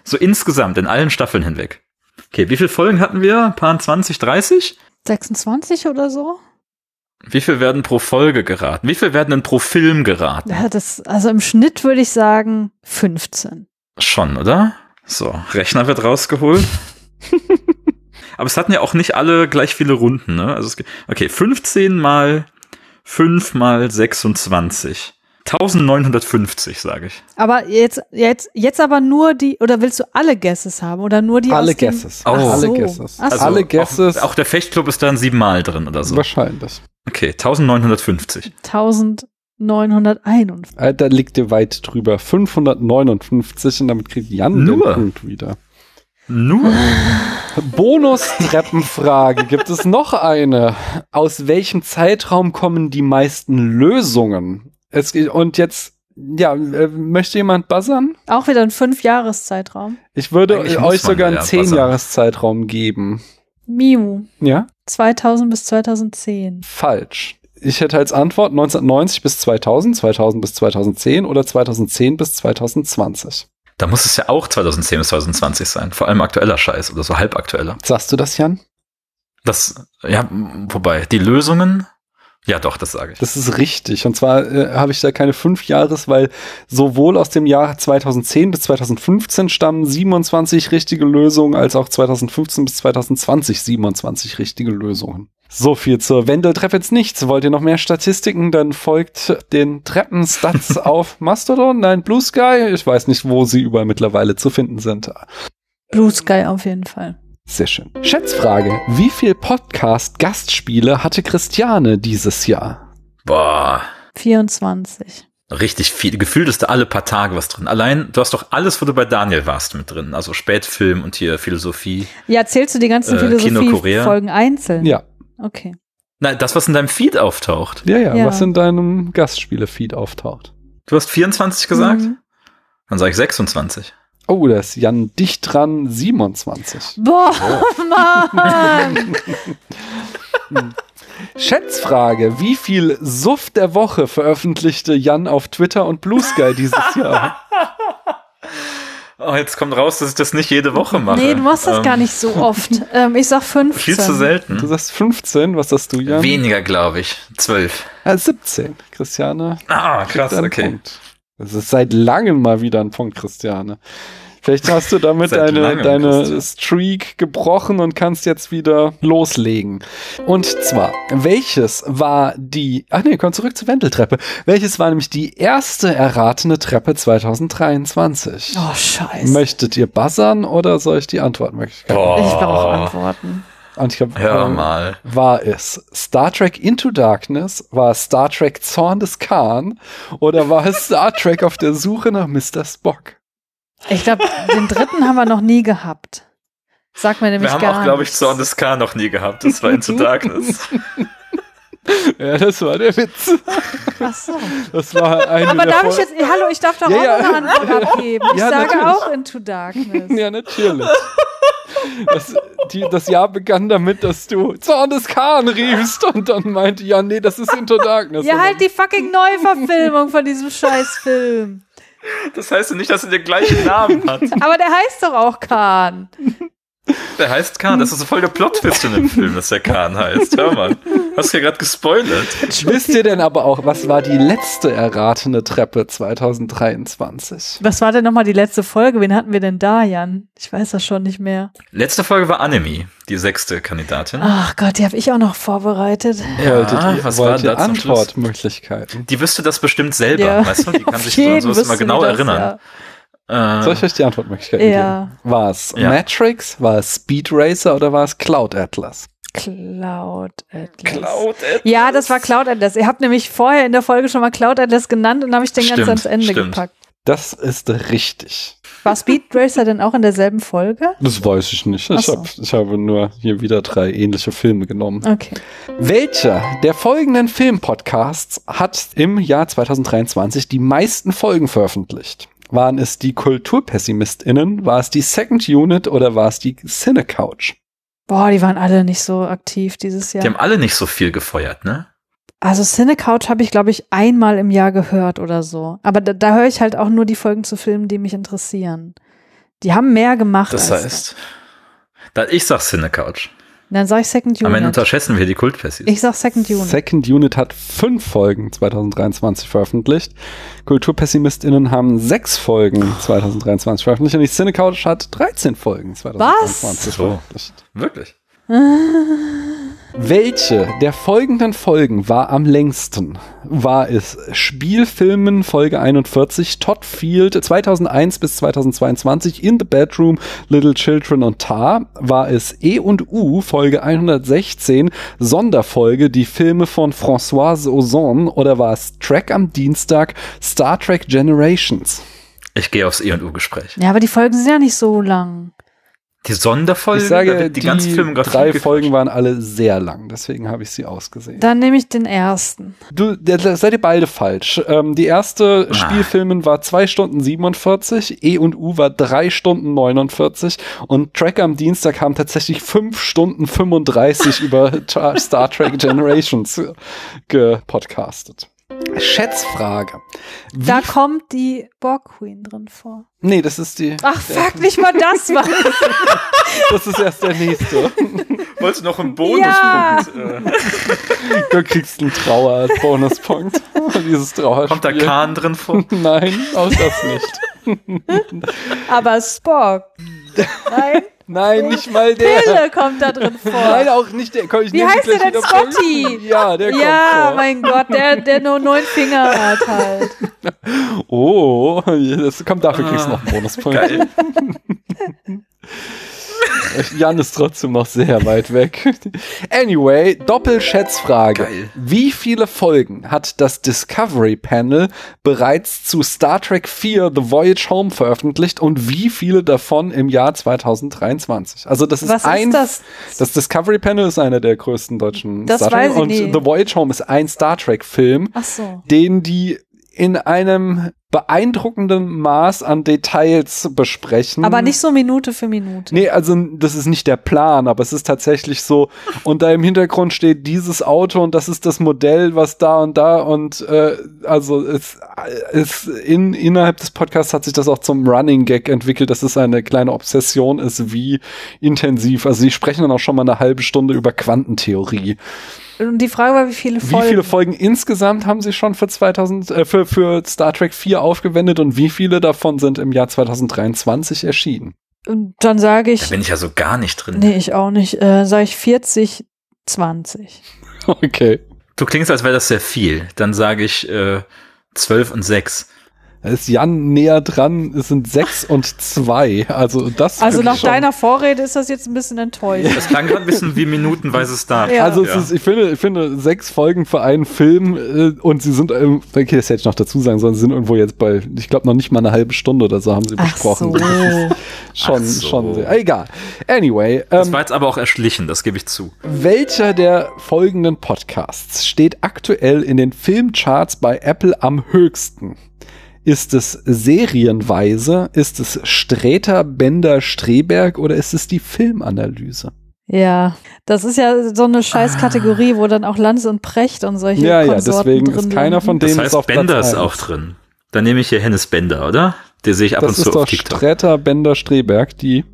Speaker 4: So insgesamt in allen Staffeln hinweg. Okay, wie viele Folgen hatten wir? Ein Paar 20, 30?
Speaker 3: 26 oder so?
Speaker 4: Wie viel werden pro Folge geraten? Wie viel werden denn pro Film geraten?
Speaker 3: Ja, das, also im Schnitt würde ich sagen 15.
Speaker 4: Schon, oder? So, Rechner wird rausgeholt. Aber es hatten ja auch nicht alle gleich viele Runden, ne? Also es, ge- okay, 15 mal 5 mal 26. 1950, sage ich.
Speaker 3: Aber jetzt, jetzt, jetzt aber nur die, oder willst du alle Guesses haben? Oder nur die
Speaker 2: Alle
Speaker 3: aus dem,
Speaker 2: Guesses.
Speaker 4: Oh.
Speaker 3: Ach
Speaker 2: Alle
Speaker 3: so.
Speaker 2: Guesses.
Speaker 3: Ach so.
Speaker 2: Also- Alle Guesses.
Speaker 4: Auch, auch der Fechtclub ist dann siebenmal drin oder so.
Speaker 2: Wahrscheinlich.
Speaker 4: Okay, 1950.
Speaker 3: 1951.
Speaker 2: Äh, Da liegt dir weit drüber. 559 und damit kriegt Jan
Speaker 4: Nur.
Speaker 2: den Punkt wieder.
Speaker 4: Nur?
Speaker 2: Bonustreppenfrage. Gibt es noch eine? Aus welchem Zeitraum kommen die meisten Lösungen? Es, geht- und jetzt, ja, äh, möchte jemand buzzern?
Speaker 3: Auch wieder ein Fünfjahreszeitraum.
Speaker 2: Ich würde
Speaker 4: Eigentlich muss
Speaker 2: euch
Speaker 4: man
Speaker 2: sogar
Speaker 4: ja
Speaker 2: einen
Speaker 4: buzzern.
Speaker 2: 10-Jahres-Zeitraum geben.
Speaker 3: Miu.
Speaker 2: Ja?
Speaker 3: 2000 bis 2010.
Speaker 2: Falsch. Ich hätte als Antwort 1990 bis 2000, 2000 bis 2010 oder 2010 bis 2020.
Speaker 4: Da muss es ja auch 2010 bis 2020 sein. Vor allem aktueller Scheiß oder so halbaktueller.
Speaker 2: Sagst du das, Jan?
Speaker 4: Das, ja, m, wobei, die Lösungen, ja doch, das sage ich.
Speaker 2: Das ist richtig. Und zwar äh, habe ich da keine fünf Jahres, weil sowohl aus dem Jahr 2010 bis 2015 stammen 27 richtige Lösungen, als auch 2015 bis 2020 27 richtige Lösungen. So viel zur Wendeltreppe ins Nichts. Wollt ihr noch mehr Statistiken? Dann folgt den Treppenstats auf Mastodon, nein, Blue Sky. Ich weiß nicht, wo sie überall mittlerweile zu finden sind. Ähm.
Speaker 3: Blue Sky auf jeden Fall.
Speaker 2: Sehr schön. Schätzfrage. Wie viel Podcast-Gastspiele hatte Christiane dieses Jahr?
Speaker 4: Boah,
Speaker 3: 24.
Speaker 4: richtig viel. Gefühlt ist da alle paar Tage was drin. Allein, du hast doch alles, wo du bei Daniel warst, mit drin. Also Spätfilm und hier Philosophie.
Speaker 3: Ja, zählst du die ganzen
Speaker 4: Äh, Kino Korea.
Speaker 3: Philosophie-Folgen einzeln?
Speaker 2: Ja.
Speaker 3: Okay.
Speaker 4: Nein, das, was in deinem Feed auftaucht.
Speaker 2: Ja, ja,
Speaker 3: Ja.
Speaker 2: was in deinem Gastspiele-Feed auftaucht.
Speaker 4: Du hast 24 gesagt?
Speaker 3: Mhm.
Speaker 4: Dann sage ich 26.
Speaker 2: Oh, da ist Jan dicht dran, 27.
Speaker 3: Boah,
Speaker 4: Oh.
Speaker 3: Mann.
Speaker 2: Schätzfrage, wie viel Suff der Woche veröffentlichte Jan auf Twitter und Blue Sky dieses Jahr?
Speaker 4: Oh, jetzt kommt raus, dass ich das nicht jede Woche mache.
Speaker 3: Nee, du machst das
Speaker 4: Ähm,
Speaker 3: gar nicht so oft. Ähm, ich sag 15.
Speaker 4: Viel zu
Speaker 2: Du
Speaker 4: selten.
Speaker 2: sagst 15, was sagst du, Jan?
Speaker 4: Weniger, glaube ich. Zwölf.
Speaker 2: Ah, 17. Christiane,
Speaker 4: Ah, krass,
Speaker 2: kriegt einen
Speaker 4: okay.
Speaker 2: Punkt. Das ist seit langem mal wieder ein Punkt, Christiane. Vielleicht hast du damit
Speaker 4: Seit
Speaker 2: deine,
Speaker 4: langem,
Speaker 2: deine
Speaker 4: Christian.
Speaker 2: Streak gebrochen und kannst jetzt wieder loslegen. Und zwar, welches war die, ach nee, komm zurück zur Wendeltreppe. Welches war nämlich die erste erratene Treppe 2023?
Speaker 3: Oh, scheiße.
Speaker 2: Möchtet ihr buzzern oder soll ich die Antwortmöglichkeit?
Speaker 4: Boah.
Speaker 3: ich brauche Antworten.
Speaker 2: Und ich hab,
Speaker 4: Hör
Speaker 2: ähm,
Speaker 4: mal.
Speaker 2: war es Star Trek Into Darkness? War es Star Trek Zorn des Khan? Oder war es Star Trek auf der Suche nach Mr. Spock?
Speaker 3: Ich glaube, den dritten haben wir noch nie gehabt. Sag mir nämlich
Speaker 4: Wir haben
Speaker 3: gar
Speaker 4: auch, glaube ich,
Speaker 3: nichts.
Speaker 4: Zorn des K noch nie gehabt. Das war Into Darkness.
Speaker 2: Ja, das war der Witz.
Speaker 3: Ach so.
Speaker 2: Das war eine
Speaker 3: Aber
Speaker 2: der
Speaker 3: darf ich
Speaker 2: Fol-
Speaker 3: jetzt, hallo, ich darf doch
Speaker 2: Ja,
Speaker 3: auch
Speaker 2: ja.
Speaker 3: noch eine Antwort abgeben. Ich
Speaker 2: Ja,
Speaker 3: sage
Speaker 2: natürlich.
Speaker 3: auch Into Darkness.
Speaker 2: Ja, natürlich. Das, die, das Jahr begann damit, dass du Zorn des Khan riefst und dann meinte, ja, nee, das ist Into Darkness.
Speaker 3: Ja, halt die fucking Neuverfilmung von diesem Scheißfilm.
Speaker 4: Das heißt ja nicht, dass er den gleichen Namen hat.
Speaker 3: Aber der heißt doch auch Kahn.
Speaker 4: Der heißt Kahn. Das ist so voll der Plot-Twist in dem Film, dass der Kahn heißt. Hör mal. Hast ja gerade gespoilert.
Speaker 2: Wisst ihr denn aber auch, was war die letzte erratene Treppe 2023?
Speaker 3: Was war denn nochmal die letzte Folge? Wen hatten wir denn da, Jan? Ich weiß das schon nicht mehr.
Speaker 4: Letzte Folge war Annemie, die sechste Kandidatin.
Speaker 3: Ach Gott, die habe ich auch noch vorbereitet.
Speaker 2: Wolltet ihr,
Speaker 4: was war
Speaker 2: wollt ihr
Speaker 4: da zum Schluss?
Speaker 2: Antwortmöglichkeiten?
Speaker 4: Die wüsste das bestimmt selber, weißt du? Die kann
Speaker 3: Auf
Speaker 4: sich so
Speaker 3: jeden
Speaker 4: sowas immer
Speaker 3: wüssten
Speaker 4: genau
Speaker 3: die das,
Speaker 4: erinnern.
Speaker 2: Soll
Speaker 4: Äh,
Speaker 2: ich euch die Antwortmöglichkeiten
Speaker 3: Ja.
Speaker 2: geben? War es
Speaker 4: Ja.
Speaker 2: Matrix, war es Speed Racer oder war es Cloud Atlas?
Speaker 3: Cloud Atlas.
Speaker 4: Cloud Atlas.
Speaker 3: Ja, das war Cloud Atlas. Ihr habt nämlich vorher in der Folge schon mal Cloud Atlas genannt und habe ich den ganz
Speaker 4: Stimmt,
Speaker 3: ans Ende
Speaker 4: stimmt.
Speaker 3: gepackt.
Speaker 2: Das ist richtig.
Speaker 3: War Speed Racer denn auch in derselben Folge?
Speaker 2: Das weiß ich nicht.
Speaker 3: Ach
Speaker 2: Ich,
Speaker 3: so.
Speaker 2: hab, ich habe nur hier wieder drei ähnliche Filme genommen.
Speaker 3: Okay.
Speaker 2: Welcher der folgenden Filmpodcasts hat im Jahr 2023 die meisten Folgen veröffentlicht? Waren es die KulturpessimistInnen, war es die Second Unit oder war es die Cinecouch?
Speaker 3: Boah, die waren alle nicht so aktiv dieses Jahr.
Speaker 4: Die haben alle nicht so viel gefeuert, ne?
Speaker 3: Also Cinecouch habe ich, glaube ich, einmal im Jahr gehört oder so. Aber da, da höre ich halt auch nur die Folgen zu Filmen, die mich interessieren. Die haben mehr gemacht.
Speaker 4: Das
Speaker 3: als
Speaker 4: heißt, da, ich sag Cinecouch.
Speaker 3: Und dann sage ich Second
Speaker 4: Am Ende
Speaker 3: Unit.
Speaker 4: unterschätzen wir die Kultpessis.
Speaker 3: Ich sag Second Unit.
Speaker 2: Second Unit hat fünf Folgen 2023 veröffentlicht. KulturpessimistInnen haben sechs Folgen 2023 veröffentlicht und die Cinecouch hat 13 Folgen 2023
Speaker 4: Was?
Speaker 2: veröffentlicht.
Speaker 4: Wirklich.
Speaker 2: Welche der folgenden Folgen war am längsten? War es Spielfilmen Folge 41, Todd Field 2001 bis 2022, In the Bedroom, Little Children und Tar? War es E und U Folge 116, Sonderfolge, die Filme von Françoise Ozon? Oder war es Track am Dienstag, Star Trek Generations?
Speaker 4: Ich gehe aufs E E&U-Gespräch.
Speaker 3: Ja, aber die Folgen sind ja nicht so lang.
Speaker 4: Die Sonderfolge,
Speaker 2: Ich sage,
Speaker 4: da wird
Speaker 2: die,
Speaker 4: die, ganze Filmografie
Speaker 2: drei
Speaker 4: gequatscht.
Speaker 2: Folgen waren alle sehr lang, deswegen habe ich sie ausgesehen.
Speaker 3: Dann nehme ich den ersten.
Speaker 2: Du, da- da seid ihr beide falsch. Ähm, die erste Spielfilmen war 2 Stunden 47, E und U war 3 Stunden 49 und Track am Dienstag haben tatsächlich 5 Stunden 35 über Ta- Star Trek Generations äh, gepodcastet. Schätzfrage. Wie,
Speaker 3: Da kommt die Borg Queen drin vor.
Speaker 2: nee, das ist die,
Speaker 3: Ach, fuck, nicht mal das war.
Speaker 2: das ist erst der nächste.
Speaker 4: Wolltest du noch einen
Speaker 3: Ja.
Speaker 4: Äh,
Speaker 2: Du kriegst einen Trauer als Bonuspunkt. Dieses Trauerspiel.
Speaker 4: kommt da Kahn drin vor?
Speaker 2: Nein, auch das nicht.
Speaker 3: Aber Spock. Nein,
Speaker 2: Nein, nicht mal der.
Speaker 3: Pille kommt da drin
Speaker 2: Nein,
Speaker 3: vor.
Speaker 2: auch nicht der. Komm, ich
Speaker 3: Wie
Speaker 2: nehm die
Speaker 3: heißt der
Speaker 2: gleich
Speaker 3: denn?
Speaker 2: wieder vor.
Speaker 3: Scotty?
Speaker 2: Ja, der
Speaker 3: Ja,
Speaker 2: kommt vor.
Speaker 3: mein Gott, der, der nur neun Finger hat halt.
Speaker 2: Oh, das kommt, dafür kriegst du noch einen Bonuspunkt.
Speaker 4: Geil.
Speaker 2: Jan ist trotzdem noch sehr weit weg. Anyway, Doppelschätzfrage.
Speaker 4: Geil.
Speaker 2: Wie viele Folgen hat das Discovery Panel bereits zu Star Trek 4 The Voyage Home veröffentlicht und wie viele davon im Jahr 2023? Also das ist
Speaker 3: Was ist
Speaker 2: ein
Speaker 3: das?
Speaker 2: das Discovery Panel ist einer der größten deutschen
Speaker 3: Das
Speaker 2: Star Trek
Speaker 3: weiß ich
Speaker 2: und
Speaker 3: nicht.
Speaker 2: The Voyage Home ist ein Star Trek Film.
Speaker 3: Ach so.
Speaker 2: den die in einem beeindruckendem Maß an Details besprechen.
Speaker 3: Aber nicht so Minute für Minute.
Speaker 2: Nee, also das ist nicht der Plan, aber es ist tatsächlich so. Und da im Hintergrund steht dieses Auto und das ist das Modell, was da und da und äh, also es, es in, innerhalb des Podcasts hat sich das auch zum Running Gag entwickelt, dass es eine kleine Obsession ist, wie intensiv. Also sie sprechen dann auch schon mal eine halbe Stunde über Quantentheorie.
Speaker 3: Und die Frage war, wie viele Folgen?
Speaker 2: Wie viele Folgen insgesamt haben sie schon für 2000 äh, für, für Star Trek 4 aufgewendet und wie viele davon sind im Jahr 2023 erschienen?
Speaker 3: Und dann sage
Speaker 4: Da
Speaker 3: ich,
Speaker 4: bin ich ja so gar nicht drin.
Speaker 3: nee, ich auch nicht, äh, sage ich 40, 20.
Speaker 2: Okay.
Speaker 4: Du klingst, als wäre das sehr viel. Dann sage ich äh, 12 und 6.
Speaker 2: Da ist Jan näher dran, es sind sechs und zwei. Also das
Speaker 3: Also
Speaker 2: finde
Speaker 3: nach
Speaker 2: ich schon-
Speaker 3: deiner Vorrede ist das jetzt ein bisschen enttäuscht.
Speaker 4: Das klang gerade ein bisschen wie minutenweise Star.
Speaker 3: Ja.
Speaker 2: Also
Speaker 4: Ja.
Speaker 2: es ist, ich finde, ich finde sechs Folgen für einen Film äh, und sie sind, ähm, okay, das hätte ich noch dazu sagen sollen, sie sind irgendwo jetzt bei, ich glaube noch nicht mal eine halbe Stunde oder so haben sie
Speaker 3: Ach
Speaker 2: besprochen.
Speaker 3: so.
Speaker 2: Schon,
Speaker 4: Ach so.
Speaker 2: schon sehr. Egal. Anyway,
Speaker 4: Das
Speaker 2: ähm,
Speaker 4: war jetzt aber auch erschlichen, das gebe ich zu.
Speaker 2: welcher der folgenden Podcasts steht aktuell in den Filmcharts bei Apple am höchsten? Ist es serienweise? Ist es Sträter, Bender, Streberg oder ist es die Filmanalyse?
Speaker 3: Ja, das ist ja so eine scheiß Kategorie, wo dann auch Lanz und Precht und solche
Speaker 2: Ah. Ja, ja,
Speaker 3: Konsorten
Speaker 2: deswegen
Speaker 3: drin
Speaker 2: ist keiner von
Speaker 3: liegen.
Speaker 2: denen
Speaker 4: Das
Speaker 2: ist auf
Speaker 4: heißt, Bender
Speaker 2: Platz
Speaker 4: ist
Speaker 2: eins.
Speaker 4: auch drin. Dann nehme ich hier Hennes Bender, oder? Der sehe ich ab
Speaker 2: Das
Speaker 4: und
Speaker 2: ist
Speaker 4: zu auf
Speaker 2: doch
Speaker 4: TikTok.
Speaker 2: Stretter, Bender, Streberg, die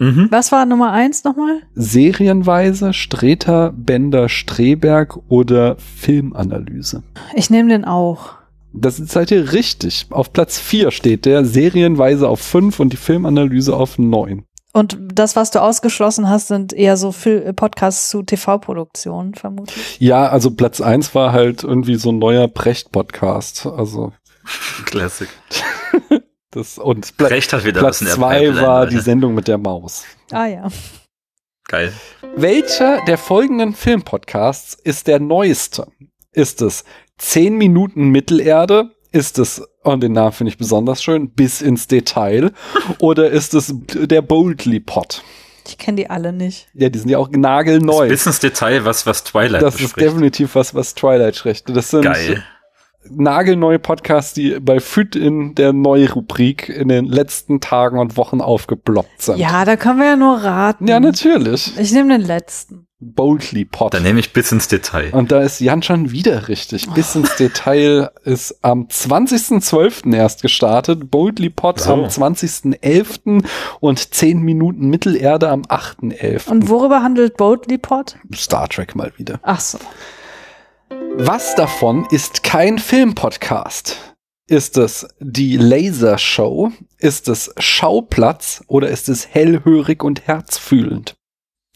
Speaker 4: Mhm.
Speaker 3: Was war Nummer eins nochmal?
Speaker 2: serienweise Streter, Bender, Streberg oder Filmanalyse.
Speaker 3: Ich nehme den auch.
Speaker 2: Das seid ihr richtig. Auf Platz 4 steht der, serienweise auf 5 und die Filmanalyse auf 9.
Speaker 3: Und das, was du ausgeschlossen hast, sind eher so Fil- äh, Podcasts zu TV-Produktionen, vermutlich.
Speaker 2: Ja, also Platz 1 war halt irgendwie so ein neuer Precht-Podcast. Also
Speaker 4: Classic.
Speaker 2: das und Pla
Speaker 4: Recht hat wieder
Speaker 2: Platz
Speaker 4: was in der
Speaker 2: 2
Speaker 4: Pipeline,
Speaker 2: war
Speaker 4: Leute.
Speaker 2: die Sendung mit der Maus.
Speaker 3: Ah ja.
Speaker 4: Geil.
Speaker 2: Welcher der folgenden Filmpodcasts ist der neueste? Ist es 10 Minuten Mittelerde? Ist es, und den Namen finde ich besonders schön, bis ins Detail? Oder ist es der Boldly Pod?
Speaker 3: Ich kenne die alle nicht.
Speaker 2: Ja, die sind ja auch
Speaker 4: Neu.
Speaker 2: nagelneu.
Speaker 4: Bis ins Detail, was, was Twilight
Speaker 2: Das ist
Speaker 4: bespricht.
Speaker 2: definitiv was, was Twilight schrecht. Das sind
Speaker 4: Geil.
Speaker 2: nagelneue Podcasts, die bei FIT in der Neurubrik in den letzten Tagen und Wochen aufgeploppt sind.
Speaker 3: Ja, da können wir ja nur raten.
Speaker 2: ja natürlich.
Speaker 3: Ich nehme den letzten.
Speaker 2: Boldly Pod.
Speaker 4: Dann nehme ich bis ins Detail.
Speaker 2: Und da ist Jan schon wieder richtig. Bis ins Detail ist am 20.12. erst gestartet, Boldly Pot
Speaker 4: So.
Speaker 2: am 20.11. und 10 Minuten Mittelerde am 8.11.
Speaker 3: Und worüber handelt Boldly Pod?
Speaker 2: Star Trek mal wieder.
Speaker 3: Ach so.
Speaker 2: Was davon ist kein Filmpodcast? Ist es die Laser Show? Ist es Schauplatz oder ist es hellhörig und herzfühlend?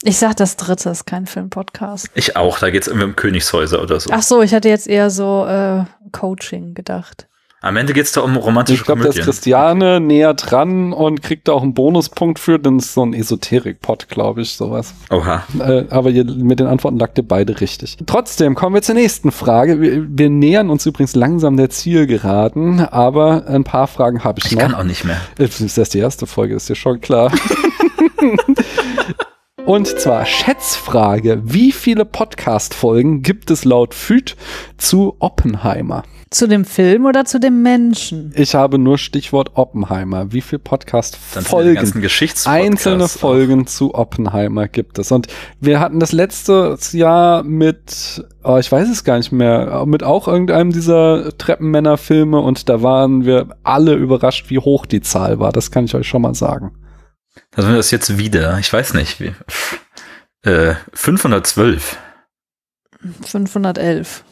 Speaker 3: Ich sag, das dritte ist kein Film-Podcast.
Speaker 4: Ich auch, da geht es irgendwie um Königshäuser oder so.
Speaker 3: Ach so, ich hatte jetzt eher so äh, Coaching gedacht.
Speaker 4: Am Ende geht es da um romantische
Speaker 2: Ich glaube, da ist
Speaker 4: Komödien.
Speaker 2: Christiane näher dran und kriegt da auch einen Bonuspunkt für, denn es ist so ein Esoterik-Pod, glaube ich, sowas.
Speaker 4: Oha.
Speaker 2: Äh, aber ihr, mit den Antworten lagt ihr beide richtig. Trotzdem kommen wir zur nächsten Frage. Wir, wir nähern uns übrigens langsam der Zielgeraden, aber ein paar Fragen habe ich
Speaker 4: Ich kann
Speaker 2: noch.
Speaker 4: auch nicht mehr.
Speaker 2: Äh, Das ist erst die erste Folge, ist dir schon klar. Und zwar Schätzfrage. Wie viele Podcast-Folgen gibt es laut FÜD zu Oppenheimer?
Speaker 3: Zu dem Film oder zu dem Menschen?
Speaker 2: Ich habe nur Stichwort Oppenheimer. Wie viel
Speaker 4: Dann sind ja die
Speaker 2: Podcast-Folgen?
Speaker 4: ganzen Geschichtspodcasts.
Speaker 2: Einzelne Folgen zu Oppenheimer gibt es. Und wir hatten das letztes Jahr mit, oh, ich weiß es gar nicht mehr, mit auch irgendeinem dieser Treppenmänner-Filme und da waren wir alle überrascht, wie hoch die Zahl war. Das kann ich euch schon mal sagen.
Speaker 4: Dann sind das jetzt wieder, ich weiß nicht, wie, pff, äh, 512.
Speaker 3: 511.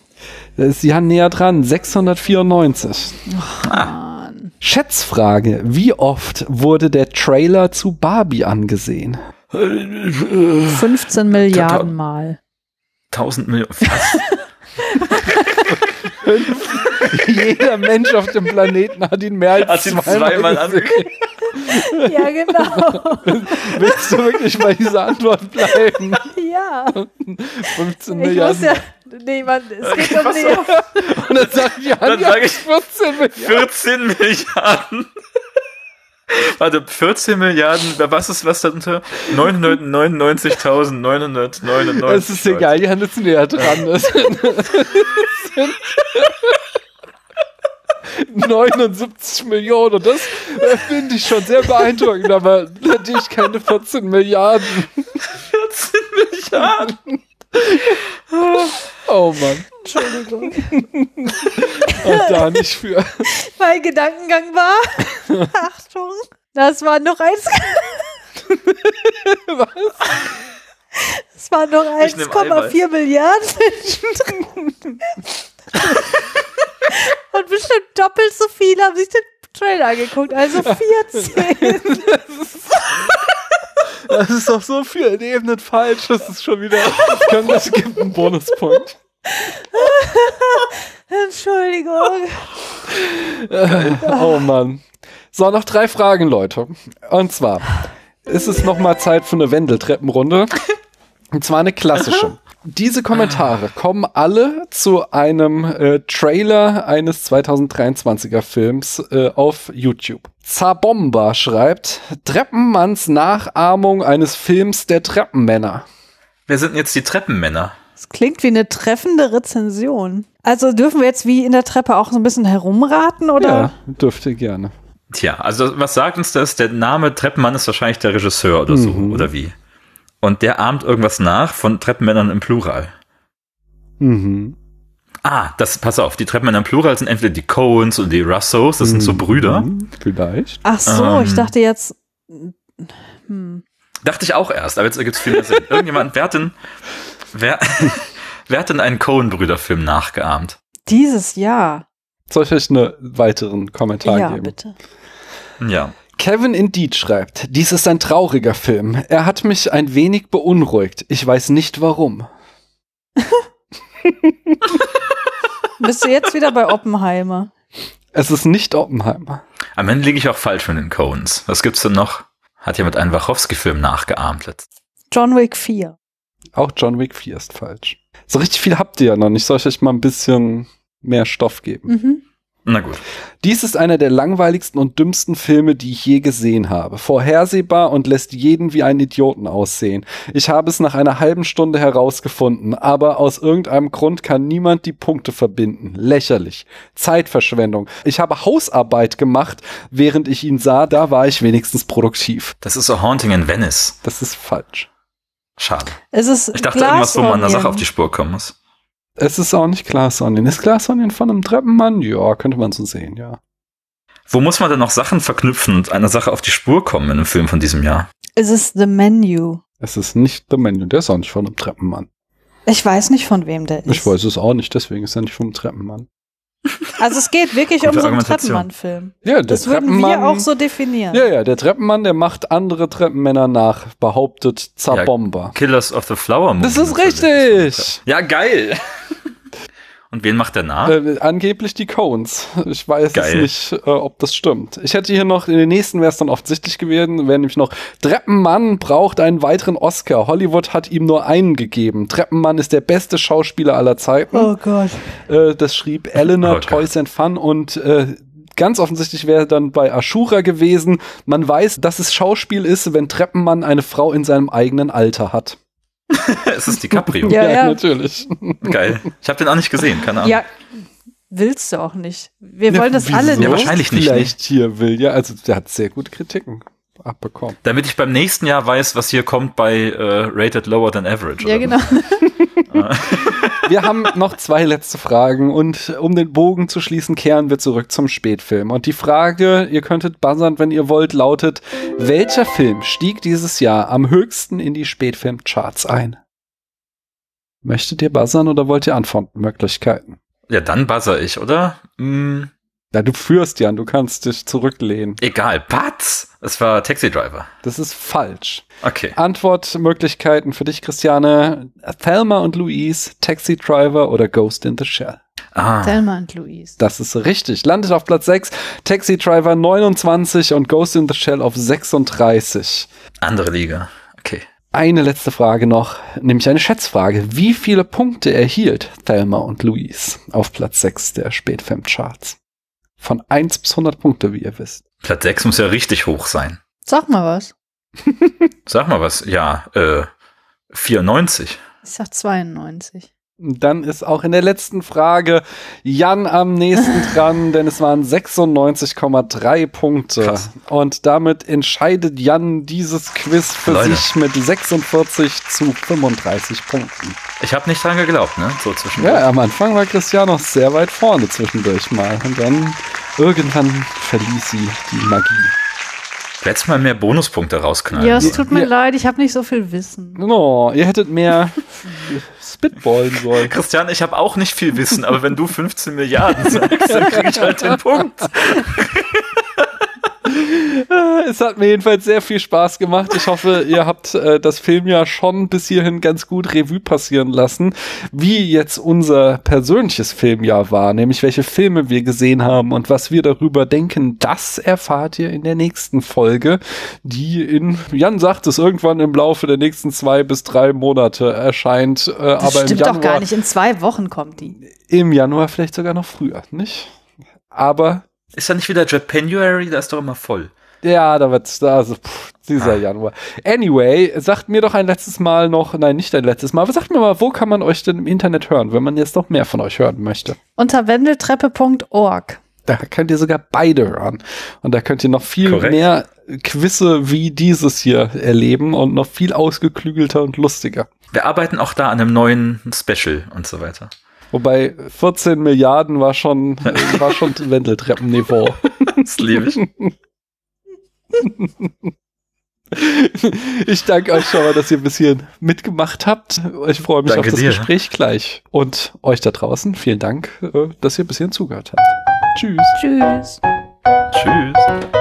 Speaker 2: Da ist Jan näher dran, 694.
Speaker 3: Mann.
Speaker 2: Schätzfrage, wie oft wurde der Trailer zu Barbie angesehen?
Speaker 3: 15 Milliarden Mal.
Speaker 4: 1000 Millionen. Was?
Speaker 2: Jeder Mensch auf dem Planeten hat ihn mehr als
Speaker 4: Hat ihn zweimal ange-
Speaker 2: gesehen.
Speaker 3: Ja, genau.
Speaker 2: Willst du wirklich bei dieser Antwort bleiben?
Speaker 3: ja.
Speaker 2: 15
Speaker 3: Ich muss
Speaker 2: Milliarden.
Speaker 3: ja. Nee, man, es geht um
Speaker 4: pass
Speaker 3: die.
Speaker 2: Und dann sagt Jan,
Speaker 4: Dann
Speaker 2: ja,
Speaker 4: sag ich-
Speaker 2: 14 Milliarden.
Speaker 4: 14 Milliarden. Warte, 14 Milliarden, was ist was darunter? 999.999.
Speaker 2: Es ist egal, Jan ist näher dran. Es sind- 79 Millionen. Und das äh, finde ich schon sehr beeindruckend, aber natürlich keine 14 Milliarden.
Speaker 4: 14 Milliarden.
Speaker 2: Oh Mann.
Speaker 3: Entschuldigung.
Speaker 2: Und da nicht für.
Speaker 3: mein Gedankengang war, Achtung, das war noch eins.
Speaker 2: Was?
Speaker 3: Es waren noch
Speaker 4: Ich nehm Eiweiß.
Speaker 3: 1,4 Milliarden Menschen drin. Und bestimmt doppelt so viele haben sich den Trailer angeguckt, also 14.
Speaker 2: Das ist auf so vielen Ebenen falsch. Das ist schon wieder. Ich kann, das gibt einen Bonuspunkt.
Speaker 3: Entschuldigung.
Speaker 2: Oh Mann. So, noch drei Fragen, Leute. Und zwar ist es nochmal Zeit für eine Wendeltreppenrunde. Und zwar eine klassische. Diese Kommentare kommen alle zu einem äh, Trailer eines 2023er Films äh, auf YouTube. Zabomba schreibt, Treppenmanns Nachahmung eines Films der Treppenmänner.
Speaker 4: Wer sind denn jetzt die Treppenmänner?
Speaker 3: Das klingt wie eine treffende Rezension. Also dürfen wir jetzt wie in der Treppe auch so ein bisschen herumraten oder?
Speaker 2: Ja, dürfte gerne.
Speaker 4: Tja, also was sagt uns das? Der Name Treppenmann ist wahrscheinlich der Regisseur oder so, oder wie? Und der ahmt irgendwas nach von Treppenmännern im Plural.
Speaker 2: Mhm.
Speaker 4: Ah, das, pass auf, die Treppenmänner im Plural sind entweder die Coens oder die Russos, das sind so Brüder.
Speaker 2: Mhm, Vielleicht.
Speaker 3: Ach so, ich
Speaker 4: Ähm.
Speaker 3: dachte jetzt, hm,
Speaker 4: Dachte ich auch erst, aber jetzt ergibt es viel mehr Sinn. Irgendjemand, wer hat denn, wer, wer hat denn einen Coen-Brüderfilm nachgeahmt?
Speaker 3: dieses Jahr.
Speaker 2: Soll ich euch einen weiteren Kommentar
Speaker 3: ja,
Speaker 2: geben?
Speaker 3: bitte.
Speaker 4: Ja.
Speaker 2: Kevin Indeed schreibt, dies ist ein trauriger Film. Er hat mich ein wenig beunruhigt. Ich weiß nicht warum.
Speaker 3: Bist du jetzt wieder bei Oppenheimer?
Speaker 2: Es ist nicht Oppenheimer.
Speaker 4: Am Ende liege ich auch falsch mit den Coens. Was gibt's denn noch? Hat jemand einen Wachowski-Film nachgeahmt letztens?
Speaker 3: John Wick 4.
Speaker 2: Auch John Wick 4 ist falsch. So richtig viel habt ihr ja noch nicht. Soll ich euch mal ein bisschen mehr Stoff geben?
Speaker 3: Mhm.
Speaker 4: Na gut.
Speaker 2: Dies ist einer der langweiligsten und dümmsten Filme, die ich je gesehen habe. Vorhersehbar und lässt jeden wie einen Idioten aussehen. Ich habe es nach einer halben Stunde herausgefunden, aber aus irgendeinem Grund kann niemand die Punkte verbinden. Lächerlich. Zeitverschwendung. Ich habe Hausarbeit gemacht, während ich ihn sah, da war ich wenigstens produktiv.
Speaker 4: Das ist so Haunting in Venice.
Speaker 2: Das ist falsch.
Speaker 4: Schade.
Speaker 3: Es ist
Speaker 4: Ich dachte
Speaker 3: Glass
Speaker 4: irgendwas, wo man einer
Speaker 3: Onion.
Speaker 4: Sache auf die Spur kommen muss.
Speaker 2: Es ist auch nicht Glass Onion. Ist Glass Onion von einem Treppenmann? Ja, könnte man so sehen, ja.
Speaker 4: Wo muss man denn noch Sachen verknüpfen und einer Sache auf die Spur kommen in einem Film von diesem Jahr?
Speaker 3: Es ist The Menu.
Speaker 2: Es ist nicht The Menu, der ist auch nicht von einem Treppenmann.
Speaker 3: Ich weiß nicht, von wem der ist.
Speaker 2: Ich weiß es auch nicht, deswegen ist er nicht vom Treppenmann.
Speaker 3: Also es geht wirklich
Speaker 4: Gute
Speaker 3: um so einen
Speaker 4: Argumentation.
Speaker 3: Treppenmann-Film.
Speaker 2: Ja, der
Speaker 3: Das würden wir auch so definieren.
Speaker 2: Ja, ja, der Treppenmann, der macht andere Treppenmänner nach, behauptet Zabomba.
Speaker 4: Killers of the Flower Moon.
Speaker 2: das ist
Speaker 4: genau. natürlich.
Speaker 2: richtig!
Speaker 4: Ja, geil. Und wen macht der nach?
Speaker 2: Äh, angeblich die Cones. Ich weiß
Speaker 4: Geil.
Speaker 2: es nicht, äh, ob das stimmt. Ich hätte hier noch, in den nächsten wäre es dann offensichtlich gewesen, wäre nämlich noch, Treppenmann braucht einen weiteren Oscar. Hollywood hat ihm nur einen gegeben. Treppenmann ist der beste Schauspieler aller Zeiten.
Speaker 3: Oh Gott.
Speaker 2: Äh, das schrieb Eleanor
Speaker 4: Oh Gott.
Speaker 2: Toys and Fun und äh, ganz offensichtlich wäre dann bei Ashura gewesen. Man weiß, dass es Schauspiel ist, wenn Treppenmann eine Frau in seinem eigenen Alter hat.
Speaker 4: es ist DiCaprio.
Speaker 3: Ja, ja.
Speaker 2: natürlich.
Speaker 4: Geil. Ich habe den auch nicht gesehen, keine Ahnung.
Speaker 3: Ja, willst du auch nicht. Wir wollen das
Speaker 2: Wieso?
Speaker 3: alle
Speaker 4: Ja,
Speaker 3: nicht.
Speaker 4: wahrscheinlich nicht, ne?
Speaker 2: Vielleicht hier will, ja. Also der hat sehr gute Kritiken abbekommen.
Speaker 4: Damit ich beim nächsten Jahr weiß, was hier kommt bei äh, Rated Lower Than Average.
Speaker 3: Ja,
Speaker 4: oder? Ah.
Speaker 3: genau.
Speaker 2: Wir haben noch zwei letzte Fragen und um den Bogen zu schließen, kehren wir zurück zum Spätfilm. Und die Frage, ihr könntet buzzern, wenn ihr wollt, lautet, welcher Film stieg dieses Jahr am höchsten in die Spätfilmcharts ein? Möchtet ihr buzzern oder wollt ihr Antwortmöglichkeiten?
Speaker 4: Ja, dann buzzer ich, oder? Hm,
Speaker 2: Ja, du führst, Jan, du kannst dich zurücklehnen.
Speaker 4: egal. Patz! Es war Taxi Driver.
Speaker 2: Das ist falsch.
Speaker 4: Okay.
Speaker 2: Antwortmöglichkeiten für dich, Christiane. Thelma und Louise, Taxi Driver oder Ghost in the Shell.
Speaker 4: Ah,
Speaker 3: Thelma und Louise.
Speaker 2: Das ist richtig. Landet auf Platz 6, Taxi Driver 29 und Ghost in the Shell auf 36.
Speaker 4: andere Liga. Okay.
Speaker 2: Eine letzte Frage noch, nämlich eine Schätzfrage. Wie viele Punkte erhielt Thelma und Louise auf Platz 6 der Spätfilmcharts? Von 1 bis 100 Punkte, wie ihr wisst.
Speaker 4: Platz 6 muss ja richtig hoch sein.
Speaker 3: Sag mal was.
Speaker 4: Sag mal was. Ja, äh, 94.
Speaker 3: Ich sag 92.
Speaker 2: Dann ist auch in der letzten Frage Jan am nächsten dran, denn es waren 96,3 Punkte.
Speaker 4: Krass.
Speaker 2: Und damit entscheidet Jan dieses Quiz für
Speaker 4: Leute.
Speaker 2: sich mit 46 zu 35 Punkten.
Speaker 4: Ich habe nicht dran geglaubt, ne? So zwischendurch.
Speaker 2: Ja, am Anfang war Christian noch sehr weit vorne zwischendurch mal. Und dann irgendwann verließ sie die Magie.
Speaker 4: Letztes Mal mehr Bonuspunkte rausknallen.
Speaker 3: Ja, es tut mir
Speaker 2: Ja.
Speaker 3: leid, ich habe nicht so viel Wissen.
Speaker 2: No, ihr hättet mehr spitballen sollen.
Speaker 4: Äh, Christian, ich habe auch nicht viel Wissen, aber wenn du 15 Milliarden sagst, dann krieg ich halt den Punkt.
Speaker 2: Es hat mir jedenfalls sehr viel Spaß gemacht. Ich hoffe, ihr habt äh, das Filmjahr schon bis hierhin ganz gut Revue passieren lassen, wie jetzt unser persönliches Filmjahr war, nämlich welche Filme wir gesehen haben und was wir darüber denken. Das erfahrt ihr in der nächsten Folge, die in, Jan sagt es, irgendwann im Laufe der nächsten zwei bis drei Monate erscheint, äh,
Speaker 3: Das
Speaker 2: aber im
Speaker 3: stimmt
Speaker 2: Januar,
Speaker 3: doch gar nicht. In zwei Wochen kommt die.
Speaker 2: im Januar vielleicht sogar noch früher, nicht? Aber
Speaker 4: Ist da nicht wieder Japanuary? Da ist doch immer voll.
Speaker 2: Ja, da wird's, da, also, pff, dieser Januar. Anyway, sagt mir doch ein letztes Mal noch, nein, nicht ein letztes Mal, aber sagt mir mal, wo kann man euch denn im Internet hören, wenn man jetzt noch mehr von euch hören möchte?
Speaker 3: Unter wendeltreppe.org.
Speaker 2: Da könnt ihr sogar beide hören. Und da könnt ihr noch viel
Speaker 4: Korrekt.
Speaker 2: mehr Quizze wie dieses hier erleben und noch viel ausgeklügelter und lustiger.
Speaker 4: Wir arbeiten auch da an einem neuen Special und so weiter.
Speaker 2: Wobei 14 Milliarden war schon, war schon Wendeltreppenniveau.
Speaker 4: Das liebe ich.
Speaker 2: Ich danke euch schon mal, dass ihr ein bisschen mitgemacht habt. Ich freue mich
Speaker 4: Danke
Speaker 2: auf das
Speaker 4: dir.
Speaker 2: Gespräch gleich. Und euch da draußen, vielen Dank, äh, dass ihr ein bisschen zugehört habt. Tschüss.
Speaker 3: Tschüss.
Speaker 4: Tschüss.